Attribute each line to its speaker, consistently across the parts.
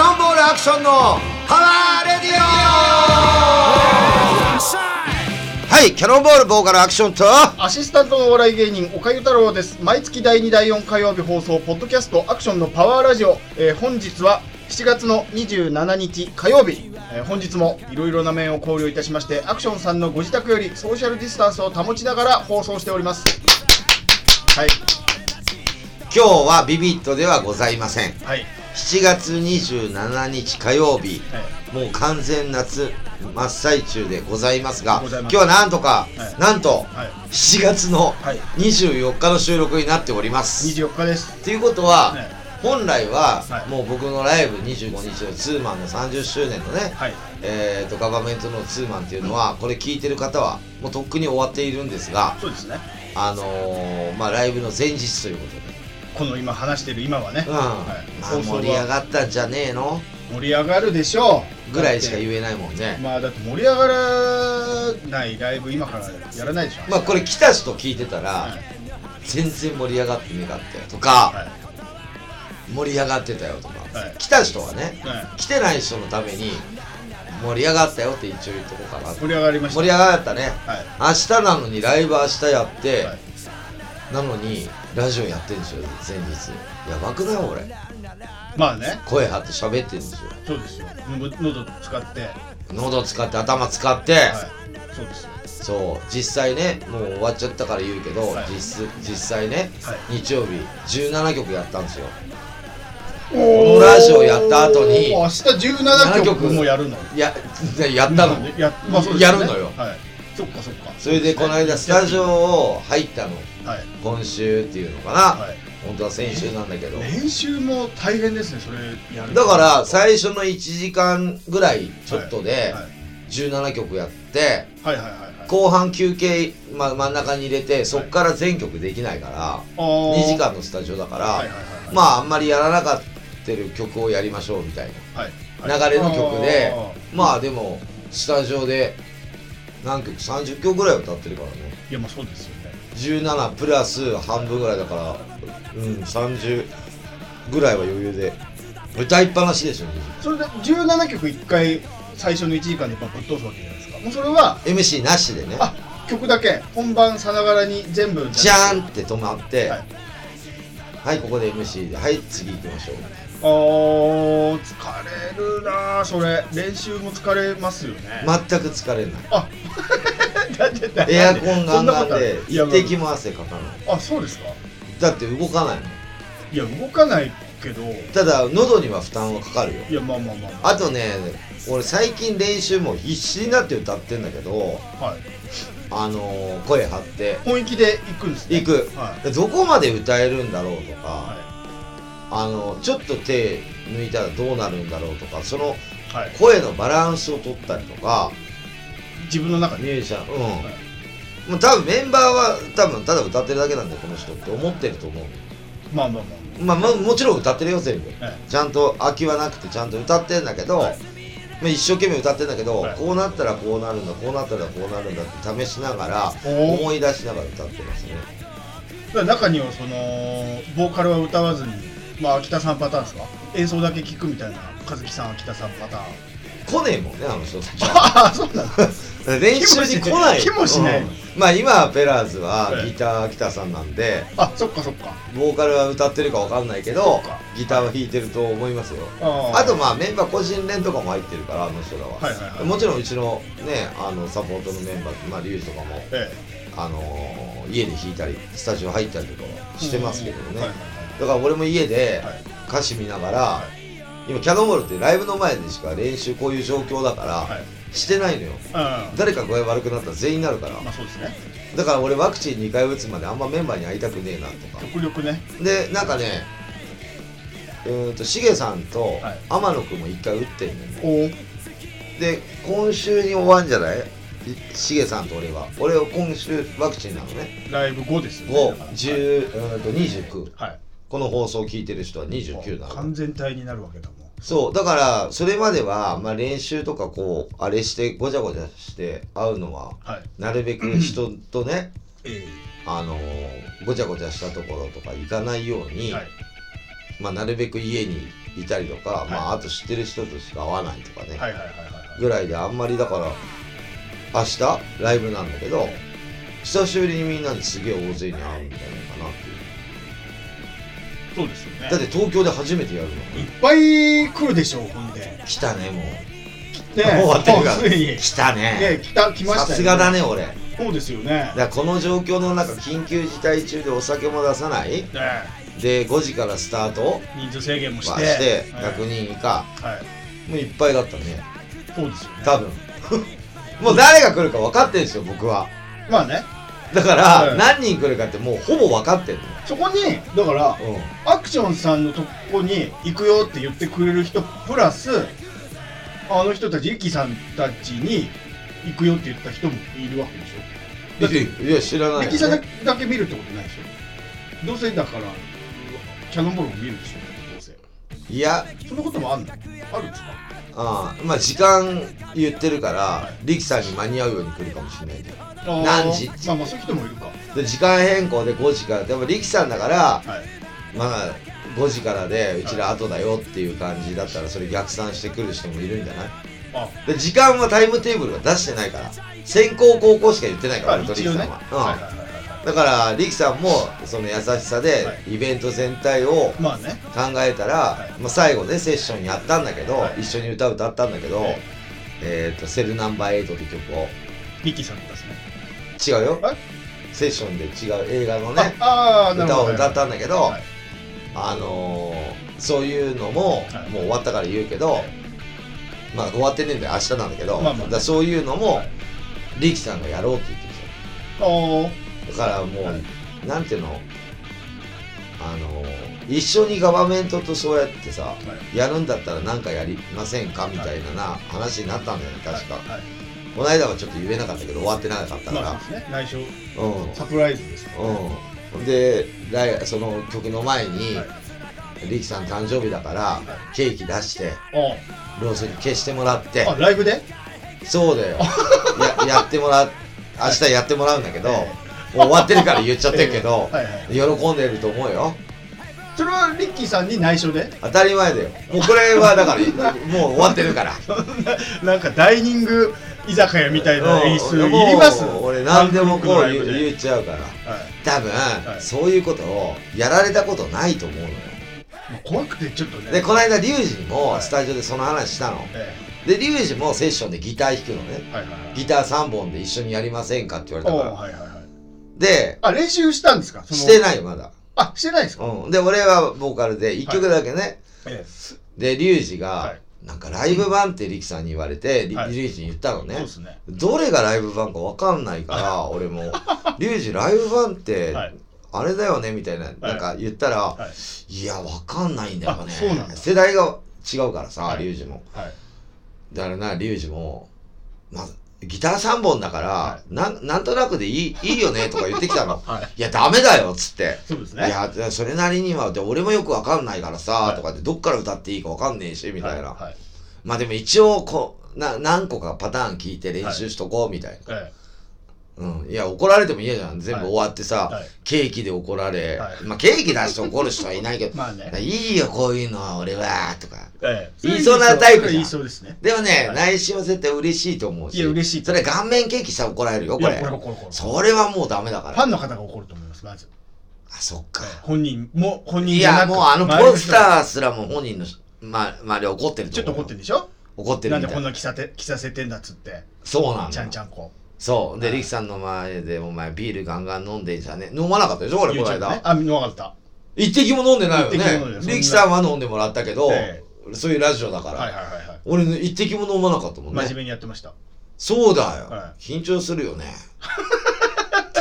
Speaker 1: ションのパワーレディオはいキャノンボールボーカルアクションと
Speaker 2: アシスタントのお笑い芸人、岡ゆ太郎です。毎月第2、第4火曜日放送、ポッドキャストアクションのパワーラジオ。えー本日は7月の27日火曜日。えー本日もいろいろな面を考慮いたしまして、アクションさんのご自宅よりソーシャルディスタンスを保ちながら放送しております。はい。
Speaker 1: 今日はビビットではございません
Speaker 2: はい。
Speaker 1: 7月27日火曜日
Speaker 2: はい。
Speaker 1: もう完全夏真っ最中でございますが
Speaker 2: ござい
Speaker 1: 今
Speaker 2: ます
Speaker 1: 日はなんとか、
Speaker 2: はい
Speaker 1: なんと
Speaker 2: はい。
Speaker 1: 7月の
Speaker 2: はい
Speaker 1: 24日の収録になっております
Speaker 2: 24日です。
Speaker 1: ということは、
Speaker 2: はい
Speaker 1: 本来は
Speaker 2: はい
Speaker 1: もう僕のライブ25日のツーマンの30周年のね、
Speaker 2: はい。
Speaker 1: えー、とガバメントのツーマンっていうのはこれ聞いてる方はもうとっくに終わっているんですが
Speaker 2: そうですね。
Speaker 1: あのー、まあライブの前日ということで、
Speaker 2: この今話してる今はね。
Speaker 1: うん
Speaker 2: はい
Speaker 1: まあ
Speaker 2: 放送は
Speaker 1: 盛り上がったんじゃねえの
Speaker 2: 盛り上がるでしょう。
Speaker 1: ぐらいしか
Speaker 2: う
Speaker 1: 言えないもんね
Speaker 2: まあだって盛り上がらないライブ今からやらないでしょ。
Speaker 1: まあこれ来た人聞いてたら
Speaker 2: はい
Speaker 1: 全然盛り上がってねかったよとか
Speaker 2: はい
Speaker 1: 盛り上がってたよとか
Speaker 2: はい
Speaker 1: 来た人はね
Speaker 2: は、
Speaker 1: 来てない人のために盛り上がったよって一応言っとこうかない
Speaker 2: 盛り上がりました
Speaker 1: 盛り上がったね
Speaker 2: はい
Speaker 1: 明日なのにライブ明日やって、
Speaker 2: はい
Speaker 1: なのにラジオやってんですよ前日やばくない俺
Speaker 2: まあね
Speaker 1: 声張って喋ってるんですよ
Speaker 2: そうですよの喉使ってはい
Speaker 1: 喉使って頭使って、
Speaker 2: そうですよ
Speaker 1: そう実際ねもう終わっちゃったから言うけど、
Speaker 2: はい
Speaker 1: 実実際ね、
Speaker 2: はい
Speaker 1: 日曜日17曲やったんですよ
Speaker 2: こ
Speaker 1: のラジオやった後に
Speaker 2: 明日17曲もやるの
Speaker 1: ややったの、
Speaker 2: や,、まあそうです
Speaker 1: や
Speaker 2: よ
Speaker 1: る
Speaker 2: ね
Speaker 1: のよ
Speaker 2: はいそっかそっか
Speaker 1: それでこの間スタジオを入ったの
Speaker 2: はい
Speaker 1: 今週っていうのかな、
Speaker 2: はい
Speaker 1: 本当は先週なんだけど、
Speaker 2: 練習も大変ですねそれやる
Speaker 1: だから最初の1時間ぐらいちょっとで
Speaker 2: はい
Speaker 1: 17曲やって
Speaker 2: はいはいはいはい
Speaker 1: 後半休憩、ま、真ん中に入れてそっから全曲できないか
Speaker 2: あ
Speaker 1: ら
Speaker 2: ー
Speaker 1: 2時間のスタジオだから、
Speaker 2: はいはいはいはい
Speaker 1: まああんまりやらなかったる曲をやりましょうみたい
Speaker 2: はい
Speaker 1: な流れの曲で
Speaker 2: あ
Speaker 1: まあでもスタジオで何曲30曲ぐらい歌ってるからね
Speaker 2: ーいやまあそうですよね
Speaker 1: 17プラス半分ぐらいだからうん30ぐらいは余裕で歌いっぱなしでしょ
Speaker 2: それで17曲1回最初の1時間でやっぱぶっ通すわけじゃないですかもうそれは
Speaker 1: MC なしでね
Speaker 2: あ曲だけ本番さながらに全部
Speaker 1: じゃ
Speaker 2: ん
Speaker 1: ーんって止まって、は
Speaker 2: はいい、
Speaker 1: ここで MC で、はい、次行きましょう。
Speaker 2: おー疲れるなーそれ練習も疲れますよね、
Speaker 1: 全く疲れない。
Speaker 2: あだって だって
Speaker 1: エアコンガンガンで、
Speaker 2: いや
Speaker 1: 一滴も汗かかない。
Speaker 2: あそうですか
Speaker 1: だって動かないもん。
Speaker 2: いや動かないけどい
Speaker 1: ただ、喉には負担はかかるよ。
Speaker 2: やまあまあまあ
Speaker 1: あとね、俺最近練習も必死になって歌ってんだけど、
Speaker 2: はい
Speaker 1: あのー、声張って、
Speaker 2: 本気で行くんですね
Speaker 1: 行く
Speaker 2: はい、
Speaker 1: どこまで歌えるんだろうとか、
Speaker 2: は
Speaker 1: あの、ちょっと手抜いたらどうなるんだろうとか、その
Speaker 2: いはい、
Speaker 1: 声のバランスを取ったりとか、
Speaker 2: 自分の中
Speaker 1: ミ
Speaker 2: で
Speaker 1: ュージシャン、うん、
Speaker 2: い
Speaker 1: もう多分メンバーは多分ただ歌ってるだけなんだよこの人って思ってると思
Speaker 2: まあまあま
Speaker 1: う、まあ、ももちろん歌ってるよ全部
Speaker 2: あ、はい
Speaker 1: ちゃんと空きはなくてちゃんと歌ってんだけど、
Speaker 2: はい
Speaker 1: まあ、一生懸命歌ってんだけど、
Speaker 2: はい
Speaker 1: こうなったらこうなるんだこうなったらこうなるんだって試しながら
Speaker 2: おー
Speaker 1: 思い出しながら歌ってますね
Speaker 2: だから中にはそのボーカルは歌わずにまあ秋田さんパターンですか演奏だけ聞くみたいな和樹さん秋田さんパターン
Speaker 1: 来ねえもんねあの人たち
Speaker 2: ああそうなんだ
Speaker 1: 練習に来ない
Speaker 2: 気もしない
Speaker 1: うんまあ今ペラーズは
Speaker 2: はい
Speaker 1: ギター北さんなんで
Speaker 2: あそっかそっか
Speaker 1: ボーカルは歌ってるかわかんないけど
Speaker 2: そっか
Speaker 1: ギターは弾いてると思いますよ
Speaker 2: あー
Speaker 1: あとまあメンバー個人連とかも入ってるからあの人らは,、
Speaker 2: はいはいはい
Speaker 1: もちろんうちのねあのサポートのメンバー、まあ、リュウジとかも、
Speaker 2: え
Speaker 1: あのー家で弾いたりスタジオ入ったりとかは
Speaker 2: え
Speaker 1: してますけどね、
Speaker 2: はいはい
Speaker 1: だから俺も家で
Speaker 2: はいはい
Speaker 1: 歌詞見ながら、
Speaker 2: は
Speaker 1: 今キャノンボールってライブの前でしか練習こういう状況だから、
Speaker 2: はい
Speaker 1: してないのよ
Speaker 2: うん
Speaker 1: 誰か具合悪くなったら全員なるから
Speaker 2: まあそうですね
Speaker 1: だから俺ワクチン2回打つまであんまメンバーに会いたくねえなとか
Speaker 2: 極力ね
Speaker 1: でなんかねうーんとしげさんと
Speaker 2: はい
Speaker 1: 天野くんも1回打ってんのよね、
Speaker 2: おお
Speaker 1: で今週に終わんじゃないしげさんと俺は俺を今週ワクチンなのね
Speaker 2: ライブ5ですよねだから
Speaker 1: 510、うーんと29
Speaker 2: はい
Speaker 1: この放送を聞いてる人は29
Speaker 2: もう
Speaker 1: なの
Speaker 2: 完全体になるわけだもん
Speaker 1: そうだからそれまでは、まあ、練習とかこうあれしてごちゃごちゃして会うのは
Speaker 2: はい
Speaker 1: なるべ く人とね、
Speaker 2: え
Speaker 1: あのーごちゃごちゃしたところとか行かないよう
Speaker 2: え
Speaker 1: に
Speaker 2: はい
Speaker 1: まあ、なるべく家にいたりとか、
Speaker 2: い
Speaker 1: まあ、あと知ってる人としか会わないとかね、
Speaker 2: はいはいはいはい
Speaker 1: ぐらいであんまりだから明日ライブなんだけど久しぶりにみんなですげえ大勢に会うんじゃないかなっていう
Speaker 2: そうですよね
Speaker 1: だって東京で初めてやるの
Speaker 2: いっぱい来るでしょうほんでね
Speaker 1: 来たねもう、もう終
Speaker 2: も
Speaker 1: わってるから
Speaker 2: ついにね
Speaker 1: 来たね
Speaker 2: 来た来ま
Speaker 1: さ
Speaker 2: したよ
Speaker 1: すがだね俺だか
Speaker 2: そうですよね
Speaker 1: らこの状況の中緊急事態中でお酒も出さない
Speaker 2: ね
Speaker 1: で5時からスタート
Speaker 2: 人数制限もし
Speaker 1: は
Speaker 2: て
Speaker 1: して
Speaker 2: はい
Speaker 1: 100人以下
Speaker 2: はい
Speaker 1: もういっぱいだったね
Speaker 2: そうですよね
Speaker 1: 多分 もう誰が来るか分かってるんですよ僕は
Speaker 2: まあね
Speaker 1: だから、
Speaker 2: はい
Speaker 1: 何人来るかってもうほぼ分かってる
Speaker 2: そこにだか
Speaker 1: の、
Speaker 2: ら
Speaker 1: うん、
Speaker 2: アクションさんのとこに行くよって言ってくれる人プラスあの人たちリキさんたちに行くよって言った人もいるわけでしょだって
Speaker 1: いや知らないよ、
Speaker 2: 歴史だけだけ見るってことないでしょどうせだからキャノンボールも見るでしょどうせ
Speaker 1: いや
Speaker 2: そんなこともあんのあるんですか
Speaker 1: ああまあ時間言ってるから力さんに間に合うように来るかもしれないじゃ
Speaker 2: あー
Speaker 1: 何時
Speaker 2: まあまあそういう人もいるかは
Speaker 1: んで時間変更で5時からでも力さんだから
Speaker 2: い
Speaker 1: まあ5時からでうちら後だよっていう感じだったらそれ逆算してくる人もいるんじゃない
Speaker 2: あ
Speaker 1: で時間はタイムテーブルは出してないから先行後攻しか言ってないから
Speaker 2: あ
Speaker 1: 俺と
Speaker 2: 一
Speaker 1: 力
Speaker 2: 応
Speaker 1: さ
Speaker 2: ね
Speaker 1: んは、
Speaker 2: はいはいはいは
Speaker 1: うん、だから力さんもその優しさで
Speaker 2: は
Speaker 1: イベント全体を
Speaker 2: いまあね
Speaker 1: 考えたら、
Speaker 2: い
Speaker 1: まあ、最後ねセッションやったんだけど、
Speaker 2: はい
Speaker 1: 一緒に歌歌ったんだけど、
Speaker 2: はい
Speaker 1: えっ、と「セルナンバー8」って曲を
Speaker 2: リキさんとですね
Speaker 1: 違うよ
Speaker 2: はい
Speaker 1: セッションで違う映画のね
Speaker 2: ああーなる
Speaker 1: 歌
Speaker 2: ほ
Speaker 1: を
Speaker 2: ど
Speaker 1: 歌っ
Speaker 2: は
Speaker 1: たんだけど、
Speaker 2: はい
Speaker 1: あのーそういうのも、
Speaker 2: はい
Speaker 1: もう終わったから言うけど、
Speaker 2: はい
Speaker 1: まあ終わってねえんで明日なんだけど、
Speaker 2: まあまあね
Speaker 1: だからそういうのも、
Speaker 2: はい
Speaker 1: リキさんがやろうって言ってきた
Speaker 2: あー
Speaker 1: だからもう、
Speaker 2: はい
Speaker 1: なんていうのあの一緒にガバメントとそうやってさ、やるんだったら何かやりませんかみたいなな話になったんだよね確か、
Speaker 2: はい
Speaker 1: この間はちょっと言えなかったけど終わってなかったから、
Speaker 2: まあそうですね内緒サ
Speaker 1: う
Speaker 2: プライズですよ
Speaker 1: んうんほんで来その曲の前に、
Speaker 2: はい
Speaker 1: リキさん誕生日だから、ケーキ出して
Speaker 2: あ
Speaker 1: ろうそく消してもらって
Speaker 2: ーあライブで
Speaker 1: そうだよや やってもら明日やってもらうんだけど、
Speaker 2: え
Speaker 1: もう終わってるから言っちゃってるけど、
Speaker 2: はいはい
Speaker 1: 喜んでると思うよ
Speaker 2: それはリッキーさんに内緒で
Speaker 1: 当たり前だよもうこれはだからもう終わってるから
Speaker 2: なんかダイニング居酒屋みたいな演出
Speaker 1: うん
Speaker 2: いります
Speaker 1: もう俺何でもこう言
Speaker 2: 韓国のライブ
Speaker 1: う
Speaker 2: で
Speaker 1: 言っちゃうから
Speaker 2: はい
Speaker 1: 多分、
Speaker 2: い
Speaker 1: そういうことをやられたことないと思うのよ
Speaker 2: まあ怖くてちょっとね
Speaker 1: でこの間リュウジにも
Speaker 2: はい
Speaker 1: スタジオでその話したの
Speaker 2: え
Speaker 1: でリュウジもセッションでギター弾くのね
Speaker 2: えはいはいはい
Speaker 1: ギター3本で一緒にやりませんかって言われた
Speaker 2: お
Speaker 1: か
Speaker 2: ー
Speaker 1: ら
Speaker 2: はいはいはい
Speaker 1: で
Speaker 2: あ練習したんですかその
Speaker 1: してないよまだ、
Speaker 2: あしてないですか、
Speaker 1: うん、で俺はボーカルで1曲だけね、
Speaker 2: え
Speaker 1: でリュウジが、
Speaker 2: はい
Speaker 1: なんかライブ版ってリキさんに言われて、リ
Speaker 2: はい
Speaker 1: リュウジに言ったの
Speaker 2: えそう
Speaker 1: ね
Speaker 2: ですね
Speaker 1: どれがライブ版かわかんない から俺もリュウジライブ版って、
Speaker 2: はい
Speaker 1: あれだよねみたいな、なんか言ったら、、
Speaker 2: はい
Speaker 1: や、わかんないんだよね。
Speaker 2: あそうなんだ
Speaker 1: 世代が違うからさ、
Speaker 2: はい
Speaker 1: リュウジも。
Speaker 2: はい
Speaker 1: だからな、リュウジも、まあ、ギター3本だから、
Speaker 2: は。
Speaker 1: なん、なんとなくでいい、いいよねとか言ってきたの
Speaker 2: はい
Speaker 1: いや、ダメだよっつって。
Speaker 2: そうです
Speaker 1: い
Speaker 2: ね
Speaker 1: や、それなりには、で俺もよくわかんないからさ、
Speaker 2: はい
Speaker 1: とかって、どっから歌っていいかわかんねえし、みたいな。
Speaker 2: はいはい
Speaker 1: まあでも一応、こう、な、何個かパターン聞いて練習しとこう、みたいな。
Speaker 2: え
Speaker 1: うん。いや、怒られても嫌じゃん。全部終わってさ、
Speaker 2: はいはい
Speaker 1: ケーキで怒られ、
Speaker 2: はい
Speaker 1: まあケーキ出して怒る人はいないけ
Speaker 2: え
Speaker 1: ど、
Speaker 2: まあね
Speaker 1: いいよ、こういうのは俺は、とか。
Speaker 2: ええ
Speaker 1: 言いそうなタイプじゃん
Speaker 2: 言いそうですね
Speaker 1: でもね、
Speaker 2: はい
Speaker 1: 内心は絶対嬉しいと思うし。
Speaker 2: いや嬉しい
Speaker 1: それ顔面ケーキしたら怒られるよ、
Speaker 2: い
Speaker 1: こ
Speaker 2: や
Speaker 1: れ
Speaker 2: こ。れこれこれフ
Speaker 1: それはもうダメだから。
Speaker 2: ァ
Speaker 1: あ、
Speaker 2: ンの方が怒ると思いますまず
Speaker 1: そっか。
Speaker 2: 本人も本人
Speaker 1: い
Speaker 2: じゃな
Speaker 1: や、
Speaker 2: く
Speaker 1: もうあの
Speaker 2: 周り
Speaker 1: ポス
Speaker 2: 人
Speaker 1: タ
Speaker 2: が
Speaker 1: ーすらも本人のし、ま、周りは怒ってる
Speaker 2: ちょっと
Speaker 1: 思
Speaker 2: 怒
Speaker 1: う
Speaker 2: ってるでしょ
Speaker 1: 怒って
Speaker 2: な
Speaker 1: る
Speaker 2: ん
Speaker 1: み
Speaker 2: で
Speaker 1: た
Speaker 2: こ
Speaker 1: い
Speaker 2: ん
Speaker 1: な。
Speaker 2: な着さて着させてんだっつって
Speaker 1: そうなん
Speaker 2: ち
Speaker 1: だ
Speaker 2: ゃんち。ゃんこ
Speaker 1: そう。で、
Speaker 2: はい
Speaker 1: リキさんの前で、お前ビールガンガン飲んでんじゃね飲まなかったでしょ俺、この
Speaker 2: 言うちゃうね
Speaker 1: 間。
Speaker 2: あ分かった
Speaker 1: 一滴も飲んでないよ
Speaker 2: 一滴も飲んで
Speaker 1: ね
Speaker 2: ない。そんな
Speaker 1: リキさんは飲んでもらったけど
Speaker 2: え、
Speaker 1: そういうラジオだか
Speaker 2: はい
Speaker 1: ら。
Speaker 2: はいはいはい
Speaker 1: 俺、一滴も飲まなかったもん
Speaker 2: 真面
Speaker 1: ね。
Speaker 2: 目にやってました
Speaker 1: そうだよ
Speaker 2: は。
Speaker 1: 緊張するよね。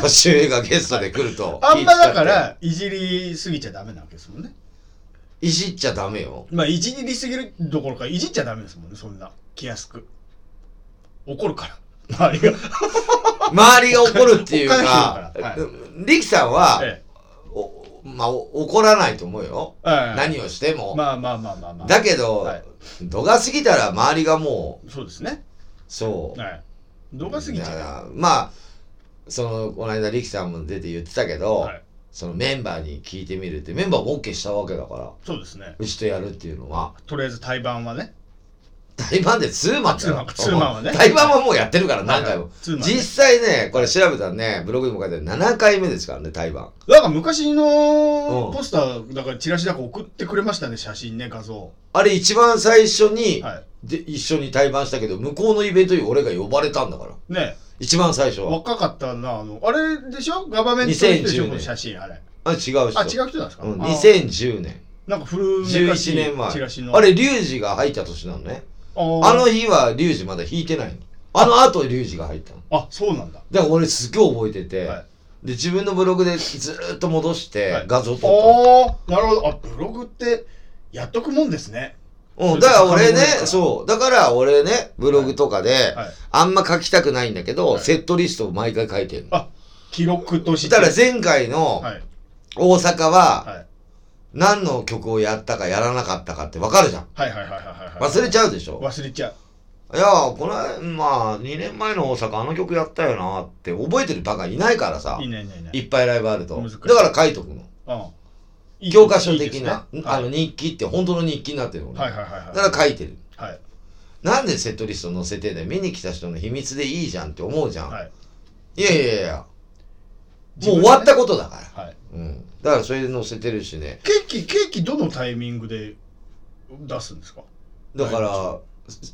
Speaker 1: 年上がゲストで来ると。
Speaker 2: あんまだ
Speaker 1: 気
Speaker 2: か
Speaker 1: 使って
Speaker 2: らいじりすぎちゃダメなわけですもんね
Speaker 1: いじっちゃダメよ。
Speaker 2: まあ、いじりすぎるどころか、いじっちゃダメですもんね、そんな。気安く。怒るから。周りが。
Speaker 1: 周りが怒るっていう
Speaker 2: 他
Speaker 1: か
Speaker 2: の人だからは、
Speaker 1: リキさんは、
Speaker 2: え
Speaker 1: おまあ、お怒らないと思うよ。
Speaker 2: えはい
Speaker 1: 何をしても。
Speaker 2: まあまあまあまあまあ。
Speaker 1: だけど、
Speaker 2: はい
Speaker 1: 度が過ぎたら周りがもう、
Speaker 2: そうですね。
Speaker 1: そう。
Speaker 2: はい。動画すぎち
Speaker 1: だか
Speaker 2: ゃ
Speaker 1: らまあ、その、この間、リキさんも出て言ってたけど、
Speaker 2: う。はい。
Speaker 1: そのメンバーに聞いてみるってメンバーも OK したわけだから
Speaker 2: そうですね
Speaker 1: うちとやるっていうのは
Speaker 2: とりあえず対バンはね
Speaker 1: 台湾でツーマンだよ
Speaker 2: あツーマンツーマンはね
Speaker 1: 台湾はもうやってるから何回も
Speaker 2: ツーマンね
Speaker 1: 実際ねこれ調べたらねブログにも書いてある7回目ですからね台湾
Speaker 2: なんか昔
Speaker 1: う
Speaker 2: の
Speaker 1: ん
Speaker 2: ポスターだからチラシだから送ってくれましたね写真ね画像
Speaker 1: あれ一番最初に、
Speaker 2: は
Speaker 1: で一緒に対バンしたけど向こうのイベントに俺が呼ばれたんだから
Speaker 2: いね
Speaker 1: 一番最初は
Speaker 2: 若かったなあのあれでしょガバメントの人でし
Speaker 1: 2010
Speaker 2: ょ
Speaker 1: 年
Speaker 2: この写真あれ
Speaker 1: あ違う人
Speaker 2: あ違う人なんですか、
Speaker 1: うん、
Speaker 2: あ
Speaker 1: 2010年
Speaker 2: なんか古めかし
Speaker 1: 11年
Speaker 2: いチラシ
Speaker 1: 前
Speaker 2: の
Speaker 1: あれリュウジが入った年なのね
Speaker 2: あー
Speaker 1: あの日はリュウジまだ弾いてないのあの後リュウジが入ったの
Speaker 2: あそうなんだ
Speaker 1: だから俺すっげえ覚えてて、
Speaker 2: はい
Speaker 1: で自分のブログでずーっと戻して
Speaker 2: はい
Speaker 1: 画像撮ったの、
Speaker 2: おーなるほどあブログってやっとくもんですね
Speaker 1: うん、だから俺ね
Speaker 2: それで遡れるか、ら
Speaker 1: そう。だから俺ね、ブログとかで
Speaker 2: はい、
Speaker 1: あんま書きたくないんだけど、
Speaker 2: はい
Speaker 1: セットリストを毎回書いてるの。
Speaker 2: あ記録とし
Speaker 1: してたら前回の
Speaker 2: はい
Speaker 1: 大阪は、
Speaker 2: はい
Speaker 1: 何の曲をやったかやらなかったかってわかるじゃん。
Speaker 2: はいはいはいはいはいはい
Speaker 1: 忘れちゃうでしょ。
Speaker 2: 忘れちゃう
Speaker 1: いやー、この間、まあ、2年前の大阪あの曲やったよなって覚えてるバカいないからさ
Speaker 2: いい、ねいいねいいね
Speaker 1: いっぱいライブあると。
Speaker 2: 難し
Speaker 1: だ
Speaker 2: い
Speaker 1: から書いとくの。
Speaker 2: うんいい
Speaker 1: 教科書的
Speaker 2: い
Speaker 1: ない
Speaker 2: ですね、
Speaker 1: あの日記って本当の日記になってるのね。
Speaker 2: はいはいはいは
Speaker 1: だ
Speaker 2: い
Speaker 1: から書いてる。
Speaker 2: はい
Speaker 1: なんでセットリスト載せてんだよ見に来た人の秘密でいいじゃんって思うじゃん。
Speaker 2: はい
Speaker 1: い、やいやいや、もう終わったことだから。
Speaker 2: はい
Speaker 1: うん。だからそれで載せてるしね。
Speaker 2: ケーキケーキどのタイミングで出すんですか
Speaker 1: だから、
Speaker 2: は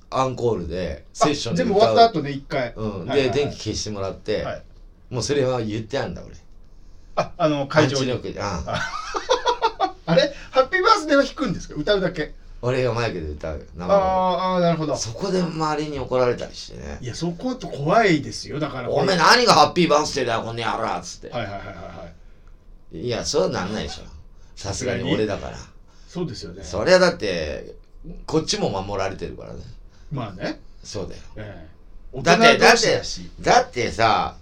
Speaker 1: アンコールでセッションで
Speaker 2: 全部
Speaker 1: 歌う。
Speaker 2: 終わった後ね一回
Speaker 1: うん。で、
Speaker 2: はいはいはい
Speaker 1: 電気消してもらって、
Speaker 2: はい
Speaker 1: もうそれは言ってあんだ俺。
Speaker 2: ああの会場
Speaker 1: パンチ
Speaker 2: に
Speaker 1: 力でああ
Speaker 2: あれハッピーバースデーは弾くんですか歌うだけ
Speaker 1: 俺がマイクで歌うよ。
Speaker 2: あ
Speaker 1: 生
Speaker 2: ー
Speaker 1: で
Speaker 2: あーなるほど
Speaker 1: そこで周りに怒られたりしてね
Speaker 2: い。やそこと怖いですよだから
Speaker 1: おめえ
Speaker 2: な
Speaker 1: 何がハッピーバースデーだよ、こんな野郎っつって。
Speaker 2: はいはいはいはいはい
Speaker 1: い、や、そうはなんないでしょ。さすがに俺だから。
Speaker 2: そうですよね
Speaker 1: そりゃだって、こっちも守られてるからね。
Speaker 2: まあね
Speaker 1: そうだよ。
Speaker 2: ええ
Speaker 1: だって
Speaker 2: 大人同士だし
Speaker 1: だってさ、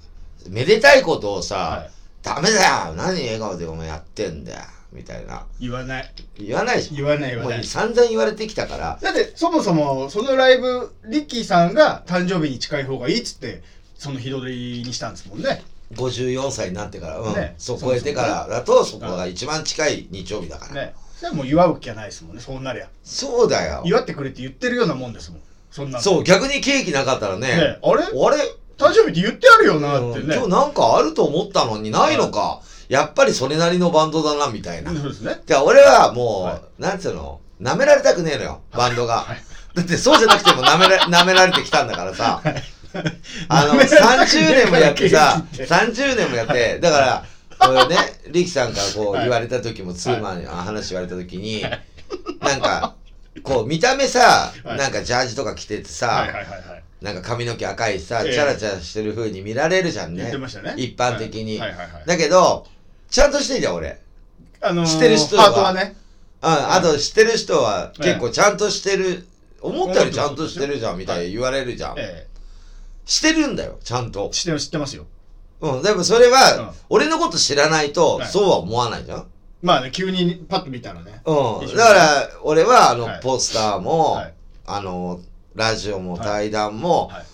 Speaker 1: めでたいことをさ、
Speaker 2: はい
Speaker 1: ダメだよ何笑顔でお前やってんだよみたいな。
Speaker 2: 言わない
Speaker 1: 言わないでし
Speaker 2: 言わない言
Speaker 1: ょ。
Speaker 2: わ
Speaker 1: も
Speaker 2: ないう
Speaker 1: 散々言われてきたから、
Speaker 2: だってそもそもそのライブリッキーさんが誕生日に近い方がいいっつってその日取りにしたんですもんね
Speaker 1: 54歳になってから、うん。
Speaker 2: ね
Speaker 1: そう超えてからだと、そこが一番近い日曜日だから。
Speaker 2: ねそれはもう祝う気はないですもんねそうなりゃ
Speaker 1: そうだよ。
Speaker 2: 祝ってくれって言ってるようなもんですもんそんなの
Speaker 1: そう、逆にケーキなかったらね、
Speaker 2: ねあれ
Speaker 1: あれ
Speaker 2: 誕生日って言ってあるよなって
Speaker 1: うん
Speaker 2: ね、
Speaker 1: 今日なんかあると思ったのにないのか、やっぱりそれなりのバンドだなみたいな。
Speaker 2: そうですね
Speaker 1: じゃあ俺はもう、
Speaker 2: は
Speaker 1: なんつうの舐められたくねえのよバンドが、
Speaker 2: はい
Speaker 1: だってそうじゃなくても舐めら舐められてきたんだから さ、あの30
Speaker 2: 舐められたくねえ
Speaker 1: 年もやってさ
Speaker 2: ケーキって
Speaker 1: 30年もやってだから俺ね力さんからこう
Speaker 2: はい
Speaker 1: 言われた時も、ツーマンにあ話言われた時に、なんかこう見た目さ、
Speaker 2: はい
Speaker 1: なんかジャージとか着ててさ、
Speaker 2: はいはいはいはい
Speaker 1: なんか髪の毛赤いさ、
Speaker 2: ええ
Speaker 1: チャラチャラしてる風に見られるじゃん
Speaker 2: 言っ
Speaker 1: ね
Speaker 2: てましたね
Speaker 1: 一般的に、
Speaker 2: はいはいはいはい
Speaker 1: だけどちゃんとしてんじゃん俺
Speaker 2: あのー
Speaker 1: してる人は
Speaker 2: ハートはね
Speaker 1: ああと知ってる人は
Speaker 2: ええ
Speaker 1: 結構ちゃんとしてる、思ったよりちゃんと
Speaker 2: 思っ
Speaker 1: して
Speaker 2: ま
Speaker 1: て
Speaker 2: す
Speaker 1: るじゃんみたいに言われるじゃん、
Speaker 2: え
Speaker 1: してるんだよちゃんと
Speaker 2: え知って知ってますよ
Speaker 1: うんでもそれ
Speaker 2: うん
Speaker 1: は俺のこと知らないと
Speaker 2: はい
Speaker 1: そうは思わないじゃん、
Speaker 2: まあね急にパッと見たらね
Speaker 1: う
Speaker 2: でしょ
Speaker 1: んだから俺はあの
Speaker 2: はい
Speaker 1: ポスターも、
Speaker 2: はい
Speaker 1: あのラジオも対談も、
Speaker 2: はい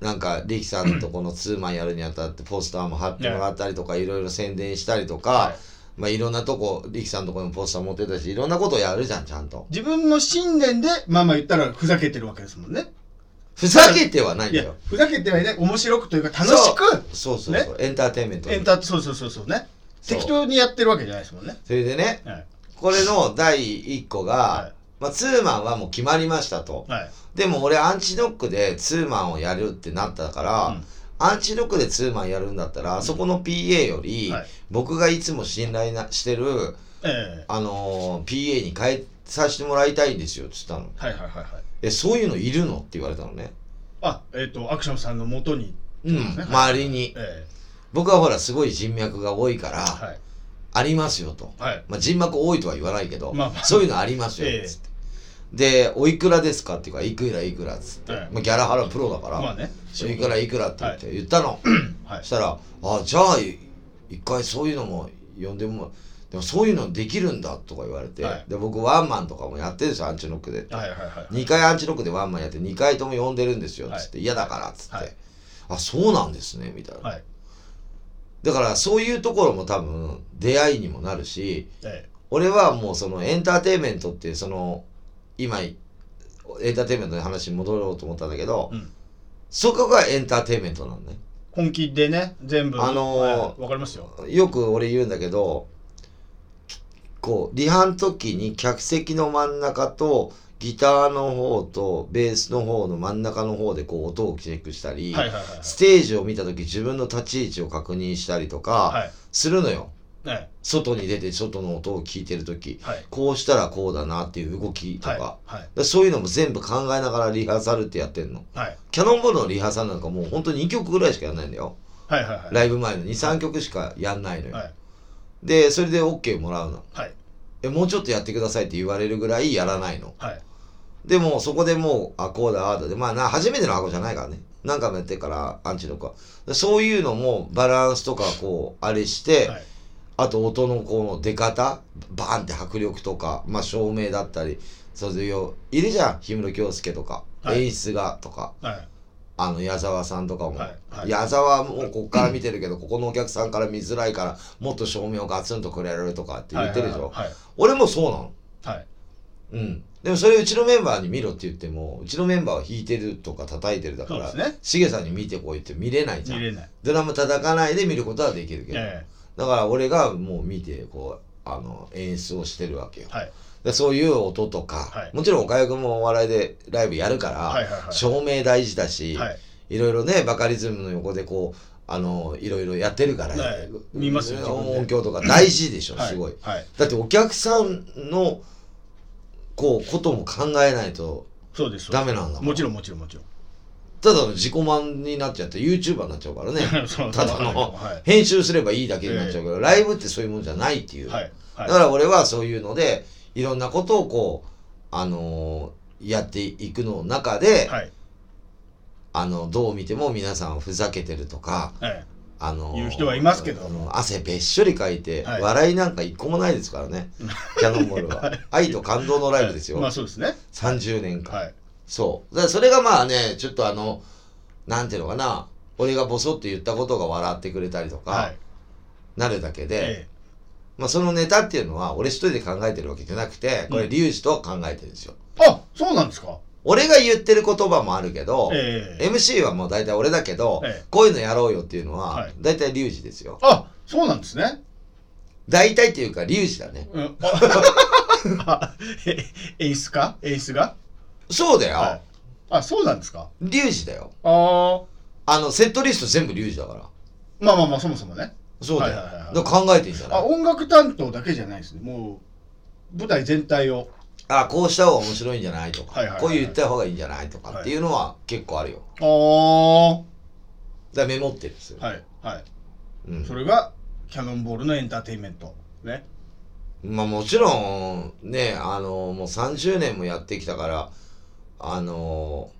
Speaker 1: なんか力さんとこのツーマンやるにあたってポスターも貼ってもらったりとかいろいろ宣伝したりとか、
Speaker 2: はい
Speaker 1: い、まあいろんなとこ力さんのとこにもポスター持ってたしいろんなことをやるじゃんちゃんと
Speaker 2: 自分の信念でまあまあ言ったらふざけてるわけですもんね
Speaker 1: ふざけてはないん
Speaker 2: い
Speaker 1: だ
Speaker 2: や
Speaker 1: よ、
Speaker 2: ふざけてはいない、面白くというか、楽しく、
Speaker 1: そうそうそう、エンターテインメント
Speaker 2: エンター、そうそうそうそうね。
Speaker 1: そう
Speaker 2: 適当にやってるわけじゃないですもんね。
Speaker 1: それでね
Speaker 2: はい。
Speaker 1: これの第1個が、
Speaker 2: は
Speaker 1: まあ、ツーマンはもう決まりましたと
Speaker 2: はい。
Speaker 1: でも俺アンチドックでツーマンをやるってなったから、
Speaker 2: うん
Speaker 1: アンチドックでツーマンやるんだったら、あそこの PA より、
Speaker 2: はい
Speaker 1: 僕がいつも信頼なしてる
Speaker 2: ええ
Speaker 1: あのー PA に変えさせてもらいたいんですよっつったの
Speaker 2: はいはいはいはい。
Speaker 1: 「えそういうのいるの?」って言われたのね
Speaker 2: あ、えっ、と、アクションさんの元に。
Speaker 1: うん
Speaker 2: ね
Speaker 1: 周りに
Speaker 2: え
Speaker 1: 僕はほらすごい人脈が多いか
Speaker 2: え
Speaker 1: ら
Speaker 2: はい。
Speaker 1: ありますよと、
Speaker 2: はい。
Speaker 1: まあ、人脈多いとは言わないけど、
Speaker 2: まあまあ
Speaker 1: そういうのありますよ
Speaker 2: ええ
Speaker 1: つって、で「おいくらですか?」っていうから「いくらいくら」っつって、
Speaker 2: ええ
Speaker 1: まあ、ギャラ払うプロだから「
Speaker 2: まあね。
Speaker 1: おいくらいくら」って言って、言ったの
Speaker 2: はい
Speaker 1: そし。たら「あじゃあい一回そういうのも呼んでもでもそういうのできるんだ」とか言われて、
Speaker 2: はい
Speaker 1: で僕ワンマンとかもやってるんですよアンチノックで。
Speaker 2: はいはいはい。
Speaker 1: 2回アンチロックでワンマンやって2回とも呼んでるんですよっつって、嫌だからっつって、
Speaker 2: はい
Speaker 1: あそうなんですねみたいな、
Speaker 2: はい。
Speaker 1: だからそういうところも多分出会いにもなるし
Speaker 2: ええ
Speaker 1: 俺はもうそのエンターテインメントっていうその今エンターテインメントの話に戻ろうと思ったんだけど、
Speaker 2: うん
Speaker 1: そこがエンターテインメントなんだね
Speaker 2: 本気でね全部
Speaker 1: あのー
Speaker 2: はいわ、かりますよ
Speaker 1: よく俺言うんだけどこうリハの時に客席の真ん中とギターの方とベースの方の真ん中の方でこう音をチェックしたり、
Speaker 2: はいはいはいはい
Speaker 1: ステージを見た時自分の立ち位置を確認したりとか
Speaker 2: はい
Speaker 1: するのよ、
Speaker 2: え
Speaker 1: 外に出て外の音を聞いてる時
Speaker 2: えはい
Speaker 1: こうしたらこうだなっていう動きとか,、
Speaker 2: はいはい
Speaker 1: そういうのも全部考えながらリハーサルってやってんの
Speaker 2: はい
Speaker 1: キャノンボールのリハーサルなんかもう本当に2曲ぐらいしかやんないんだよ
Speaker 2: はいはいはい
Speaker 1: ライブ前の23曲しかやんないのよ、
Speaker 2: はい
Speaker 1: でそれで OK もらうの
Speaker 2: はい
Speaker 1: えもうちょっとやってくださいって言われるぐらいやらないの
Speaker 2: はい
Speaker 1: でもうそこでもうあこうだああだでまあな初めての箱じゃないからね何回もやってるからアンチの子はでそういうのもバランスとかこうあれして、
Speaker 2: はい
Speaker 1: あと音のこの出方バーンって迫力とか、まあ、照明だったりそういういるじゃん氷室京介とか、
Speaker 2: はい
Speaker 1: 演出がとか
Speaker 2: はい
Speaker 1: あの矢沢さんとかも、
Speaker 2: はいはい
Speaker 1: 矢沢もここから見て るけど、ここのお客さんから見づらいからもっと照明をガツンとくれるとかって言ってるでしょ、
Speaker 2: はいはい
Speaker 1: 俺もそうなの
Speaker 2: はいはい
Speaker 1: うんでもそれうちのメンバーに見ろって言ってもうちのメンバーは弾いてるとか叩いてるだから
Speaker 2: そうですね
Speaker 1: しげ、さんに見てこいって見れないじゃ
Speaker 2: 見
Speaker 1: ん
Speaker 2: れない
Speaker 1: ドラム叩かないで見ることはできるけど、
Speaker 2: え
Speaker 1: だから俺がもう見てこうあの演出をしてるわけよ
Speaker 2: えはい
Speaker 1: でそういう音とか、
Speaker 2: はい
Speaker 1: もちろん岡谷君もお笑いでライブやるから、
Speaker 2: はいはいはい
Speaker 1: 照明大事だし、
Speaker 2: はい
Speaker 1: いろいろねバカリズムの横でこうあのいろいろやってるから、
Speaker 2: はい見ますよ自分で
Speaker 1: 音響とか大事でしょ、
Speaker 2: はい
Speaker 1: すごい
Speaker 2: はい
Speaker 1: だってお客さんのこうことも考えないと
Speaker 2: そうですそうです
Speaker 1: ダメなんだもん
Speaker 2: もちろんもちろんもちろん
Speaker 1: ただの自己満になっちゃって YouTuber になっちゃうからね
Speaker 2: そう
Speaker 1: ただ
Speaker 2: そう
Speaker 1: の
Speaker 2: はい
Speaker 1: 編集すればいいだけになっちゃうけど、ライブってそういうもんじゃないっていう、
Speaker 2: はいは
Speaker 1: だ
Speaker 2: い
Speaker 1: から俺はそういうのでいろんなことをこうあのーやっていくの中で、
Speaker 2: はい
Speaker 1: あのどう見ても皆さんふざけてるとか
Speaker 2: はい
Speaker 1: あのー
Speaker 2: 言う人はいますけど
Speaker 1: あの汗べっしょりかいて、
Speaker 2: はい
Speaker 1: 笑いなんか一個もないですから ねキャノンボールは、
Speaker 2: はい
Speaker 1: 愛と感動のライブですよ、
Speaker 2: まあそうですね
Speaker 1: 30年間、
Speaker 2: はい
Speaker 1: そうだからそれがまあねちょっとあのなんていうのかな俺がボソって言ったことが笑ってくれたりとか、
Speaker 2: はい
Speaker 1: なるだけで、
Speaker 2: え
Speaker 1: まあ、そのネタっていうのは俺一人で考えてるわけじゃなくてこ
Speaker 2: う
Speaker 1: れ
Speaker 2: ん
Speaker 1: リュウジと考えてるんですよ、
Speaker 2: えあそうなんですか
Speaker 1: 俺が言ってる言葉もあるけど、
Speaker 2: ええ
Speaker 1: MC はもう大体俺だけど、
Speaker 2: ええ
Speaker 1: こういうのやろうよっていうの
Speaker 2: は
Speaker 1: はい大体リュウジですよ
Speaker 2: あそうなんですね
Speaker 1: 大体っていうかリュウジだね
Speaker 2: うんあ え演出か演出が
Speaker 1: そうだよ、
Speaker 2: はいあそうなんですか
Speaker 1: リュウジだよ
Speaker 2: ああ
Speaker 1: あのセットリスト全部リュウジだから
Speaker 2: まあまあまあそもそもね
Speaker 1: そうだよ、
Speaker 2: はいはいはいはい
Speaker 1: だから考えてんじゃな
Speaker 2: あ
Speaker 1: い
Speaker 2: 音楽担当だけじゃないですねもう舞台全体を
Speaker 1: あこうした方が面白いんじゃないとか、
Speaker 2: はいはいはい
Speaker 1: こういう言った方がいいんじゃないとかっていうのは結構あるよ
Speaker 2: ああは
Speaker 1: だからメモってるんですよ、
Speaker 2: いはい
Speaker 1: うん
Speaker 2: それがキャノンボールのエンターテインメントね
Speaker 1: まあもちろんねあのもう30年もやってきたからあの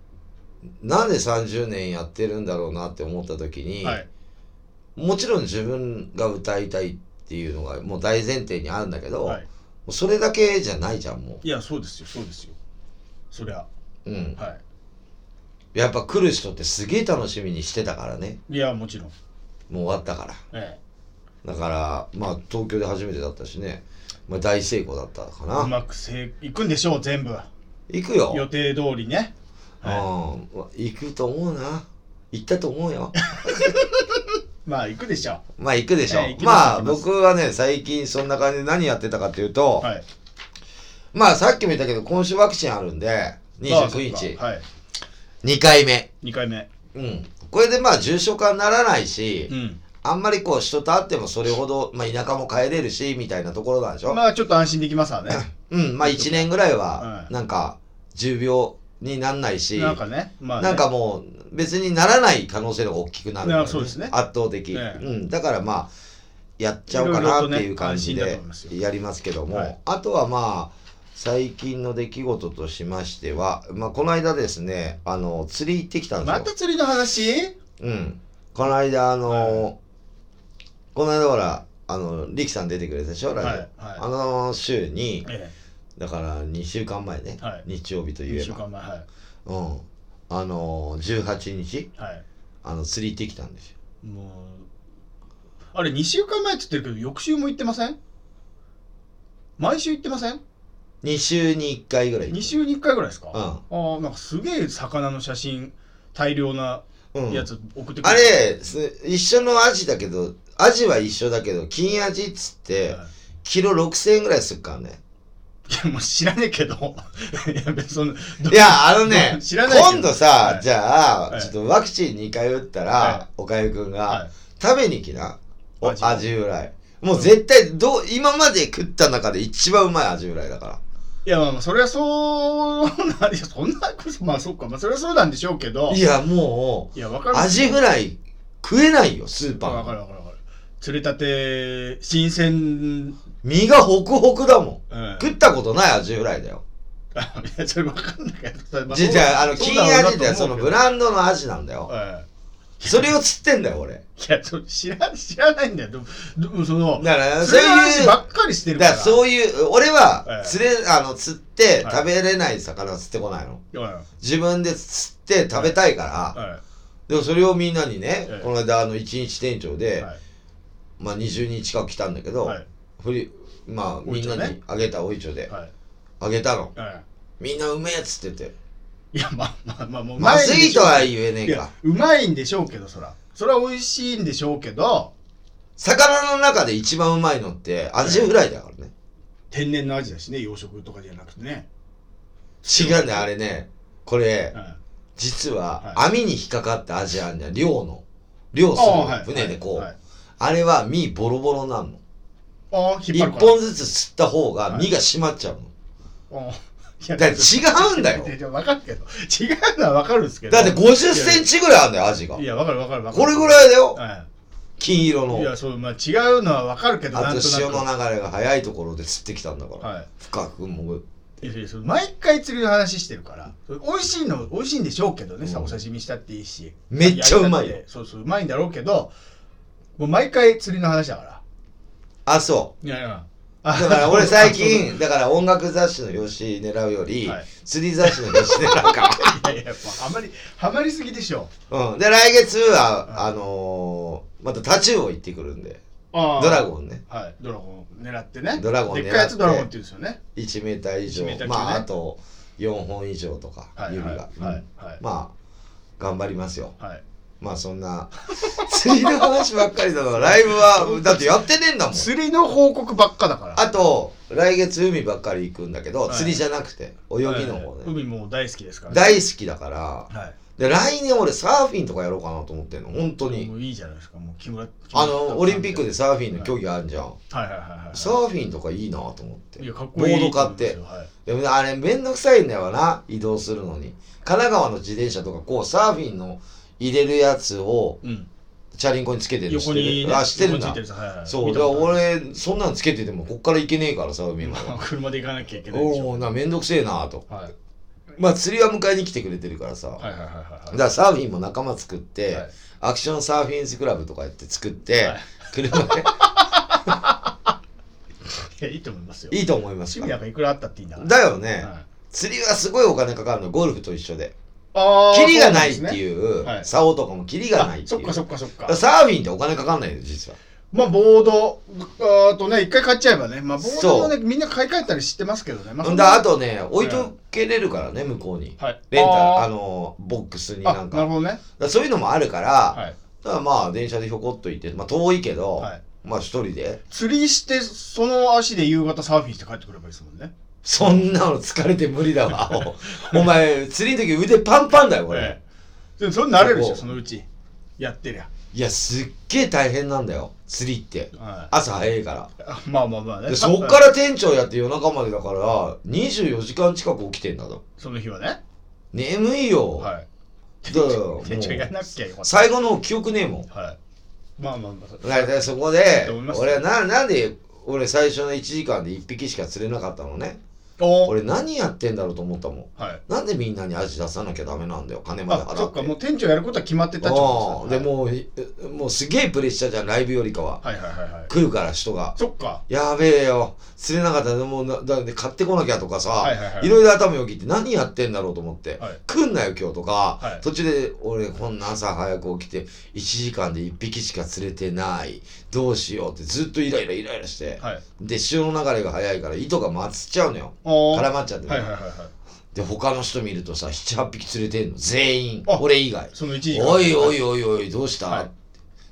Speaker 1: なんで30年やってるんだろうなって思った時に、
Speaker 2: はい
Speaker 1: もちろん自分が歌いたいっていうのがもう大前提にあるんだけど、
Speaker 2: は
Speaker 1: も
Speaker 2: いう
Speaker 1: それだけじゃないじゃんも
Speaker 2: いやそうですよそうですよそりゃ
Speaker 1: う、うん、
Speaker 2: は
Speaker 1: やっぱ来る人ってすげえ楽しみにしてたからね
Speaker 2: いいやもちろん
Speaker 1: もう終わったから
Speaker 2: え
Speaker 1: だからまあ東京で初めてだったしね、まあ、大成功だったか
Speaker 2: え
Speaker 1: な、
Speaker 2: うまくせいいくんでしょう全部
Speaker 1: 行くよ
Speaker 2: 予定通りねは
Speaker 1: うん、行くと思うな行ったと思う よ
Speaker 2: いまあ行くでしょ
Speaker 1: まあ行くでしょ、
Speaker 2: ええ行きます
Speaker 1: まあ
Speaker 2: 行きます
Speaker 1: 僕はね最近そんな感じで何やってたかっていうと、
Speaker 2: うはい
Speaker 1: まあさっきも言ったけど今週ワクチンあるんで
Speaker 2: ああ
Speaker 1: 29
Speaker 2: そっ
Speaker 1: 日、
Speaker 2: かはい
Speaker 1: 2回目
Speaker 2: 2回目
Speaker 1: うんこれでまあ重症化にならないし、
Speaker 2: うん
Speaker 1: あんまりこう人と会ってもそれほど、まあ、田舎も帰れるしみたいなところなんでしょ、
Speaker 2: まあちょっと安心できますわね
Speaker 1: うんまあ1年ぐらいは
Speaker 2: はい
Speaker 1: なんか重病になんないし、
Speaker 2: なんかねまあね
Speaker 1: なんかもう別にならない可能性の方が大きくなるから
Speaker 2: いやそうですね
Speaker 1: 圧倒的、
Speaker 2: ええ
Speaker 1: うん、だからまあやっちゃおうか
Speaker 2: いろい
Speaker 1: な
Speaker 2: ろと
Speaker 1: っ
Speaker 2: ね
Speaker 1: ていう感じ
Speaker 2: 安心だと
Speaker 1: で
Speaker 2: 思いますよ
Speaker 1: やりますけども、
Speaker 2: はい
Speaker 1: あとはまあ最近の出来事としましては、まあ、この間ですねあの釣り行ってきたんですよ、
Speaker 2: また釣りの話
Speaker 1: うん、この間あの、
Speaker 2: は
Speaker 1: この間ほらあの力さん出てくれたでしょラジオ、
Speaker 2: はい
Speaker 1: あ
Speaker 2: は
Speaker 1: の週に
Speaker 2: いえ
Speaker 1: だから2週間前ね、
Speaker 2: はい
Speaker 1: 日曜日と
Speaker 2: え
Speaker 1: い
Speaker 2: 2
Speaker 1: え
Speaker 2: 週
Speaker 1: ば、
Speaker 2: 間前は
Speaker 1: うん、あの18日
Speaker 2: いは
Speaker 1: あの釣り行ってきたんですよ
Speaker 2: いもうあれ2週間前って言ってるけど翌週も行ってません毎週行ってません
Speaker 1: 2週に1回ぐらい。
Speaker 2: 2週に1回ぐらいですか、
Speaker 1: うん
Speaker 2: ああなんかすげえ魚の写真大量な
Speaker 1: うん
Speaker 2: やつ送ってく
Speaker 1: あれす一緒のアジだけど、アジは一緒だけど、金アジっつって、
Speaker 2: はい
Speaker 1: キロ6000円ぐらいする からね。
Speaker 2: いやもう知らねえけど いや別にその、
Speaker 1: いや、あのね
Speaker 2: 知らないけど
Speaker 1: 今度さ、
Speaker 2: はい
Speaker 1: じゃあ、
Speaker 2: はい
Speaker 1: ちょっとワクチン2回打ったら、
Speaker 2: は
Speaker 1: おかゆくんが、
Speaker 2: はい
Speaker 1: 食べに来な。お
Speaker 2: アジ
Speaker 1: アジフライ。もう絶対、どう、今まで食った中で一番うまいアジフライだから。
Speaker 2: いやまあまあそれはそうないやそんなことまあそっかまあそれはそうなんでしょうけど
Speaker 1: いや、もう、
Speaker 2: いやわかる
Speaker 1: アジフライ食えないよ、スー
Speaker 2: わか
Speaker 1: パー。
Speaker 2: るわかるわかる釣れたて新鮮
Speaker 1: 身がホクホクだも
Speaker 2: うん
Speaker 1: ん。 食ったことないアジフライだよ。
Speaker 2: あいやそれわかんないけどそれま
Speaker 1: じゃじゃあ、あの、
Speaker 2: そう
Speaker 1: 金
Speaker 2: だろうな
Speaker 1: アジって
Speaker 2: と
Speaker 1: そ
Speaker 2: 思
Speaker 1: の
Speaker 2: うけど
Speaker 1: ブランドのアジなんだよ。
Speaker 2: うん
Speaker 1: それを釣ってんだよ、俺。
Speaker 2: いや、そう知ら知らないんだよ。でも、でもその、
Speaker 1: だから、
Speaker 2: そ
Speaker 1: そうう
Speaker 2: いう
Speaker 1: い
Speaker 2: 話
Speaker 1: う、
Speaker 2: ばっかりしてる
Speaker 1: だ
Speaker 2: か。
Speaker 1: かららそういう、俺は
Speaker 2: ええ
Speaker 1: 釣れ、あの、釣って
Speaker 2: はい
Speaker 1: 食べれない魚は釣ってこないの。
Speaker 2: うん
Speaker 1: 自分で釣って食べたいから、
Speaker 2: は
Speaker 1: でもそれをみんなにね、
Speaker 2: ええ
Speaker 1: この間あの1日店長
Speaker 2: い
Speaker 1: で、
Speaker 2: はい
Speaker 1: まあ20人近く来たんだけど、
Speaker 2: はい
Speaker 1: ふりまあ
Speaker 2: おい
Speaker 1: み
Speaker 2: ち
Speaker 1: ん
Speaker 2: ょう
Speaker 1: な
Speaker 2: ね
Speaker 1: にあげたおいちょうで、
Speaker 2: はい
Speaker 1: あげたの
Speaker 2: は
Speaker 1: みんなうめえっつってて
Speaker 2: い。いや、まあまあまあ、もう
Speaker 1: まずいとは
Speaker 2: う
Speaker 1: 言えね
Speaker 2: い
Speaker 1: え
Speaker 2: や
Speaker 1: か、
Speaker 2: うまいんでしょうけど、そら。それは美味しいんでしょうけど、
Speaker 1: 魚の中で一番うまいのってアジフライだからね、
Speaker 2: 天然の味だしね、養殖とかじゃなくてね。
Speaker 1: 違うんだよあれねこれ
Speaker 2: うん
Speaker 1: 実は
Speaker 2: は
Speaker 1: 網に引っかかったアジあんじゃん漁の漁す
Speaker 2: あ
Speaker 1: る
Speaker 2: あはい
Speaker 1: 船でこう、
Speaker 2: はい
Speaker 1: あれは身ボロボロなんの
Speaker 2: ああ、引
Speaker 1: 一
Speaker 2: っ張るから。
Speaker 1: 本ずつ釣った方が身が締まっちゃうの、
Speaker 2: ああいや
Speaker 1: だから違うんだよ
Speaker 2: いやいや、わかるけど。違うのはわかるんですけど。
Speaker 1: だって50センチぐらいあるんだよアジが
Speaker 2: いや、わかるわかるわかる。
Speaker 1: これぐらいだよ
Speaker 2: は
Speaker 1: 金色
Speaker 2: い。
Speaker 1: の
Speaker 2: いや、そう、まあ違うのはわかるけど、
Speaker 1: あ
Speaker 2: なん
Speaker 1: と
Speaker 2: となく。
Speaker 1: 潮の流れが速いところで釣ってきたんだから、
Speaker 2: はい。
Speaker 1: 深く潜る
Speaker 2: いやいやそれ毎回釣りの話してるからそれ美味しいの美味しいんでしょうけどね、さ
Speaker 1: うん
Speaker 2: お刺身したっていいし
Speaker 1: めっちゃうまいよ
Speaker 2: やり方でそうそううまいんだろうけどもう毎回釣りの話だから
Speaker 1: あそ
Speaker 2: いやいや
Speaker 1: うだから俺最 近 だから音楽雑誌の表紙狙うより、
Speaker 2: はい
Speaker 1: 釣り雑誌の表紙狙うか
Speaker 2: いやいやもうハマりハマりすぎでしょ
Speaker 1: らうんで来月は
Speaker 2: は
Speaker 1: あのー、またタチウオ行ってくるんで
Speaker 2: あ
Speaker 1: ドラゴンね
Speaker 2: はいドラゴン狙ってね
Speaker 1: ドラゴン狙って
Speaker 2: でっかいやつドラゴンって言うんですよね
Speaker 1: 1メーター以上、
Speaker 2: 1メーター級ね
Speaker 1: まああと4本以上とか、
Speaker 2: はい
Speaker 1: 指
Speaker 2: はい
Speaker 1: が、
Speaker 2: はいはい
Speaker 1: まあ頑張りますよ
Speaker 2: はい
Speaker 1: まあそんな 釣りの話ばっかりだから ライブはだってやってねえんだもん
Speaker 2: 釣りの報告ばっかだから
Speaker 1: あと来月海ばっかり行くんだけど、
Speaker 2: はい
Speaker 1: 釣りじゃなくて泳ぎの方
Speaker 2: はい
Speaker 1: ね、
Speaker 2: 海もう大好きですから
Speaker 1: 大好きだから
Speaker 2: はい
Speaker 1: で来年俺サーフィンとかやろうかなと思ってんの本当に
Speaker 2: もういいじゃないですかもう木村
Speaker 1: あのオリンピック
Speaker 2: で
Speaker 1: でサーフィンの競技あるじゃん、
Speaker 2: はいはいはいはい
Speaker 1: サーフィンとかいいなと思って
Speaker 2: いやかっこいい
Speaker 1: ボード買って
Speaker 2: と思いますよはい
Speaker 1: でもあれめんどくさいんだよな移動するのに神奈川の自転車とかこうサーフィンの入れるやつを
Speaker 2: うん、
Speaker 1: チャリンコにつけてるの知っ
Speaker 2: 横
Speaker 1: てる
Speaker 2: に、ね、
Speaker 1: あ知ってる
Speaker 2: 横につい
Speaker 1: な
Speaker 2: てるやつはいはい
Speaker 1: そう
Speaker 2: 見
Speaker 1: だ
Speaker 2: た
Speaker 1: から
Speaker 2: ことある
Speaker 1: 俺そんなのつけててもこっから行けねえからさ海まで
Speaker 2: 車で行かなきゃいけないでしょ
Speaker 1: おおなめんどくせえなと
Speaker 2: はい
Speaker 1: まあ釣りは迎えに来てくれてるからさ、
Speaker 2: はいはいはいはい
Speaker 1: だからサーフィンも仲間作って、
Speaker 2: はい
Speaker 1: アクションサーフィンズクラブとかやって作って、
Speaker 2: はい
Speaker 1: 車で
Speaker 2: いやいいと思いますよ
Speaker 1: いいと思います
Speaker 2: 趣
Speaker 1: か
Speaker 2: 味な
Speaker 1: ら
Speaker 2: んかいくらあったっていいんだから
Speaker 1: だよね、
Speaker 2: はい
Speaker 1: 釣りはすごいお金かかるのゴルフと一緒で
Speaker 2: あ
Speaker 1: キリがないって
Speaker 2: う
Speaker 1: いう
Speaker 2: はい
Speaker 1: 竿とかもキリがないってい
Speaker 2: そうっかそっかそっか
Speaker 1: だからサーフィンってお金かかんないよ実は
Speaker 2: まあボードあとね一回買っちゃえばねまあボードもねみんな買い替えたり知ってますけどねまあ
Speaker 1: だからあ
Speaker 2: と
Speaker 1: とね置いとけれるからね向こうに
Speaker 2: はい
Speaker 1: レンタルあ
Speaker 2: あー
Speaker 1: のボックスに
Speaker 2: あ
Speaker 1: なんか
Speaker 2: なるほどね
Speaker 1: だからそういうのもあるから、
Speaker 2: はい
Speaker 1: だからまあ電車でひょこっと行って、まあ、遠いけど、
Speaker 2: はい
Speaker 1: まあ一人で
Speaker 2: 釣りしてその足で夕方サーフィンして帰ってくればいいですもんね
Speaker 1: そんなの疲れて無理だわお前釣りの時腕パンパンだよこれ、
Speaker 2: ええでもそれ慣れるでし
Speaker 1: こ
Speaker 2: ょ
Speaker 1: こ
Speaker 2: そのうちやってりゃ
Speaker 1: いやすっげえ大変なんだよ釣りって
Speaker 2: はい
Speaker 1: 朝早いから
Speaker 2: あ まあまあまあね。
Speaker 1: でそっか。ら店長やって夜中までだから24時間近く起きてんだぞ
Speaker 2: その日はね。
Speaker 1: 眠いよ、
Speaker 2: はい。
Speaker 1: だから もう
Speaker 2: 店長やらなきゃよかっ
Speaker 1: 最後の方記憶ねえもん
Speaker 2: た。はい。まあまあまあ。
Speaker 1: だからそこで
Speaker 2: と思いますよ
Speaker 1: 俺はななんで俺最初の1時間で1匹しか釣れなかったのね
Speaker 2: お
Speaker 1: 俺何やってんだろうと思ったもん
Speaker 2: はい
Speaker 1: なんでみんなに味出さなきゃダメなんだよ金まで
Speaker 2: あ
Speaker 1: 払
Speaker 2: そっ
Speaker 1: って
Speaker 2: かもう店長やることは決まってたって
Speaker 1: あ
Speaker 2: こ
Speaker 1: あ
Speaker 2: と
Speaker 1: で
Speaker 2: ですね
Speaker 1: もういもうすげえプレッシャーじゃんライブよりかは、
Speaker 2: はいはいはいはい
Speaker 1: 来るから人が
Speaker 2: そっか
Speaker 1: やべえよ釣れなかったらもうなだって買ってこなきゃとかさ、
Speaker 2: はいいはいはい
Speaker 1: ろいろ頭よぎって何やってんだろうと思って、
Speaker 2: はい
Speaker 1: 来んなよ今日とか、
Speaker 2: はい
Speaker 1: 途中で俺こんな朝早く起きて1時間で1匹しか釣れてないどうしようってずっとイライライライラして、
Speaker 2: はい
Speaker 1: で潮の流れが早いから糸がまつっちゃうのよ
Speaker 2: おー
Speaker 1: 絡まっちゃってね、
Speaker 2: はいはいはいはい
Speaker 1: で他の人見るとさ78匹釣れてんの全員
Speaker 2: あ
Speaker 1: 俺以外
Speaker 2: その一時
Speaker 1: おいお
Speaker 2: い
Speaker 1: いおいおいどうした、
Speaker 2: はい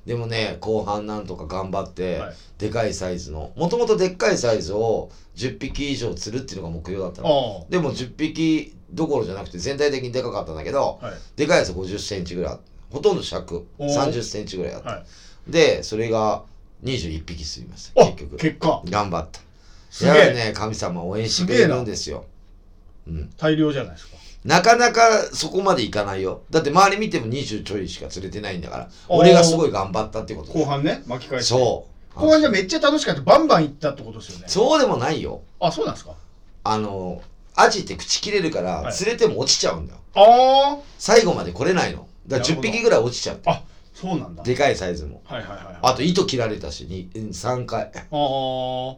Speaker 1: でもね後半なんとか頑張って、
Speaker 2: はい
Speaker 1: でかいサイズのもともとでっかいサイズを10匹以上釣るっていうのが目標だったの
Speaker 2: お
Speaker 1: でも10匹どころじゃなくて全体的にでかかったんだけど
Speaker 2: ーはい
Speaker 1: でかいやつ5 0ンチぐらいあってほとんど尺
Speaker 2: おー
Speaker 1: 3 0ンチぐらいあって、
Speaker 2: はい
Speaker 1: でそれが21匹釣りました
Speaker 2: あ
Speaker 1: 結局
Speaker 2: 結果
Speaker 1: 頑張った
Speaker 2: すげ
Speaker 1: やはり
Speaker 2: え
Speaker 1: ね神様応援してくれるんですようん、
Speaker 2: 大量じゃないですか
Speaker 1: なかなかそこまでいかないよだって周り見ても20ちょいしか釣れてないんだから
Speaker 2: おー
Speaker 1: 俺がすごい頑張ったってこと
Speaker 2: 後半ね巻き返して
Speaker 1: そう
Speaker 2: 後半じゃめっちゃ楽しかったバンバン行ったってことですよね
Speaker 1: そうでもないよ
Speaker 2: あそうなんですか
Speaker 1: あのアジって口切れるから、
Speaker 2: はい
Speaker 1: 釣れても落ちちゃうんだよ
Speaker 2: ああ
Speaker 1: 最後まで来れないのだから
Speaker 2: なるほ
Speaker 1: 10
Speaker 2: ど
Speaker 1: 匹ぐらい落ちちゃって
Speaker 2: あそうなんだ
Speaker 1: でかいサイズも
Speaker 2: はいはいはいはいあ
Speaker 1: あと糸切られたしに3回
Speaker 2: あー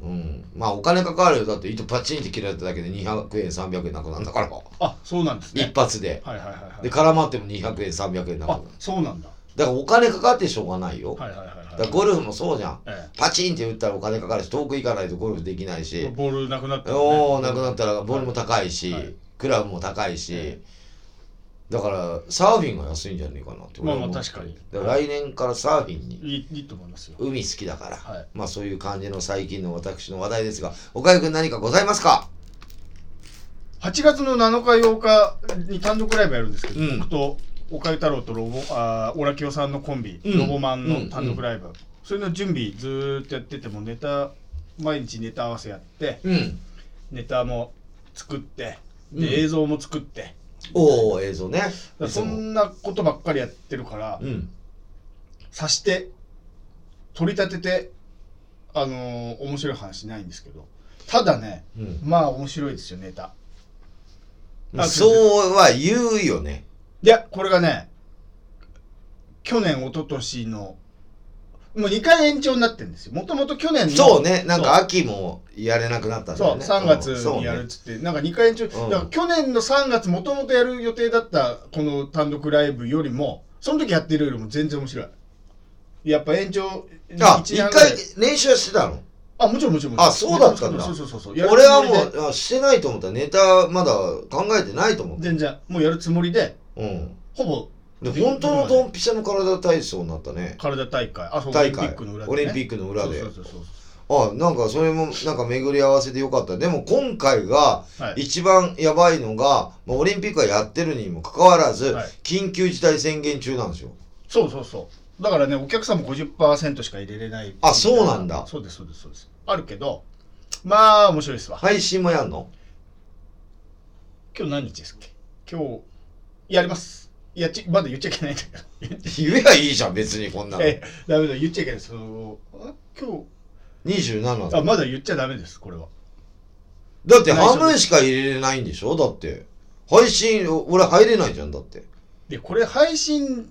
Speaker 1: うんまあお金かかるよだって糸パチンって切られただけで200円300円なくなるんだから
Speaker 2: あそうなんですね
Speaker 1: 一発で
Speaker 2: はいはいはい
Speaker 1: で
Speaker 2: はい
Speaker 1: 絡まっても200円300円なくな
Speaker 2: あ
Speaker 1: る
Speaker 2: そうなんだ
Speaker 1: だからお金かかってしょうがないよ、
Speaker 2: はいはいはいはい
Speaker 1: だからゴルフもそうじゃん
Speaker 2: え
Speaker 1: パチンって打ったらお金かかるし遠く行かないとゴルフできない
Speaker 2: え
Speaker 1: し
Speaker 2: ボールなくなったらね
Speaker 1: おおなくなったらボールも高いし、
Speaker 2: はい
Speaker 1: クラブも高いし、
Speaker 2: え
Speaker 1: だからサーフィンが安いんじゃねえかなって
Speaker 2: まあ
Speaker 1: 俺は思
Speaker 2: ま
Speaker 1: う
Speaker 2: あ確かに
Speaker 1: だら来年からサーフィンに
Speaker 2: いいいいと思いますよ
Speaker 1: 海好きだから、
Speaker 2: はい
Speaker 1: まあそういう感じの最近の私の話題ですが岡井君何かございますか
Speaker 2: 8月の7日8日に単独ライブやるんですけど、
Speaker 1: うん
Speaker 2: 僕と岡井太郎とロボあーオラキオさんのコンビ、
Speaker 1: うん
Speaker 2: ロボマンの単独ライブ、それの準備ずーっとやっててもネタ毎日ネタ合わせやって
Speaker 1: うん
Speaker 2: ネタも作ってで、
Speaker 1: うん
Speaker 2: 映像も作って
Speaker 1: おお映像ね
Speaker 2: だからそ
Speaker 1: いつも
Speaker 2: んなことばっかりやってるから、
Speaker 1: うん
Speaker 2: 刺して取り立ててあのー面白い話ないんですけどただね
Speaker 1: うん
Speaker 2: まあ面白いですよネタ
Speaker 1: まあそうは言うよね
Speaker 2: いや、これがね、去年、一昨年の、もう2回延長になってるんですよ。もともと去年の。
Speaker 1: そうねなんか秋もやれなくなったんだ
Speaker 2: そ
Speaker 1: よ
Speaker 2: う、
Speaker 1: ね
Speaker 2: 3月
Speaker 1: うんそう
Speaker 2: に
Speaker 1: ね
Speaker 2: やるっつって、なんか2回延長、
Speaker 1: ん
Speaker 2: だから去年の3月、もともとやる予定だったこの単独ライブよりも、その時やってるよりも全然面白い。やっぱ延長、
Speaker 1: あ
Speaker 2: 一
Speaker 1: 一回
Speaker 2: 年ぐらい
Speaker 1: 練習はしてたの
Speaker 2: あ、もちろんもちろんもちろん。
Speaker 1: あそうだったんだ
Speaker 2: そうそうそうそう。
Speaker 1: 俺はも
Speaker 2: やるつもりで
Speaker 1: うあしてないと思ったネタまだ考えてないと思った
Speaker 2: 全然、もうやるつもりで、
Speaker 1: うん
Speaker 2: ほぼ
Speaker 1: で本当のドンピシャの体体操になったね
Speaker 2: 体大会、あ、そう、
Speaker 1: 大会
Speaker 2: オリンピックの裏で、ね。
Speaker 1: オリンピックの裏で
Speaker 2: そうそうそうそう。
Speaker 1: あなんかそれもなんか巡り合わせでよかったでも今回が
Speaker 2: はい、
Speaker 1: 一番やばいのが、まあ、オリンピックはやってるにもかかわらず、
Speaker 2: はい
Speaker 1: 緊急事態宣言中なんですよ
Speaker 2: そうそうそうだからねお客さんも50%しか入れれない
Speaker 1: あそうなんだ
Speaker 2: そうですそうですそうですあるけどまあ面白いですわ
Speaker 1: 配信もやんの
Speaker 2: 今日何日ですっけ今日やりますいやちまだ言っちゃいけないんだけど
Speaker 1: 言えばいいじゃん別にこんなの
Speaker 2: えダメだ言っちゃいけないそのあ今
Speaker 1: 27
Speaker 2: 日あ
Speaker 1: だ
Speaker 2: まだ言っちゃダメですこれは
Speaker 1: だって半分しか入れれないんでしょだって配信お俺入れないじゃんだって
Speaker 2: でこれ配信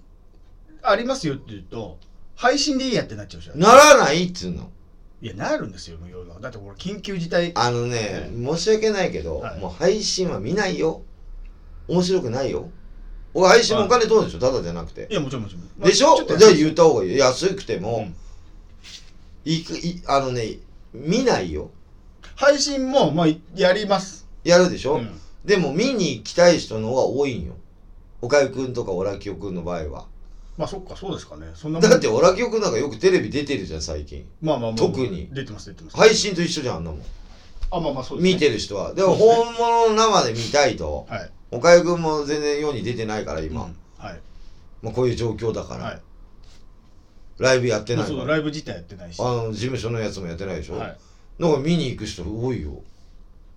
Speaker 2: ありますよって言うと配信でいいやってなっちゃうじゃんい
Speaker 1: ならないっつうの
Speaker 2: やなるんですよ無料のだってこれ緊急事態
Speaker 1: あのね、申し訳ないけど、
Speaker 2: はい
Speaker 1: もう配信は見ないよ。面白くないよ。俺配信もお金取るでしょ、ただじゃなくて
Speaker 2: い。やもちろんもちろん、まあ
Speaker 1: でしょ
Speaker 2: ちっとや
Speaker 1: じゃあ
Speaker 2: ってみ
Speaker 1: 言った方がいい。安くて
Speaker 2: う
Speaker 1: も
Speaker 2: ん、
Speaker 1: いくいあのね、見ないよ。
Speaker 2: 配信もまあやります、
Speaker 1: やるでしょ、
Speaker 2: うん
Speaker 1: でも見に行きたい人の方が多いんよ。岡井くんとかオラキオくんの場合は。
Speaker 2: まあそっかそうですかねそんなもん
Speaker 1: だってオラキオくんなんかよくテレビ出てるじゃん、最近。
Speaker 2: まあまあまあ
Speaker 1: 特に
Speaker 2: 出てます出てます
Speaker 1: 配信と一緒じゃん、あんなもん。
Speaker 2: あまあまあそうです、ね、
Speaker 1: 見てる人は。でも
Speaker 2: そうですね
Speaker 1: 本物の生で見たいと。
Speaker 2: はい
Speaker 1: 岡井くんも全然世に出てないから、今。
Speaker 2: うんはい
Speaker 1: まあ、こういう状況だから。
Speaker 2: はい
Speaker 1: ライブやって
Speaker 2: ま
Speaker 1: な
Speaker 2: あ
Speaker 1: いか
Speaker 2: そう
Speaker 1: ら
Speaker 2: ライブ自体やってないし
Speaker 1: あの事務所のやつもやってないでしょ、
Speaker 2: はい
Speaker 1: だから見に行く人多いよ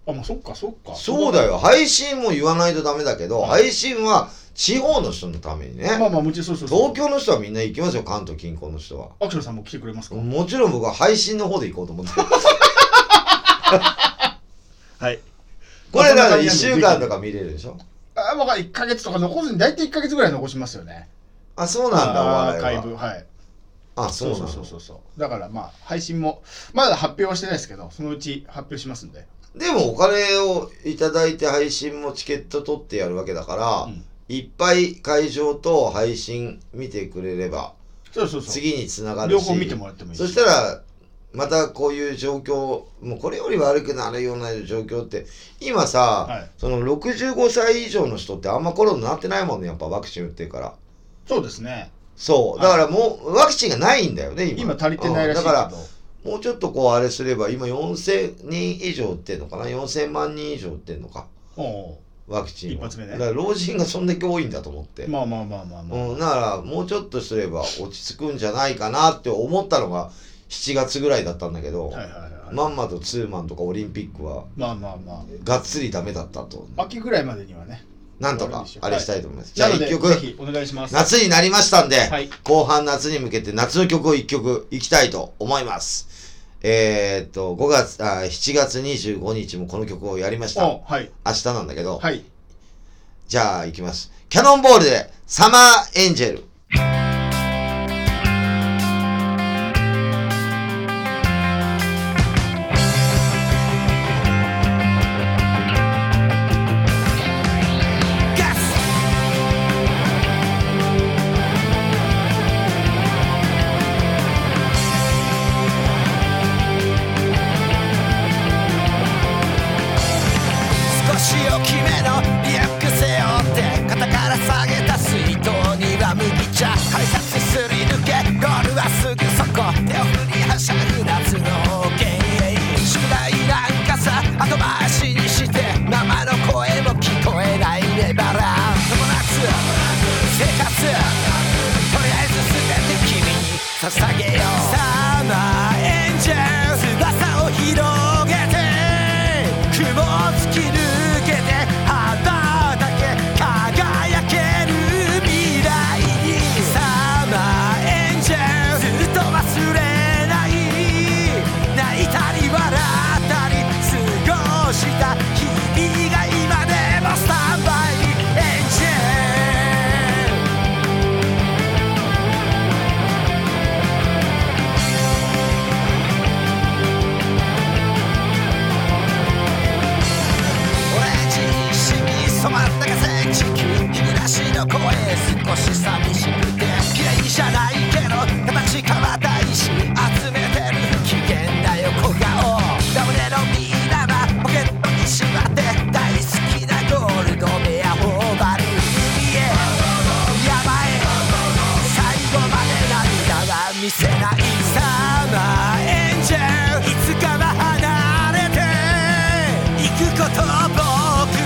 Speaker 2: あまあそっかそっか
Speaker 1: そうだよ配信も言わないとダメだけど、
Speaker 2: はい
Speaker 1: 配信は地方の人のためにね、
Speaker 2: まあまあもちろんそうそうそう
Speaker 1: 東京の人はみんな行きますよ関東近郊の人は
Speaker 2: アクションさんも来てくれますか、
Speaker 1: もちろん僕は配信の方で行こうと思ってる
Speaker 2: はい。
Speaker 1: これだから1週間とか見れるでしょ
Speaker 2: あ、まあ、1ヶ月とか残ずに、大体1ヶ月ぐらい残しますよね。
Speaker 1: あそうなんだお
Speaker 2: ア
Speaker 1: 笑
Speaker 2: ー
Speaker 1: い
Speaker 2: カイ
Speaker 1: は
Speaker 2: ブ。はい。
Speaker 1: あそう
Speaker 2: そう
Speaker 1: なん
Speaker 2: そ
Speaker 1: だ
Speaker 2: うそうそうそう。だからまあ、配信も、まだ発表はしてないですけど、そのうち発表しますんで。
Speaker 1: でもお金をいただいて配信もチケット取ってやるわけだから、
Speaker 2: うん
Speaker 1: いっぱい会場と配信見てくれれば
Speaker 2: そうそうそう。
Speaker 1: 次につながる
Speaker 2: 両
Speaker 1: し
Speaker 2: 方見てもらってもいい
Speaker 1: そしたらまたこういう状況もうこれより悪くなるような状況って今さ、
Speaker 2: はい
Speaker 1: その65歳以上の人ってあんまコロナなってないもんねやっぱワクチン打ってるから
Speaker 2: そうですね。
Speaker 1: そうだからもうワクチンがないんだよね今
Speaker 2: 今足りてないらしい
Speaker 1: うん
Speaker 2: け
Speaker 1: だから
Speaker 2: ど。
Speaker 1: もうちょっとこうあれすれば今4000人以上打ってんのかな4000万人以上打ってんのか
Speaker 2: おう
Speaker 1: ワクチンを
Speaker 2: 一発目ね
Speaker 1: だから老人がそんだけ多いんだと思って、
Speaker 2: まあまあまあまあまあ。
Speaker 1: うん、だからもうちょっとすれば落ち着くんじゃないかなって思ったのが7月ぐらいだったんだけど、
Speaker 2: はいはいはい。ま
Speaker 1: まんまとツーマンとかオリンピックは
Speaker 2: あまあま
Speaker 1: がっつりダメだったと
Speaker 2: あ。秋ぐらいまでにはね。
Speaker 1: なんと
Speaker 2: 終わ
Speaker 1: か
Speaker 2: りでしょ
Speaker 1: あれしたいと思います、
Speaker 2: なの
Speaker 1: じゃ
Speaker 2: で、
Speaker 1: あ一曲
Speaker 2: ぜひお願いします。
Speaker 1: 夏になりましたんで、
Speaker 2: はい
Speaker 1: 後半夏に向けて夏の曲を1曲いきたいと思いますえー、っと5月あ7月25日もこの曲をやりました
Speaker 2: おはい。
Speaker 1: 明日なんだけど、
Speaker 2: はい。
Speaker 1: じゃあ行きます。キャノンボールでサマーエンジェル。
Speaker 3: 少し大きめのリュック背負って肩から下げた水筒には麦茶改札すり抜けゴールはすぐそこ手を振りはしゃぐ夏の幻影宿題なんかさ後回しにして生の声も聞こえないねばら友達生活とりあえず全て君に捧げようサマーエンジェル翼を広げて雲を突き抜けて花だけ輝ける未来にサマーエンジェルずっと忘れない泣いたり笑ったり過ごした日々が今でもスタンバイエンジェルオレンジに染み染まった風地球日暮らしの声少し寂しくて綺麗じゃないけど形変わった石集めてる不機嫌な横顔ダムネのビー玉ポケットにしまって大好きなゴールドベア頬張る海へ山へ最後まで涙は見せないサマーエンジェルいつかは離れて行くことを僕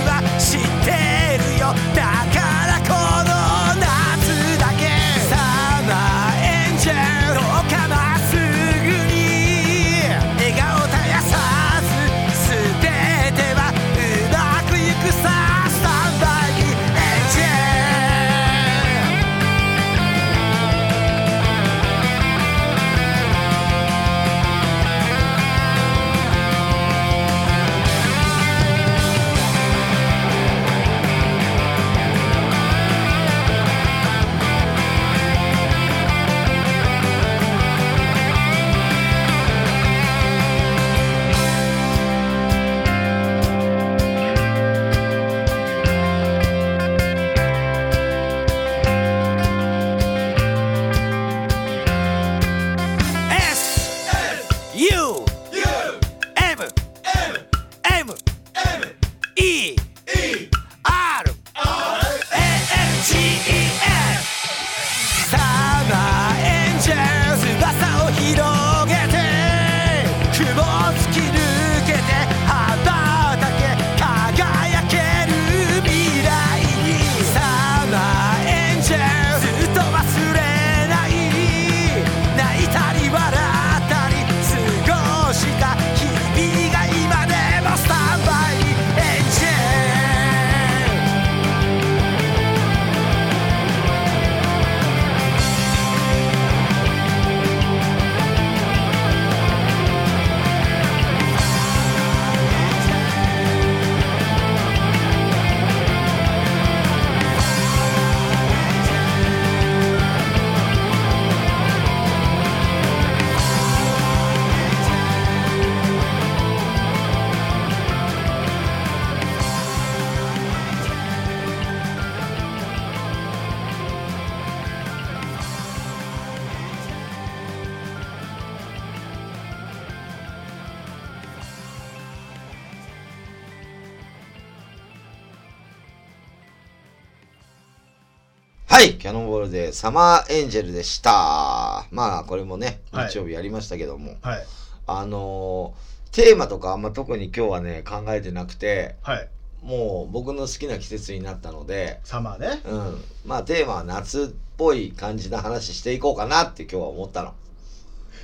Speaker 3: は知ってるよだからこの夏だ E. E.
Speaker 1: はい、キャノンボールでサマーエンジェルでした。まあ、これもね、
Speaker 2: はい
Speaker 1: 日曜日やりましたけども、
Speaker 2: はい
Speaker 1: あのーテーマとかあんま特に今日はね、考えてなくて、
Speaker 2: はい
Speaker 1: もう僕の好きな季節になったので、
Speaker 2: サマーね
Speaker 1: うん、まあテーマは夏っぽい感じの話していこうかなって今日は思ったの。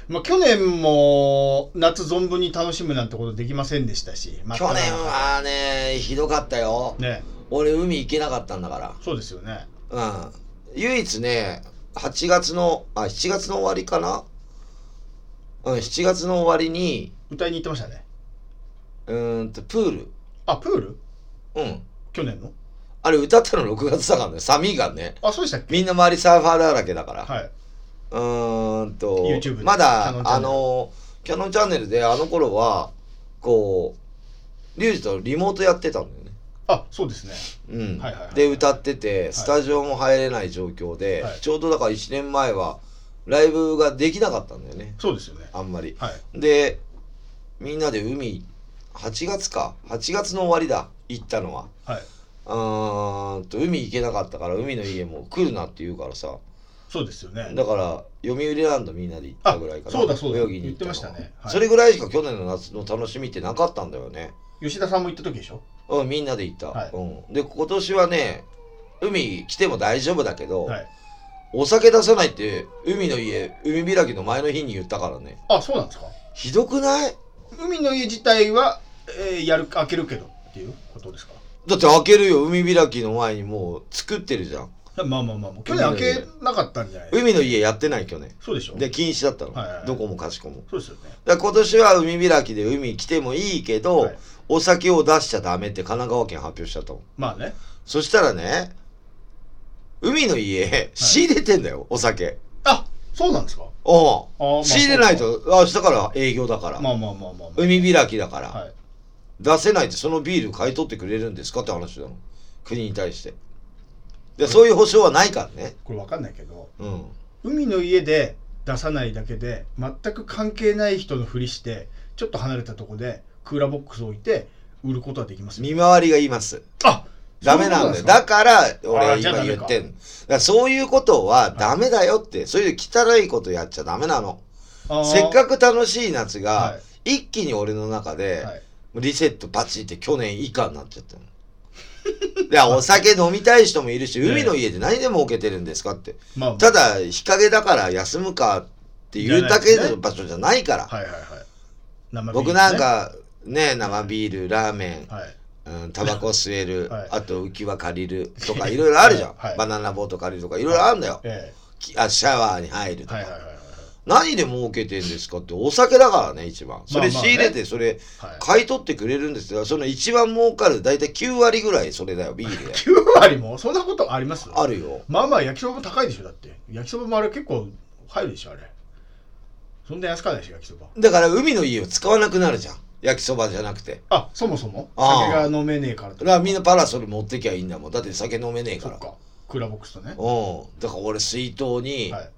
Speaker 2: まあ去年も夏存分に楽しむなんてことできませんでしたし、まあ
Speaker 1: 去年はね、ひどかったよ。
Speaker 2: ね
Speaker 1: 俺海行けなかったんだか
Speaker 2: そうですよね
Speaker 1: ら。うん。唯一ね、8月の、あ、7月の終わりかなうん、7月の終わりに、
Speaker 2: 歌いに行ってましたね
Speaker 1: うーんと、プール。
Speaker 2: あプール
Speaker 1: うん。
Speaker 2: 去年の
Speaker 1: あれ歌ったの6月だからね、サミがね。
Speaker 2: あそうでしたっけ
Speaker 1: みんな周りサーファーだらけだから。
Speaker 2: はいう
Speaker 1: ーんと、
Speaker 2: YouTube で
Speaker 1: ま
Speaker 2: キャノンチャ
Speaker 1: だ、
Speaker 2: ンネル
Speaker 1: あの、キャノンチャンネルであの頃は、こう、リュウジとリモートやってたんだよね。
Speaker 2: あそうですね
Speaker 1: うん
Speaker 2: はいはいはい
Speaker 1: で歌っててスタジオも入れない状況で、
Speaker 2: はい
Speaker 1: ちょうどだから1年前はライブができなかったんだよね
Speaker 2: そうですよね
Speaker 1: あんまり
Speaker 2: はい
Speaker 1: でみんなで海8月か8月の終わりだ行ったのは
Speaker 2: はい
Speaker 1: うーんと海行けなかったから海の家も来るなって言うからさ
Speaker 2: そうですよね
Speaker 1: だから読売ランドみんなで行ったぐらいかな
Speaker 2: あそうだそうだ
Speaker 1: 泳ぎに行ったのは
Speaker 2: 言ってましたねはい
Speaker 1: それぐらいしか去年の夏の楽しみってなかったんだよね
Speaker 2: 吉田さんも行った時でしょ
Speaker 1: うん、みんなで行った、
Speaker 2: はい
Speaker 1: うん、で今年はね海来ても大丈夫だけど、
Speaker 2: はい
Speaker 1: お酒出さないって海の家海開きの前の日に言ったからね
Speaker 2: あそうなんですか
Speaker 1: ひどくない
Speaker 2: 海の家自体は、えーやる開けるけどっていうことですか
Speaker 1: だって開けるよ海開きの前にもう作ってるじゃん
Speaker 2: まあまあまあもう去年開けなかったんじゃない
Speaker 1: 海の家やってない去年
Speaker 2: そうでしょ
Speaker 1: で禁止だったの、
Speaker 2: はいはいはい
Speaker 1: どこもかしこも
Speaker 2: そうですよね
Speaker 1: だから今年は海開きで海来てもいいけど、
Speaker 2: はい
Speaker 1: お酒を出しちゃダメって神奈川県発表しちゃったもん
Speaker 2: まあね
Speaker 1: そしたらね海の家仕入れてんだよ、お酒
Speaker 2: あそうなんですか
Speaker 1: お
Speaker 2: あーまあ
Speaker 1: 仕入れないと、あ、明日から営業だから、
Speaker 2: まあまあまあまあ、ま
Speaker 1: 海開きだから、
Speaker 2: あ、はい
Speaker 1: 出せないでそのビール買い取ってくれるんですかって話だの国に対してでそういう保証はないからね
Speaker 2: これわかんないけど
Speaker 1: うん
Speaker 2: 海の家で出さないだけで全く関係ない人のふりしてちょっと離れたとこでクーラーボックスを置いて売ることはできますよ
Speaker 1: 見回りが言います
Speaker 2: あ
Speaker 1: ダメなんだ
Speaker 2: そうい
Speaker 1: よだ
Speaker 2: うことですか
Speaker 1: から俺
Speaker 2: あ
Speaker 1: は
Speaker 2: ーじゃあ
Speaker 1: 今言ってん
Speaker 2: ダ
Speaker 1: のだからそういうことはダメだよってそういう汚いことやっちゃダメなの
Speaker 2: あー
Speaker 1: せっかく楽しい夏
Speaker 2: は
Speaker 1: が一気に俺の中で
Speaker 2: はい
Speaker 1: リセットバチって去年以下になっちゃったのいやお酒飲みたい人もい るし海の家で何で儲けてるんですかって
Speaker 2: まあ、
Speaker 1: ただ日陰だから休むかっていうだけの場所じゃないから、
Speaker 2: はいはいはい生ビール
Speaker 1: 僕
Speaker 2: ね
Speaker 1: なんかね生ビールラーメ
Speaker 2: はい
Speaker 1: ン、うん、タバコ吸える、
Speaker 2: はい
Speaker 1: あと浮き輪借りるとかいろいろあるじゃん、
Speaker 2: はい
Speaker 1: バナナボート借りるとかいろいろあるんだよ、
Speaker 2: え
Speaker 1: きあシャワーに入る
Speaker 2: え
Speaker 1: とか、
Speaker 2: はいはいはいはい
Speaker 1: 何で儲けてんですかってお酒だからね一番それ
Speaker 2: まあ
Speaker 1: 仕
Speaker 2: まあね
Speaker 1: 入れてそれ
Speaker 2: はい
Speaker 1: 買い取ってくれるんですよその一番儲かる大体9割ぐらいそれだよビールで
Speaker 2: 9割もそんなことあります
Speaker 1: あるよ
Speaker 2: まあまあ焼きそばも高いでしょだって焼きそばもあれ結構入るでしょあれそんな安かないでしょ焼きそば
Speaker 1: だから海の家を使わなくなるじゃん焼きそばじゃなくて
Speaker 2: あそもそも
Speaker 1: あ
Speaker 2: 酒
Speaker 1: ー
Speaker 2: が飲めねえから
Speaker 1: だ
Speaker 2: と
Speaker 1: からみんなパラソル持ってきゃいいんだもんだって酒飲めねえ
Speaker 2: そ
Speaker 1: か
Speaker 2: っ
Speaker 1: ら
Speaker 2: かクーラーボックスとね
Speaker 1: うんだから俺水筒に
Speaker 2: はい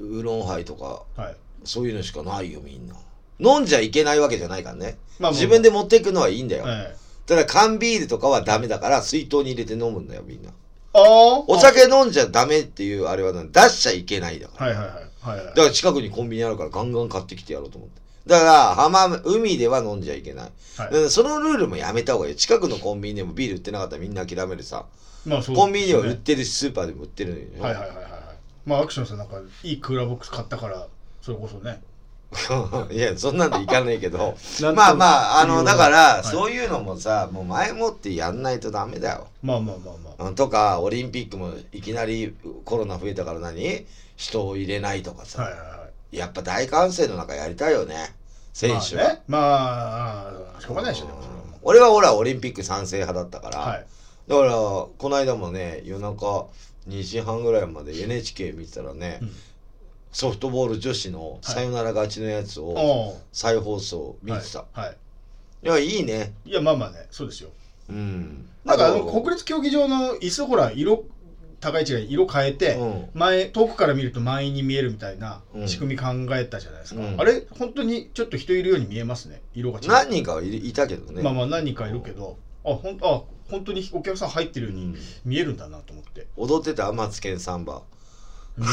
Speaker 1: ウーロンハイとか
Speaker 2: はい
Speaker 1: そういうのしかないよみんな飲んじゃいけないわけじゃないからね、
Speaker 2: まあまあ
Speaker 1: 自分で持っていくのはいいんだよ、
Speaker 2: ええ
Speaker 1: ただ缶ビールとかはダメだから水筒に入れて飲むんだよみんな
Speaker 2: ああ
Speaker 1: お酒飲んじゃダメっていうあれはなん出しちゃいけないだから、
Speaker 2: はいはいはいはいはい
Speaker 1: だから近くにコンビニあるからガンガン買ってきてやろうと思ってだから浜海では飲んじゃいけない、だからそのルールもやめた方がいい近くのコンビニでもビール売ってなかったらみんな諦めるさ、
Speaker 2: まあそうですね
Speaker 1: コンビニでは売ってるし、スーパーでも売ってるのよ。
Speaker 2: はいはいはいはいはいまあアクションさんなんかいいクーラーボックス買ったからそれこそね
Speaker 1: いや、そんなんでいかないけど
Speaker 2: なんと。
Speaker 1: まあまあ、あ
Speaker 2: 理由は
Speaker 1: の、だから、
Speaker 2: はい
Speaker 1: そういうのもさ、もう前もってやんないとダメだよ。
Speaker 2: まあまあまあまあ
Speaker 1: うんとか、オリンピックもいきなりコロナ増えたから何人を入れないとかさ、
Speaker 2: はいはいはい
Speaker 1: やっぱ大歓声の中やりたいよね、選手は。
Speaker 2: まあねまああーしょうがないでしょでもそれは
Speaker 1: うん
Speaker 2: も
Speaker 1: 俺はほら、オリンピック賛成派だったから、
Speaker 2: うはい
Speaker 1: だから、この間もね、夜中2時半ぐらいまで NHK 見てたらね、
Speaker 2: うん
Speaker 1: ソフトボール女子のサヨナラ勝ちのやつを、
Speaker 2: おー
Speaker 1: 再放送見てた、
Speaker 2: はいはい
Speaker 1: い、やいいね
Speaker 2: いやまあまあねそうですよ
Speaker 1: うん
Speaker 2: なんかあ
Speaker 1: と
Speaker 2: の国立競技場の椅子ほら色高い違い色変えて、
Speaker 1: うん
Speaker 2: 前遠くから見ると満員に見えるみたいな
Speaker 1: うん
Speaker 2: 仕組み考えたじゃないですか、
Speaker 1: うん
Speaker 2: あれ本当にちょっと人いるように見えますね色が違う
Speaker 1: 何人かはいるいたけどね、
Speaker 2: まあまあ何人かいるけど、あほんあ本当にお客さん入ってるように見えるんだなと思って
Speaker 1: 踊ってた天津健サンバ
Speaker 2: 見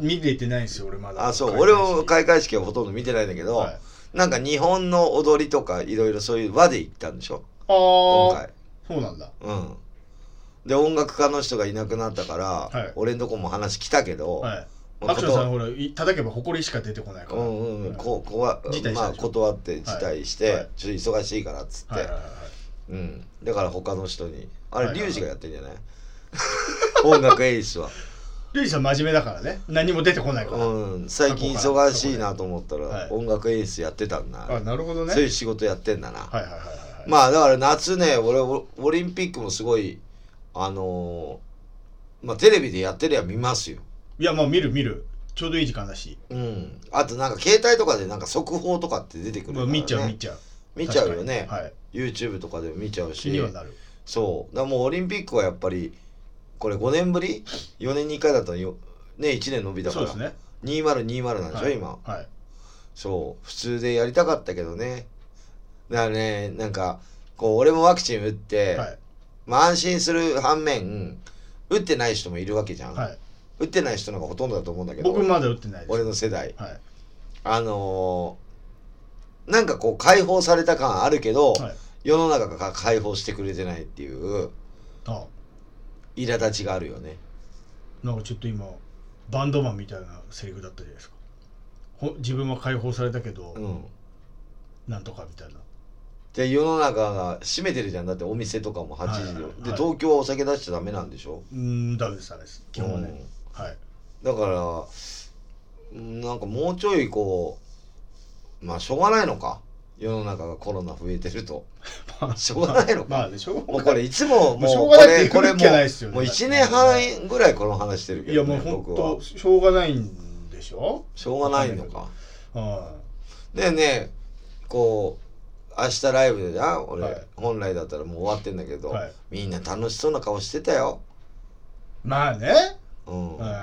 Speaker 2: 見見 れてないんですよ俺まだ
Speaker 1: あそう
Speaker 2: 開
Speaker 1: 俺
Speaker 2: 会式
Speaker 1: も開会式はほとんど見てないんだけど、
Speaker 2: はい
Speaker 1: なんか日本の踊りとかいろいろそういう輪で行ったんでしょ
Speaker 2: あ
Speaker 1: 今
Speaker 2: ー
Speaker 1: 回
Speaker 2: そうなんだ
Speaker 1: うんで音楽家の人がいなくなったから、
Speaker 2: はい
Speaker 1: 俺んとこも話来たけど、
Speaker 2: はい
Speaker 1: まあ
Speaker 2: アクションさん
Speaker 1: こ
Speaker 2: ほらい叩けば誇りしか出てこないか
Speaker 1: と
Speaker 2: ら
Speaker 1: うんうん、
Speaker 2: はい
Speaker 1: ここわ
Speaker 2: 辞退したでしょ
Speaker 1: まあ断って辞退して、
Speaker 2: はい
Speaker 1: ちょっと忙しいからっつって、
Speaker 2: はいはいはいはい
Speaker 1: うん、だから他の人にあ
Speaker 2: は
Speaker 1: れ
Speaker 2: い
Speaker 1: リ
Speaker 2: はい
Speaker 1: ュウジがやってんじゃない 音楽演出は、
Speaker 2: リュウジさん真面目だからね何も出てこないから、
Speaker 1: うん、最近忙しいなと思った
Speaker 2: は
Speaker 1: ら
Speaker 2: い
Speaker 1: 音楽演出やってたんだ、
Speaker 2: あなるほどね
Speaker 1: そういう仕事やってんだな、
Speaker 2: はいはいはいはいはい、
Speaker 1: まあだから夏ね俺オオリンピックもすごいあのーまあテレビでやってりゃ見ますよ
Speaker 2: いやまあ見る見るちょうどいい時間だし、
Speaker 1: うんあとなんか携帯とかでなんか速報とかって出てくるか
Speaker 2: ま
Speaker 1: ら、
Speaker 2: あ、
Speaker 1: ね、
Speaker 2: 見ちゃう見ちゃう
Speaker 1: 見ちゃうよね、
Speaker 2: 確かにはい
Speaker 1: YouTube とかでも見ちゃう
Speaker 2: 気
Speaker 1: し
Speaker 2: にはなる
Speaker 1: そうだからもうオリンピックはやっぱりこれ5年ぶり4年に1回だったらよね1年伸びたか
Speaker 2: そう
Speaker 1: ら、
Speaker 2: ですね
Speaker 1: 2020なんでしょ、
Speaker 2: はい
Speaker 1: 今
Speaker 2: はい
Speaker 1: そう普通でやりたかったけどねだからねなんかこう俺もワクチン打って、
Speaker 2: はい
Speaker 1: まあ安心する反面打ってない人もいるわけじゃん、
Speaker 2: はい
Speaker 1: 打ってない人の方がほとんどだと思うんだけど
Speaker 2: 僕まだ打ってないです
Speaker 1: 俺の世代
Speaker 2: はい
Speaker 1: あのーなんかこう解放された感あるけど、
Speaker 2: はい
Speaker 1: 世の中が解放してくれてないっていう
Speaker 2: あ
Speaker 1: 苛立ちがあるよね
Speaker 2: なんかちょっと今バンドマンみたいなセリフだったじゃないですかほ自分は解放されたけど、
Speaker 1: うん
Speaker 2: なんとかみたいな
Speaker 1: で世の中が閉めてるじゃんだってお店とかも8時で、
Speaker 2: はいはい
Speaker 1: で
Speaker 2: はい
Speaker 1: 東京はお酒出しちゃダメなんでしょ
Speaker 2: うーんダメですダメです基本はね、
Speaker 1: うん
Speaker 2: はい
Speaker 1: だからうんなんかもうちょいこうまあしょうがないのか世の中がコロナ増えてると
Speaker 2: まあ
Speaker 1: しょうがないのか
Speaker 2: まあねしょう
Speaker 1: もう
Speaker 2: が
Speaker 1: こ
Speaker 2: な
Speaker 1: れ
Speaker 2: い
Speaker 1: いつも
Speaker 2: もうしょ
Speaker 1: も
Speaker 2: う
Speaker 1: う
Speaker 2: が
Speaker 1: こ
Speaker 2: ないって
Speaker 1: れこれ
Speaker 2: 言う
Speaker 1: も
Speaker 2: わけないですよね
Speaker 1: もう1年半ぐらいこの話してるけ
Speaker 2: いや
Speaker 1: ど、
Speaker 2: もう
Speaker 1: ね、
Speaker 2: 本
Speaker 1: 僕は
Speaker 2: 当しょうがないんでしょ
Speaker 1: しょうがないのか
Speaker 2: は
Speaker 1: でねこう明日ライブでな俺、
Speaker 2: はい
Speaker 1: 本来だったらもう終わってんだけ
Speaker 2: い、
Speaker 1: ど、
Speaker 2: はい、
Speaker 1: みんな楽しそうな顔してたよ
Speaker 2: まあね、
Speaker 1: うん、
Speaker 2: うん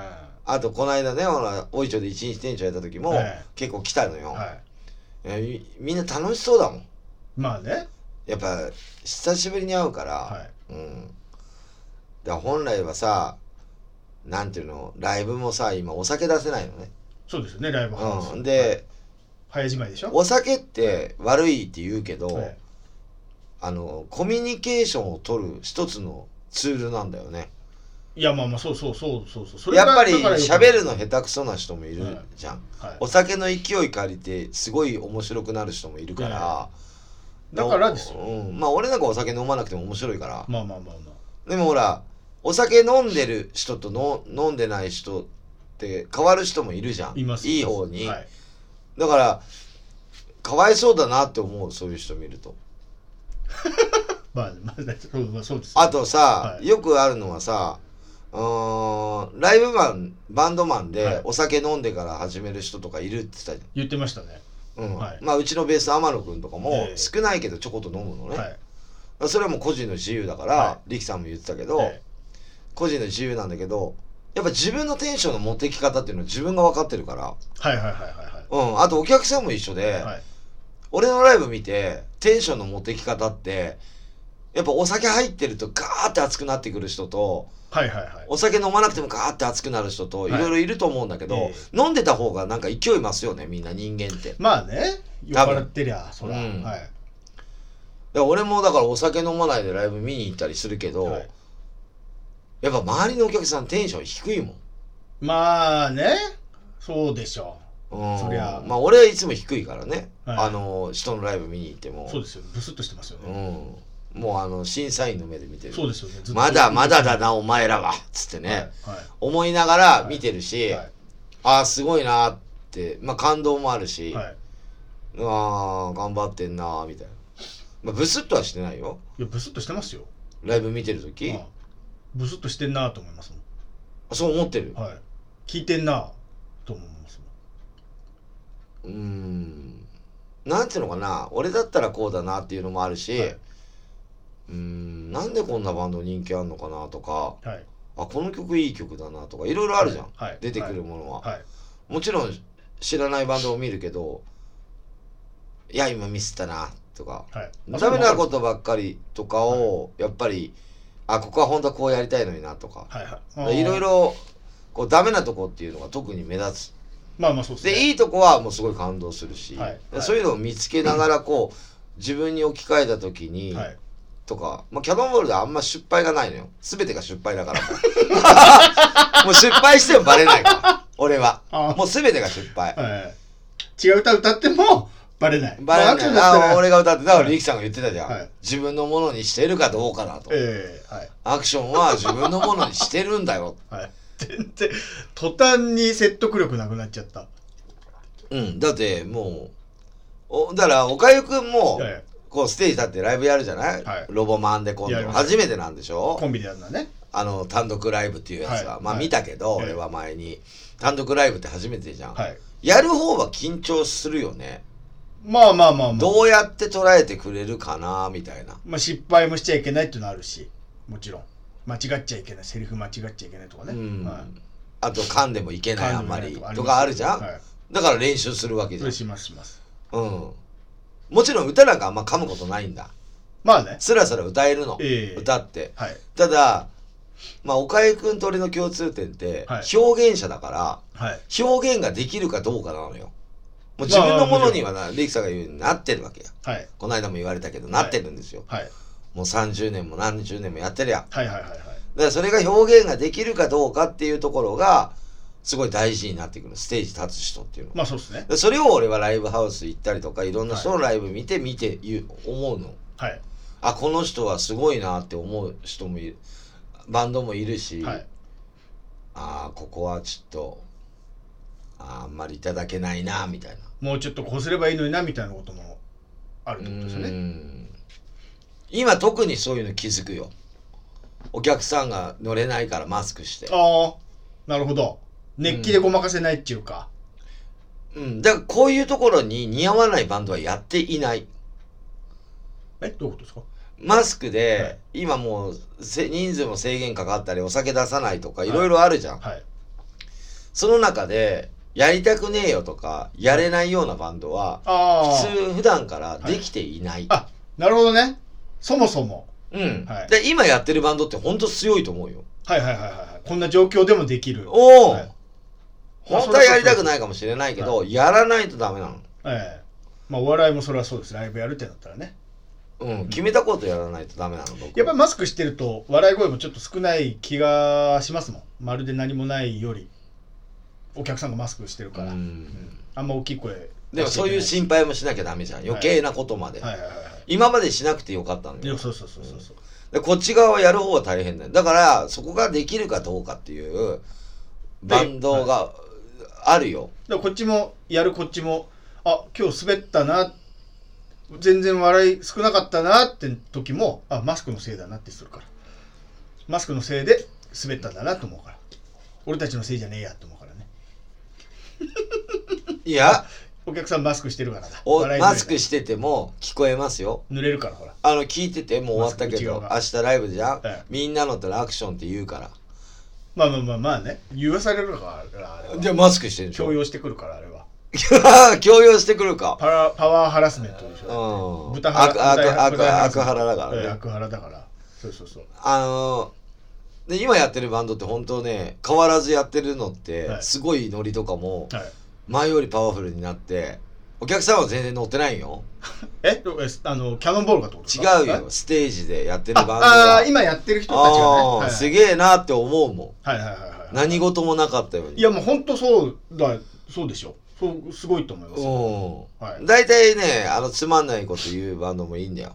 Speaker 1: あとこの間ねほらおいちょで一日店長やった時も、
Speaker 2: はい
Speaker 1: 結構来たのよ、
Speaker 2: はい
Speaker 1: いやみみんな楽しそうだもん
Speaker 2: まあね、
Speaker 1: やっぱ久しぶりに会うから、
Speaker 2: は
Speaker 1: うんだから本来はさなんていうのライブもさ今お酒出せないのね、
Speaker 2: い、そうですよね、ライブハウス。
Speaker 1: うん、で、
Speaker 2: はい、早じまいでしょ。
Speaker 1: お酒って悪いって言うけど、
Speaker 2: はい
Speaker 1: あのコミュニケーションを取る一つのツールなんだよね
Speaker 2: いや、まあまあ、そうそうそうそうそう。それ
Speaker 1: や
Speaker 2: が
Speaker 1: っぱり
Speaker 2: だからよく
Speaker 1: 喋るの下手くそな人もいるじゃん、
Speaker 2: はい
Speaker 1: お酒の勢い借りてすごい面白くなる人もいるから、
Speaker 2: はだからですよ。
Speaker 1: うん、まあ俺なんかお酒飲まなくても面白いから、
Speaker 2: まあまあまあま
Speaker 1: でもほらお酒飲んでる人との飲んでない人って変わる人もいるじゃん
Speaker 2: あ、います。
Speaker 1: い方に、
Speaker 2: はい。
Speaker 1: だからかわいそうだなって思うそういう人見ると
Speaker 2: まあ、まあ、そうまあそうです。
Speaker 1: あ、とさ、
Speaker 2: はい
Speaker 1: よくあるのはさうーんライブマンバンドマン
Speaker 2: はい
Speaker 1: でお酒飲んでから始める人とかいるって言ってたじ
Speaker 2: 言ってましたね。
Speaker 1: ゃん、うん
Speaker 2: はい
Speaker 1: まあうちのベース天野くんとかも
Speaker 2: ええ
Speaker 1: 少ないけどちょこっと飲むのね、
Speaker 2: はい。
Speaker 1: それはもう個人の自由だから、
Speaker 2: は
Speaker 1: 力さんも言ってたけど、
Speaker 2: え
Speaker 1: 個人の自由なんだけどやっぱ自分のテンションの持ってき方っていうのは自分が分かってるから、
Speaker 2: えはいはいはいは
Speaker 1: うん、あとお客さんも一緒で、
Speaker 2: いはい。はい。
Speaker 1: 俺のライブ見てテンションの持ってき方ってやっぱお酒入ってるとガーって熱くなってくる人と
Speaker 2: はいはいはい。
Speaker 1: お酒飲まなくてもガーって熱くなる人と
Speaker 2: はい
Speaker 1: いろいろいると思うんだけど、
Speaker 2: え
Speaker 1: 飲んでた方がなんか勢いますよねみんな人間ってだか
Speaker 2: まあね、酔っ
Speaker 1: 多分
Speaker 2: 払ってりゃ、そら。は
Speaker 1: う
Speaker 2: い
Speaker 1: ん。ら俺もだからお酒飲まないでライブ見に行ったりするけど、
Speaker 2: はい
Speaker 1: やっぱ周りのお客さんテンション低いもん
Speaker 2: まあね、そうでしょ
Speaker 1: うん
Speaker 2: そりゃ
Speaker 1: まあ俺はいつも低いからね、
Speaker 2: はい
Speaker 1: あの人のライブ見に行って
Speaker 2: う。
Speaker 1: も
Speaker 2: そうですよ。ブスッとしてますよね。
Speaker 1: うん、もうあの審査員の目で見てる
Speaker 2: そうですよね。ずっと
Speaker 1: まだまだだなお前らはっつってね、
Speaker 2: はい。は
Speaker 1: 思いながら見てるし、
Speaker 2: い。はい
Speaker 1: ああすごいなーって、まあ、感動もあるし、
Speaker 2: はい。
Speaker 1: ああ頑張ってんなーみたいな、まあ、ブスッとはしてないよ
Speaker 2: いや、ブスッとしてますよ。
Speaker 1: ライブ見てる時、
Speaker 2: うんブスッとしてんなと思いますもん。
Speaker 1: そう思ってる、
Speaker 2: はい。聞いてんなと思います
Speaker 1: うーんなんていうのかな俺だったらこうだなっていうのもあるし、
Speaker 2: はいう
Speaker 1: ーんなんでこんなバンド人気あんのかなとか
Speaker 2: もん。はい。
Speaker 1: あこの曲いい曲だなとかいろいろあるじゃん、
Speaker 2: はい
Speaker 1: 出てくるものは、
Speaker 2: はい。
Speaker 1: もちろん知らないバンドを見るけどいや今ミスったなっとか、
Speaker 2: はい。
Speaker 1: ダメなことばっかりとかを、やっぱり、あ、ここは本当はこうやりたいのになとか、
Speaker 2: はいはい。
Speaker 1: いろい。ろ、こう、ダメなとこっていうのが特に目立
Speaker 2: まあまあそうで
Speaker 1: つ。
Speaker 2: すね。
Speaker 1: で、いいとこはもうすごい感動するし、
Speaker 2: はいはい
Speaker 1: そういうのを見つけながら、こう、自分に置き換えた時に、
Speaker 2: はい。
Speaker 1: とか、まあ、キャノンボールであんま失敗がないのよ。すべてが失敗だから。 もう失敗してもバレないから、俺は。
Speaker 2: あ
Speaker 1: もうすべてが失敗。
Speaker 2: はい。違う歌歌っても、バレない。
Speaker 1: バレない。
Speaker 2: まあアクションだった
Speaker 1: あ
Speaker 2: ら
Speaker 1: 俺が歌って、だからリキさんが言ってたじゃん。
Speaker 2: はい
Speaker 1: 自分のものにしてるかどうかだと。
Speaker 2: ええはい。
Speaker 1: アクション は自分のものにしてるんだよ。
Speaker 2: はい。全然、途端に説得力なくなっちゃった。
Speaker 1: うん。だって、もう、おだから、おかゆくんも、
Speaker 2: え
Speaker 1: こう、ステージ立ってライブやるじゃない、
Speaker 2: はい
Speaker 1: ロボマンで今
Speaker 2: やり
Speaker 1: 度。
Speaker 2: ます
Speaker 1: 初めてなんでし
Speaker 2: え
Speaker 1: ょ
Speaker 2: コンビでやるのはね。
Speaker 1: あの、単独ライブっていうやつは。
Speaker 2: はい
Speaker 1: まあ、
Speaker 2: はい
Speaker 1: 見たけど、
Speaker 2: ええ
Speaker 1: 俺は前に。単独ライブって初めてじゃん。
Speaker 2: はい。
Speaker 1: やる方は緊張するよね。
Speaker 2: まあまあまあまあ。
Speaker 1: どうやって捉えてくれるかな、みたいな。
Speaker 2: まあ失敗もしちゃいけないっていうのはあるし、もちろん。間違っちゃいけない。セリフ間違っちゃいけないとかね。
Speaker 1: うん
Speaker 2: は
Speaker 1: あと、噛んでもいけ
Speaker 2: い
Speaker 1: ない、あんまり
Speaker 2: 感動。ない
Speaker 1: と
Speaker 2: す
Speaker 1: かあるじゃん、
Speaker 2: はい。
Speaker 1: だから練習するわけじ
Speaker 2: そ
Speaker 1: ゃん
Speaker 2: れ。しますします。
Speaker 1: うん。もちろん歌なんかあんま噛むことないんだ。
Speaker 2: まあね。
Speaker 1: スラスラ歌えるの。
Speaker 2: ええ
Speaker 1: 歌って。
Speaker 2: はい。
Speaker 1: ただ、まあ、岡井くんと俺の共通点って
Speaker 2: はい、
Speaker 1: 表現者だから、
Speaker 2: はい。
Speaker 1: 表現ができるかどうかなのよ。もう自分のものにはな、レキさんが言うようになってるわけや。
Speaker 2: はい。
Speaker 1: この間も言われたけど、なってるんですよ。
Speaker 2: はい。
Speaker 1: もう30年も何十年もやってりゃ。
Speaker 2: はいはいはいは
Speaker 1: だ
Speaker 2: い。
Speaker 1: からそれが表現ができるかどうかっていうところが、すごい大事になってくる。ステージ立つ人っていうのは。
Speaker 2: まあそうですね。
Speaker 1: でそれを俺はライブハウス行ったりとか、いろんな人のライブ見て、見て言う、思うの。
Speaker 2: はい。
Speaker 1: あ、この人はすごいなって思う人もいる。バンドもいるし、
Speaker 2: はい。
Speaker 1: ああ、ここはちょっと、あーあんまりいただけないな、みたいな。
Speaker 2: もうちょっとこうすればいいのになみたいなこともあるってことですよ
Speaker 1: う
Speaker 2: ね。
Speaker 1: ん今特にそういうの気づくよ。お客さんが乗れないからマスクして。
Speaker 2: ああ、なるほど。熱気でごまかせないっていうか。
Speaker 1: うん。だからこういうところに似合わないバンドはやっていない。
Speaker 2: え、どういうことですか
Speaker 1: マスクで、
Speaker 2: はい
Speaker 1: 今もうせ人数も制限かかったりお酒出さないとか
Speaker 2: い
Speaker 1: いろいろあるじゃん、
Speaker 2: はい。
Speaker 1: その中でやりたくねえよとかやれないようなバンドは
Speaker 2: ああ、
Speaker 1: 普通普段からできていない、
Speaker 2: あなるほどね。そもそも。
Speaker 1: うん、
Speaker 2: はい
Speaker 1: で今やってるバンドってほんと強いと思うよ
Speaker 2: はいはいはいはい。こんな状況でもできる。
Speaker 1: おお、
Speaker 2: はい
Speaker 1: 本当はやりたくないかもしれないけど、やらないとダメなの
Speaker 2: ええまあお笑いもそれはそうです。ライブやるってなったらね。
Speaker 1: うん、決めたことやらないとダメなの僕
Speaker 2: やっぱりマスクしてると笑い声もちょっと少ない気がしますもん。まるで何もないより。お客さんがマスクしてるから。
Speaker 1: うん
Speaker 2: あんま大きい声出しちゃけない。
Speaker 1: でもそういう心配もしなきゃダメじゃん余計なことまで、
Speaker 2: はいはいはいは
Speaker 1: 今までしなくてよかったの
Speaker 2: い。いや
Speaker 1: よ
Speaker 2: そうそうそうそうそう。
Speaker 1: でこっち側はやる方は大変だよだからそこができるかどうかっていうバンドがあるよ、
Speaker 2: だからこっちもやるこっちもあ今日滑ったな全然笑い少なかったなって時もあマスクのせいだなってするからマスクのせいで滑ったんだなと思うから俺たちのせいじゃねえやと思うからね
Speaker 1: いや
Speaker 2: お客さんマスクしてるからだ
Speaker 1: お
Speaker 2: 笑い声が
Speaker 1: マスクしてても聞こえますよ
Speaker 2: 濡れるからほら
Speaker 1: あの聞いててもう終わったけど
Speaker 2: マスク
Speaker 1: 明
Speaker 2: 内
Speaker 1: 日ライブじゃん、
Speaker 2: ええ
Speaker 1: みんなのってアクションって言うか
Speaker 2: まあまあまあまあね言わされるからあれ
Speaker 1: ら
Speaker 2: は
Speaker 1: じゃあマスクしてるでしょ
Speaker 2: 強要してくるからあれは
Speaker 1: 強要してくるか
Speaker 2: パラパワーハラスメントでしょ
Speaker 1: うん
Speaker 2: 豚腹
Speaker 1: 悪悪悪
Speaker 2: 豚腹
Speaker 1: 悪腹だから
Speaker 2: ええ
Speaker 1: ね
Speaker 2: 悪腹だからそうそうそう
Speaker 1: あのーで今やってるバンドって本当ね変わらずやってるのって、
Speaker 2: はい
Speaker 1: すごいノリとかも
Speaker 2: はい
Speaker 1: 前よりパワフルになってお客さんは全然乗ってないよ
Speaker 2: えどえあのキャノンボールがってことです
Speaker 1: 違
Speaker 2: か
Speaker 1: うよステージでやってるバンドは
Speaker 2: ああー、今やってる人たちがね。
Speaker 1: あ
Speaker 2: は
Speaker 1: ー
Speaker 2: い
Speaker 1: すげえなって思うも
Speaker 2: はいはいはいはい
Speaker 1: ん何事もなかったように
Speaker 2: いや、もう本当そうだ、そうでしょ。そう、すごいと思いますよ。
Speaker 1: うん、
Speaker 2: はい
Speaker 1: 大体ねあのつまんないこと言うバンドもいいんだよ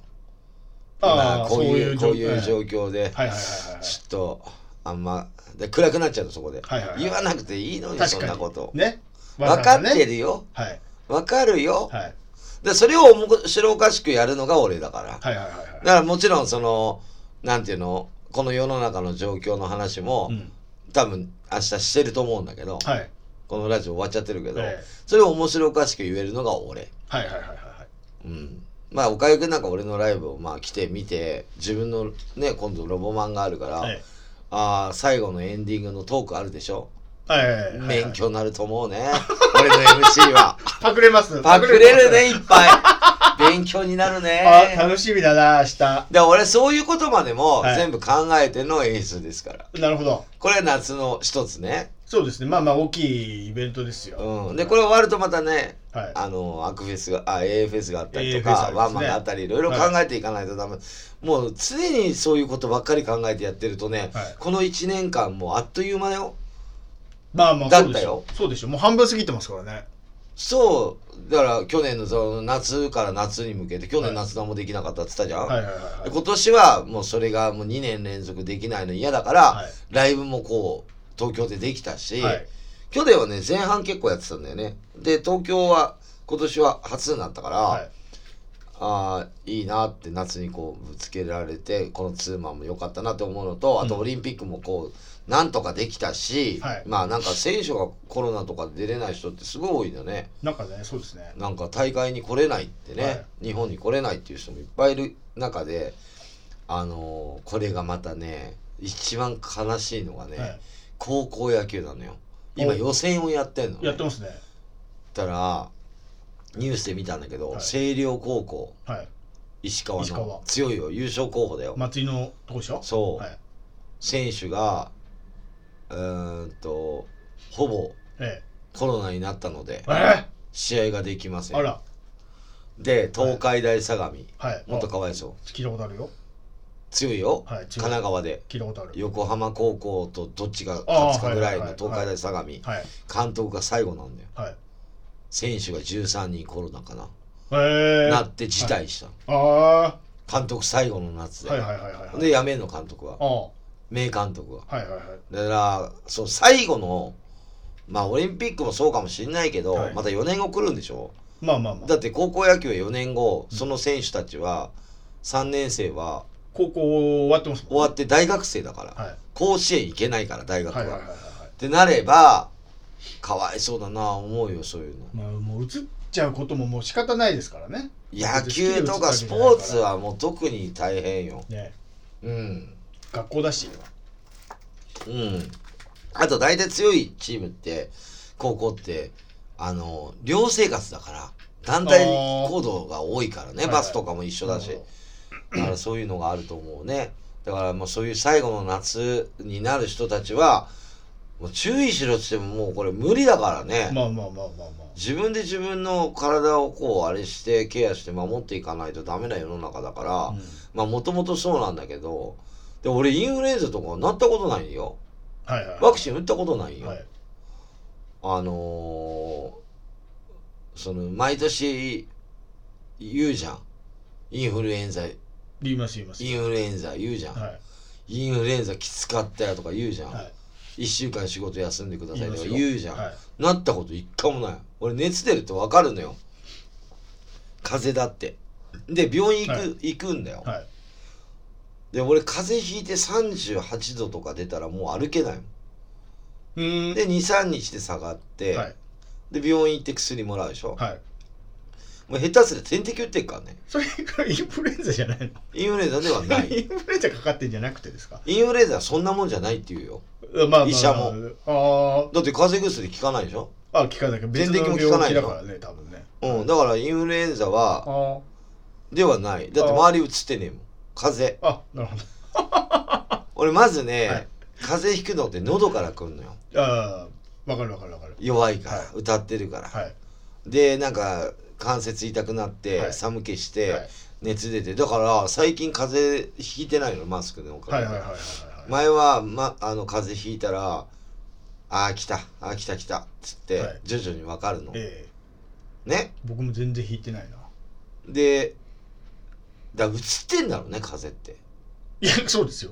Speaker 2: あ
Speaker 1: ま
Speaker 2: あ、
Speaker 1: こ
Speaker 2: そうう
Speaker 1: い
Speaker 2: いうう
Speaker 1: こ
Speaker 2: 状
Speaker 1: ういう状
Speaker 2: 況。
Speaker 1: 況で、
Speaker 2: はいはいはい
Speaker 1: ちょっとあんまで暗くなっちゃうとそこで、
Speaker 2: はいはいはい
Speaker 1: 言わなくていいのに
Speaker 2: はい。
Speaker 1: そん
Speaker 2: 確
Speaker 1: な
Speaker 2: か
Speaker 1: こと
Speaker 2: に。ね。
Speaker 1: 分かって
Speaker 2: る。
Speaker 1: るよ
Speaker 2: はい。
Speaker 1: 分かるよ、
Speaker 2: はい。
Speaker 1: でそれを面白おかしくやるのが俺だから、
Speaker 2: はいはいはいはい
Speaker 1: だからもちろんそのなんていうのこの世の中の状況の話も、
Speaker 2: うん。
Speaker 1: 多分明日してると思うんだけど、
Speaker 2: はい。
Speaker 1: このラジオ終わっちゃってるけど、
Speaker 2: ええ
Speaker 1: それを面白おかしく言えるのが俺
Speaker 2: はいはいはいはいはい。
Speaker 1: うんまあおかゆくんなんか俺のライブをまあ来て見て自分のね今度ロボマンがあるから、
Speaker 2: え
Speaker 1: ああ最後のエンディングのトークあるでしょ、
Speaker 2: えはいはいはいはい
Speaker 1: 勉強になると思うね俺の MC は
Speaker 2: パクれます。
Speaker 1: パクれる
Speaker 2: ます
Speaker 1: ねいっぱい勉強になるね
Speaker 2: あ、楽しみだな、明
Speaker 1: で俺そういうことまでも
Speaker 2: はい
Speaker 1: 全部考えての演出ですから、
Speaker 2: 日。なるほど。
Speaker 1: これ夏の一つね、
Speaker 2: そうですね。まあまあ、大きいイベントですよ。
Speaker 1: うん、でこれ終わるとまたね
Speaker 2: はい。
Speaker 1: あのアクフェスがあ AFS があったりと
Speaker 2: AFS あ
Speaker 1: か、
Speaker 2: りますね
Speaker 1: ワンマンがあったりいろいろ考えていかないとダメ、もう常にそういうことばっかり考えてやってるとね、
Speaker 2: はい
Speaker 1: この1年間もうあっという間よ
Speaker 2: まあまあ、
Speaker 1: だ
Speaker 2: そう
Speaker 1: っ
Speaker 2: で
Speaker 1: た
Speaker 2: しょ
Speaker 1: よ。
Speaker 2: そうでしょ。もう半分過ぎてますからね。
Speaker 1: そうだから去年のその夏から夏に向けて去年夏何もできなかったって言ったじゃん、
Speaker 2: はいはいはい
Speaker 1: で
Speaker 2: はい。
Speaker 1: 今年はもうそれがもう2年連続できないの嫌だから、
Speaker 2: は
Speaker 1: ライブもこう東京でできたし、
Speaker 2: い。はい。
Speaker 1: 去年はね前半結構やってたんだよねで東京は今年は初になったから、
Speaker 2: はい。
Speaker 1: あーいいなって夏にこうぶつけられてこのツーマンも良かったなって思うのとあと
Speaker 2: うん
Speaker 1: オリンピックもこうなんとかできたし、
Speaker 2: はい
Speaker 1: まあなんか選手がコロナとかで出れない人ってすごい多いんだよね
Speaker 2: なんかね、そうですね。
Speaker 1: なんか大会に来れないってね、
Speaker 2: はい
Speaker 1: 日本に来れないっていう人もいっぱいいる中であのーこれがまたね一番悲しいのがね、
Speaker 2: はい
Speaker 1: 高校野球なのよ今
Speaker 2: お
Speaker 1: 予選をやってんの、ね、
Speaker 2: やってますね。
Speaker 1: ったらニュースで見たんだけど、
Speaker 2: はい
Speaker 1: 星稜高校
Speaker 2: はい。
Speaker 1: 石川の
Speaker 2: 石川
Speaker 1: 強いよ優勝候補だよ、
Speaker 2: 松井の投手は
Speaker 1: そう、
Speaker 2: はい。
Speaker 1: 選手がうーんとほぼ
Speaker 2: え
Speaker 1: コロナになったので
Speaker 2: え。え
Speaker 1: 試合ができませ
Speaker 2: えあ
Speaker 1: ん
Speaker 2: ら。
Speaker 1: で東海大相模、
Speaker 2: はい。
Speaker 1: もっと
Speaker 2: あ
Speaker 1: かわいそう
Speaker 2: 聞いたことあるよ。
Speaker 1: 強いよ、
Speaker 2: はい。
Speaker 1: 神奈川で
Speaker 2: 聞いたことある。
Speaker 1: 横浜高校とどっちが
Speaker 2: あー
Speaker 1: 勝つかぐらいの
Speaker 2: はいはい
Speaker 1: 東海大相模、
Speaker 2: はい。
Speaker 1: 監督が最後なんだよ
Speaker 2: はい。
Speaker 1: 選手が13人コロナかな、
Speaker 2: ええ。
Speaker 1: なって辞退した、
Speaker 2: ああ
Speaker 1: 監督最後の夏で、
Speaker 2: ー。はいはいはいはいはい。
Speaker 1: で、やめんの監督は
Speaker 2: ああ。
Speaker 1: 名監督は
Speaker 2: はいはいはい。
Speaker 1: だからそう最後のまあオリンピックもそうかもしれないけど、
Speaker 2: はい
Speaker 1: また4年後来るんでしょ
Speaker 2: まあまあまあ。
Speaker 1: だって高校野球は4年後
Speaker 2: うん
Speaker 1: その選手たちは3年生は
Speaker 2: 高校終わってますもん
Speaker 1: 終わって大学生だから、
Speaker 2: はい。
Speaker 1: 甲子園行けないから大学は、
Speaker 2: はいはいはい
Speaker 1: っ
Speaker 2: は
Speaker 1: てなればかわいそうだな思うよそういうの
Speaker 2: い。まあもう映っちゃうことももう仕方ないですからね。
Speaker 1: 野球とかスポーツはもう特に大変よ
Speaker 2: ね。
Speaker 1: うん
Speaker 2: 学校だし。
Speaker 1: うん。あと大体強いチームって、高校って、あの、寮生活だから、団体行動が多いからね、
Speaker 2: あー
Speaker 1: バスとかも一緒だし、
Speaker 2: なるほ
Speaker 1: だからそういうのがあると思うね。だからもうそういう最後の夏になる人たちは、もう注意しろって言ってももうこれ無理だからね。
Speaker 2: どまあまあまあまあま
Speaker 1: 自分で自分の体をこうあれしてケアして守っていかないとダメな世の中だから、
Speaker 2: あ。うん
Speaker 1: まあもともとそうなんだけど、で俺インフルエンザとかなったことないよ。
Speaker 2: はいはいはい。
Speaker 1: ワクチン打ったことないよ。
Speaker 2: はい。
Speaker 1: あのーその、毎年言うじゃん。インフルエンザ、
Speaker 2: 言います言います。
Speaker 1: インフルエンザ言うじゃん。
Speaker 2: はい。
Speaker 1: インフルエンザきつかったよとか言うじゃん。
Speaker 2: はい。
Speaker 1: 1週間仕事休んでくださいとか
Speaker 2: よ
Speaker 1: 言うじゃん。
Speaker 2: はい。
Speaker 1: なったこと一回もない。俺熱出るとわかるのよ。風邪だって。で、病院行く、
Speaker 2: はい
Speaker 1: 行くんだよ。
Speaker 2: はい。
Speaker 1: で、俺風邪ひいて38度とか出たらもう歩けないも
Speaker 2: うー
Speaker 1: ん。
Speaker 2: ん。
Speaker 1: で、2、3日で下がって、
Speaker 2: はい。
Speaker 1: で、病院行って薬もらうでしょ。
Speaker 2: はい。
Speaker 1: もう下手すりゃ点滴打ってっからね。
Speaker 2: それがインフルエンザじゃないの
Speaker 1: インフルエンザではない。
Speaker 2: インフルエンザかかってんじゃなくてですか
Speaker 1: インフルエンザはそんなもんじゃないって言うよ。
Speaker 2: まあまあまあ
Speaker 1: 医者も。
Speaker 2: あ
Speaker 1: だって風邪薬効かないでしょ
Speaker 2: あ。あ、聞かなきゃ別の
Speaker 1: 点滴も聞かない
Speaker 2: 病
Speaker 1: で
Speaker 2: 気
Speaker 1: しょ
Speaker 2: だからね、多分ね。
Speaker 1: うん。だからインフルエンザは、
Speaker 2: あ
Speaker 1: ではない。だって周り移ってねえもん。風邪。
Speaker 2: あ。あ、なるほ
Speaker 1: 俺まずね、
Speaker 2: はい
Speaker 1: 風邪ひくのって喉からくんのよ。
Speaker 2: ど。ああ、わかるわかるわかる。
Speaker 1: 弱いから、
Speaker 2: はい
Speaker 1: 歌ってるから。
Speaker 2: はい。
Speaker 1: で、なんか、関節痛くなって、
Speaker 2: はい
Speaker 1: 寒気して、
Speaker 2: はい
Speaker 1: 熱出て。だから、最近風邪ひいてないの、マスクのおか
Speaker 2: は
Speaker 1: げ
Speaker 2: い
Speaker 1: で。
Speaker 2: はいはいはいはいはい。
Speaker 1: 前は、ま、あの風邪ひいたら「ああ来たああ来た来た」っつって、
Speaker 2: はい
Speaker 1: 徐々に分かるの、
Speaker 2: ええ
Speaker 1: ね
Speaker 2: 僕も全然引いてないな。
Speaker 1: でだうつってんだろうね風邪って
Speaker 2: いや、そうですよ。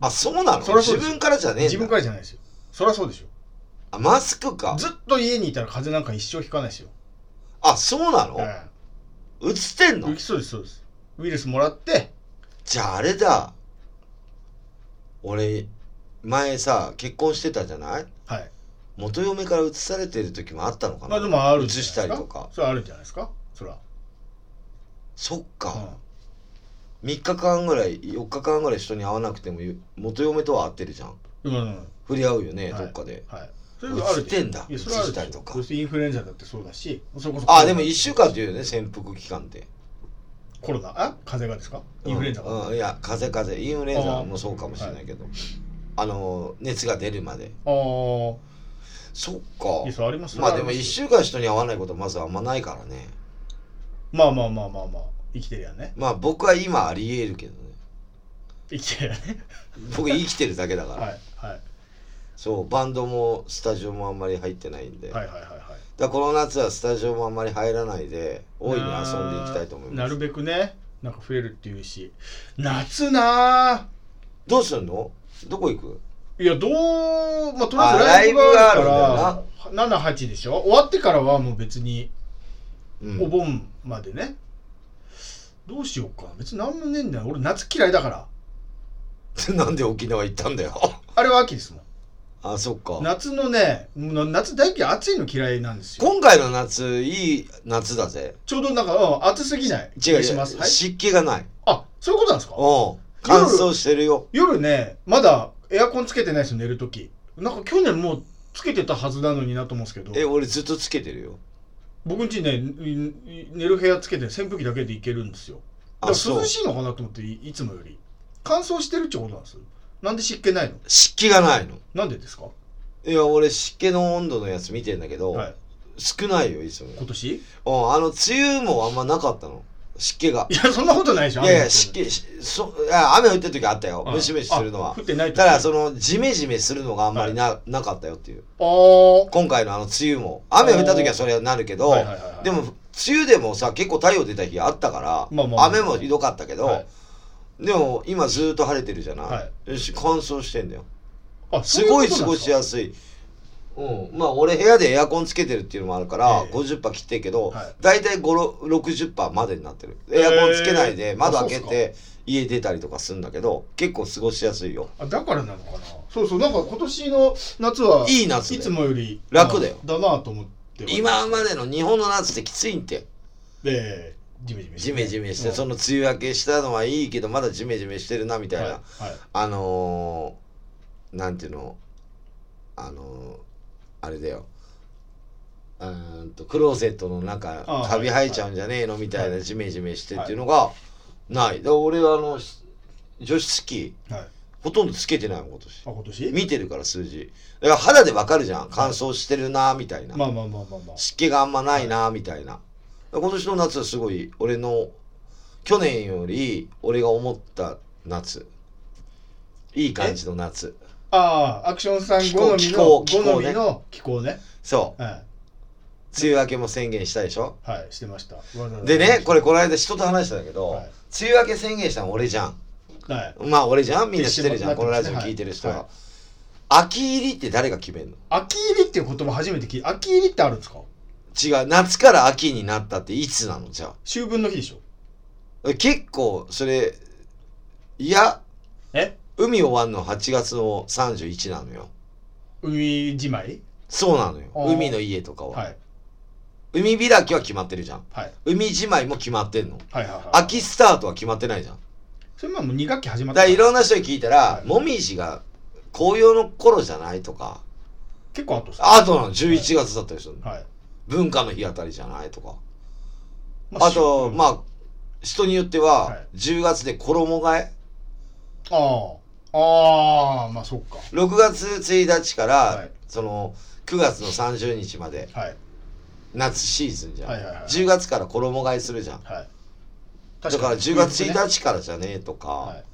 Speaker 1: あそうなの
Speaker 2: そりゃそ
Speaker 1: 自
Speaker 2: うです
Speaker 1: 分からじゃねえんだ
Speaker 2: 自分からじゃないですよ。そりゃそうでしょ。
Speaker 1: あマスクか
Speaker 2: ずっと家にいたら風邪なんか一生引かないですよ。
Speaker 1: あそうなの、
Speaker 2: え
Speaker 1: うつってん
Speaker 2: え
Speaker 1: の
Speaker 2: うそうです、そうです。ウイルスもらって、
Speaker 1: じゃああれだ俺前さ結婚してたじゃない
Speaker 2: はい。
Speaker 1: 元嫁からうつされてる時もあったのかな
Speaker 2: まあでもあるん
Speaker 1: う
Speaker 2: じゃ
Speaker 1: つ
Speaker 2: ない
Speaker 1: したりとか
Speaker 2: それはあるんじゃないですか。そら。
Speaker 1: そっ
Speaker 2: う
Speaker 1: か、
Speaker 2: ん
Speaker 1: 三3日間ぐらい4日間ぐらい人に会わなくても元嫁とは会ってるじゃん
Speaker 2: うんうんうん。
Speaker 1: 触れ合うよね、
Speaker 2: はい
Speaker 1: どっかで
Speaker 2: はい。それはあるでしょ
Speaker 1: 移ってんだ
Speaker 2: いやそれはあるでし
Speaker 1: 移し
Speaker 2: ょ
Speaker 1: たりとか
Speaker 2: 要するにインフルエンザだってそうだし、それこそ。
Speaker 1: あでも1週間っていうよね潜伏期間って
Speaker 2: コロナあ風邪がですかインフルエンザが、
Speaker 1: うん、いや風邪風邪インフルエンザもそうかもしれないけどあの熱が出るまで
Speaker 2: あ
Speaker 1: そっ
Speaker 2: あいや
Speaker 1: か
Speaker 2: それあります
Speaker 1: まあでも
Speaker 2: それ
Speaker 1: 1
Speaker 2: はります
Speaker 1: 週間人に会わないことまずあんまないからね
Speaker 2: まあまあまあまあまあ生きてるやんね
Speaker 1: まあ僕は今ありえるけ どね
Speaker 2: 生きてるやんね
Speaker 1: 僕生きてるだけだから、
Speaker 2: はいはい
Speaker 1: そうバンドもスタジオもあんまり入ってないんで、
Speaker 2: はいはい
Speaker 1: だか
Speaker 2: はいはい
Speaker 1: らこの夏はスタジオもあんまり入らないで大いに遊んでいきたいと思い
Speaker 2: な
Speaker 1: ま
Speaker 2: あな
Speaker 1: す
Speaker 2: るべくねなんか増えるっていうし夏なあ
Speaker 1: どうすんのどこ行く
Speaker 2: いやどうまあとりあえず
Speaker 1: あ
Speaker 2: ライブがある
Speaker 1: ラ
Speaker 2: から78でしょ終わってからはもう別に
Speaker 1: うん
Speaker 2: お盆までね、どうしようか別に何もねえんだよ俺夏嫌いだか ら
Speaker 1: なんで沖縄行ったんだよ
Speaker 2: あれは秋ですも
Speaker 1: あそっ
Speaker 2: ん
Speaker 1: か
Speaker 2: 夏のねもう夏大嫌い暑いの嫌いなんですよ
Speaker 1: 今回の夏いい夏だぜ
Speaker 2: ちょうどなんか、うん、暑すぎない
Speaker 1: 違う違う
Speaker 2: します、はい、
Speaker 1: 湿気がない
Speaker 2: あそういうことなんですか
Speaker 1: うん乾燥してるよ
Speaker 2: 夜ねまだエアコンつけてないですよ寝るときなんか去年もうつけてたはずなのになと思うんですけど
Speaker 1: え俺ずっとつけてるよ
Speaker 2: 僕んちねい寝る部屋つけて扇風機だけでいけるんですよ
Speaker 1: あ
Speaker 2: だか
Speaker 1: そ
Speaker 2: ら
Speaker 1: う
Speaker 2: 涼しいのかなと思っていいつもより乾燥してるってことなんですなんで湿気ないの
Speaker 1: 湿気がないの
Speaker 2: なんでですか
Speaker 1: いや俺湿気の温度のやつ見てんだけど、
Speaker 2: はい
Speaker 1: 少ないよいつも
Speaker 2: 今年い
Speaker 1: うんあの梅雨もあんまなかったの湿気が
Speaker 2: やそんなことないでしょ
Speaker 1: いやい
Speaker 2: 雨
Speaker 1: や湿気しそいや雨降ってる時あったよ
Speaker 2: はい
Speaker 1: ムシムシするの
Speaker 2: あ
Speaker 1: は
Speaker 2: 降ってない
Speaker 1: ただそ
Speaker 2: の
Speaker 1: のジメジメするのがあんまりな,、なかったよっていう
Speaker 2: あー
Speaker 1: 今回のあの梅雨も雨降った時はそれはなるけど、
Speaker 2: はいはいはいはい
Speaker 1: でも梅雨でもさ結構太陽出た日あったから、
Speaker 2: まあまあまあ
Speaker 1: 雨もひどかったけど、
Speaker 2: はい
Speaker 1: でも今ずっと晴れてるじゃない、
Speaker 2: は
Speaker 1: よし乾燥してんだよ
Speaker 2: あ
Speaker 1: すごい過ごし
Speaker 2: す
Speaker 1: やすいうん、まあ俺部屋でエアコンつけてるっていうのもあるから、
Speaker 2: ええ
Speaker 1: 50%切ってるけど、
Speaker 2: はい
Speaker 1: 大体5 60%までになってるエアコンつけない
Speaker 2: ええ
Speaker 1: で窓
Speaker 2: あそうっ
Speaker 1: 開け
Speaker 2: すか
Speaker 1: て家出たりとかするんだけど結構過ごしやすいよ
Speaker 2: あだからなのかなそうそうなんか今年の夏はい
Speaker 1: い夏だ
Speaker 2: い
Speaker 1: よ
Speaker 2: つもより
Speaker 1: 楽だよ
Speaker 2: だなと思ってはい
Speaker 1: 今までの日本の夏ってきついんて
Speaker 2: でジメジメ
Speaker 1: ジメジメして、
Speaker 2: うん
Speaker 1: その梅雨明けしたのはいいけどまだジメジメしてるなみたいな、
Speaker 2: はいはい
Speaker 1: あのー、なんていうのあのー、あれだようーんとクローゼットの中
Speaker 2: あはい
Speaker 1: カビ生えちゃうんじゃねえのみたいなジメジメしてっていうのがないだから俺はあのし除湿機
Speaker 2: はいあ
Speaker 1: ほとんどつけてないもん今年
Speaker 2: 今年
Speaker 1: 見てるから数字だから肌でわかるじゃん乾燥してるなみたいな、
Speaker 2: まあまあまあまあまあ
Speaker 1: 湿気があんまないなみたいな今年の夏はすごい俺の去年より俺が思った夏いい感じの夏
Speaker 2: ああアクションさん
Speaker 1: 気
Speaker 2: 好
Speaker 1: 候
Speaker 2: み
Speaker 1: 気
Speaker 2: の
Speaker 1: 候気
Speaker 2: 好
Speaker 1: 候
Speaker 2: み
Speaker 1: ね
Speaker 2: の気候ね
Speaker 1: そ
Speaker 2: は
Speaker 1: う梅雨明けも宣言したでしょ
Speaker 2: いはいしてましたわざわざ
Speaker 1: でねこれこの間人と話したんだけど、
Speaker 2: はい
Speaker 1: 梅雨明け宣言したの俺じゃん
Speaker 2: はい
Speaker 1: まあ俺じゃんみんな知ってるじゃん
Speaker 2: 知って
Speaker 1: こ
Speaker 2: ます
Speaker 1: のラジオ聞いてる人は、
Speaker 2: はい
Speaker 1: 秋入りって誰が決めんの
Speaker 2: 秋入りっていう言葉初めて聞い秋入りってあるんですか
Speaker 1: 違う夏から秋になったっていつなのじゃ
Speaker 2: 秋分の日でしょ
Speaker 1: あ結構それいや
Speaker 2: え
Speaker 1: 海終わんの8月の31なのよ
Speaker 2: 海じまい
Speaker 1: そうなのよ
Speaker 2: あー
Speaker 1: 海の家とかは、
Speaker 2: はい
Speaker 1: 海開きは決まってるじゃん
Speaker 2: はい
Speaker 1: 海じまいも決まってんの
Speaker 2: はいはいはい
Speaker 1: 秋スタートは決まってないじゃん
Speaker 2: それまあもう2学期始ま
Speaker 1: だ
Speaker 2: っ
Speaker 1: か
Speaker 2: た
Speaker 1: ら
Speaker 2: から
Speaker 1: いろんな人に聞いたら、
Speaker 2: はい
Speaker 1: もみじが紅葉の頃じゃないとか
Speaker 2: 結構後です
Speaker 1: あとなの11月だったりするの、
Speaker 2: はい
Speaker 1: 文化の日あたりじゃないとか
Speaker 2: ま
Speaker 1: あと
Speaker 2: うん
Speaker 1: まあ人によって
Speaker 2: は
Speaker 1: はい10月で衣替え
Speaker 2: ああああまあそっか
Speaker 1: 6月1日から、
Speaker 2: はい
Speaker 1: その9月の30日まで
Speaker 2: はい
Speaker 1: 夏シーズンじゃん、
Speaker 2: はいはいはい
Speaker 1: 10月から衣替えするじゃん
Speaker 2: はい
Speaker 1: だから10月1
Speaker 2: ね
Speaker 1: 日からじゃねえとか、
Speaker 2: はい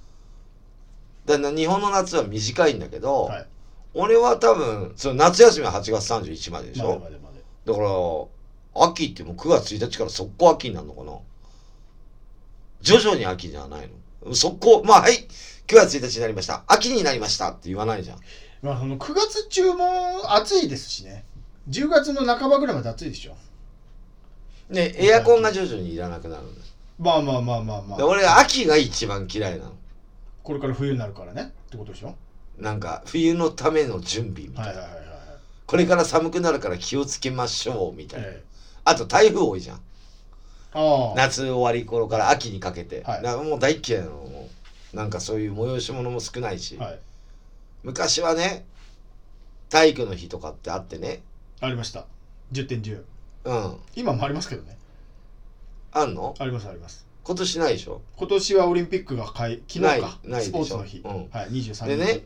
Speaker 1: だから日本の夏は短いんだけど、
Speaker 2: はい
Speaker 1: 俺は多分その夏休みは8月31まででし
Speaker 2: ま
Speaker 1: ょ、
Speaker 2: でまでまで
Speaker 1: だから秋ってもう9月1日から速攻秋になるのかな徐々に秋じゃないの速攻まあはい9月1日になりました秋になりましたって言わないじゃん
Speaker 2: まあその9月中も暑いですしね10月の半ばぐらいまで暑いでしょ
Speaker 1: ねエアコンが徐々にいらなくなるんです
Speaker 2: まあまあまあまあまあ
Speaker 1: で俺秋が一番嫌いなの
Speaker 2: これから冬になるからねってことでしょ
Speaker 1: なんか冬のための準備みたい
Speaker 2: はい
Speaker 1: な、
Speaker 2: はいはいはいはい
Speaker 1: これから寒くなるから気をつけましょうみたいな、
Speaker 2: ええ
Speaker 1: あと台風多いじゃん
Speaker 2: ああ
Speaker 1: 夏終わり頃から秋にかけて、
Speaker 2: はい
Speaker 1: だからもう大嫌いなのもうなんかそういう催し物も少ないし、
Speaker 2: はい
Speaker 1: 昔はね体育の日とかってあってね
Speaker 2: ありました10.10
Speaker 1: うん
Speaker 2: 今もありますけどね
Speaker 1: あんの
Speaker 2: ありますあります
Speaker 1: 今年ないでしょ
Speaker 2: 今年はオリンピックが開昨日か
Speaker 1: ないないでし
Speaker 2: ス
Speaker 1: ょ
Speaker 2: ポーツの日、
Speaker 1: うん
Speaker 2: はい23
Speaker 1: で
Speaker 2: 日
Speaker 1: ね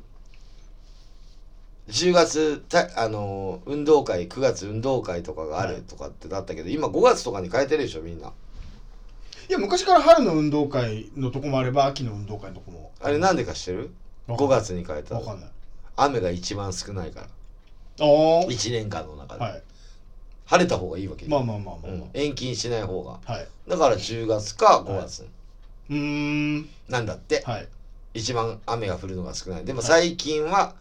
Speaker 1: 10月たあのー運動会9月運動会とかがあ
Speaker 2: はい
Speaker 1: るとかってだったけど、今5月とかに変えてるでしょみんない
Speaker 2: や昔から春の運動会のとこもあれば秋の運動会のとこも
Speaker 1: あれなんでか知ってる
Speaker 2: わか
Speaker 1: ?5
Speaker 2: んない
Speaker 1: 月に変えた
Speaker 2: わかんない
Speaker 1: 雨が一番少ないから
Speaker 2: ああ
Speaker 1: 1年間の中で、
Speaker 2: はい
Speaker 1: 晴れた方がいいわけ、
Speaker 2: まあまあまあまあ、ま
Speaker 1: うん、延期にしない方が
Speaker 2: あはい
Speaker 1: だから10月か5月、
Speaker 2: うーん
Speaker 1: なんだって、
Speaker 2: はい
Speaker 1: 一番雨が降るのが少ないでも
Speaker 2: はい
Speaker 1: 最近は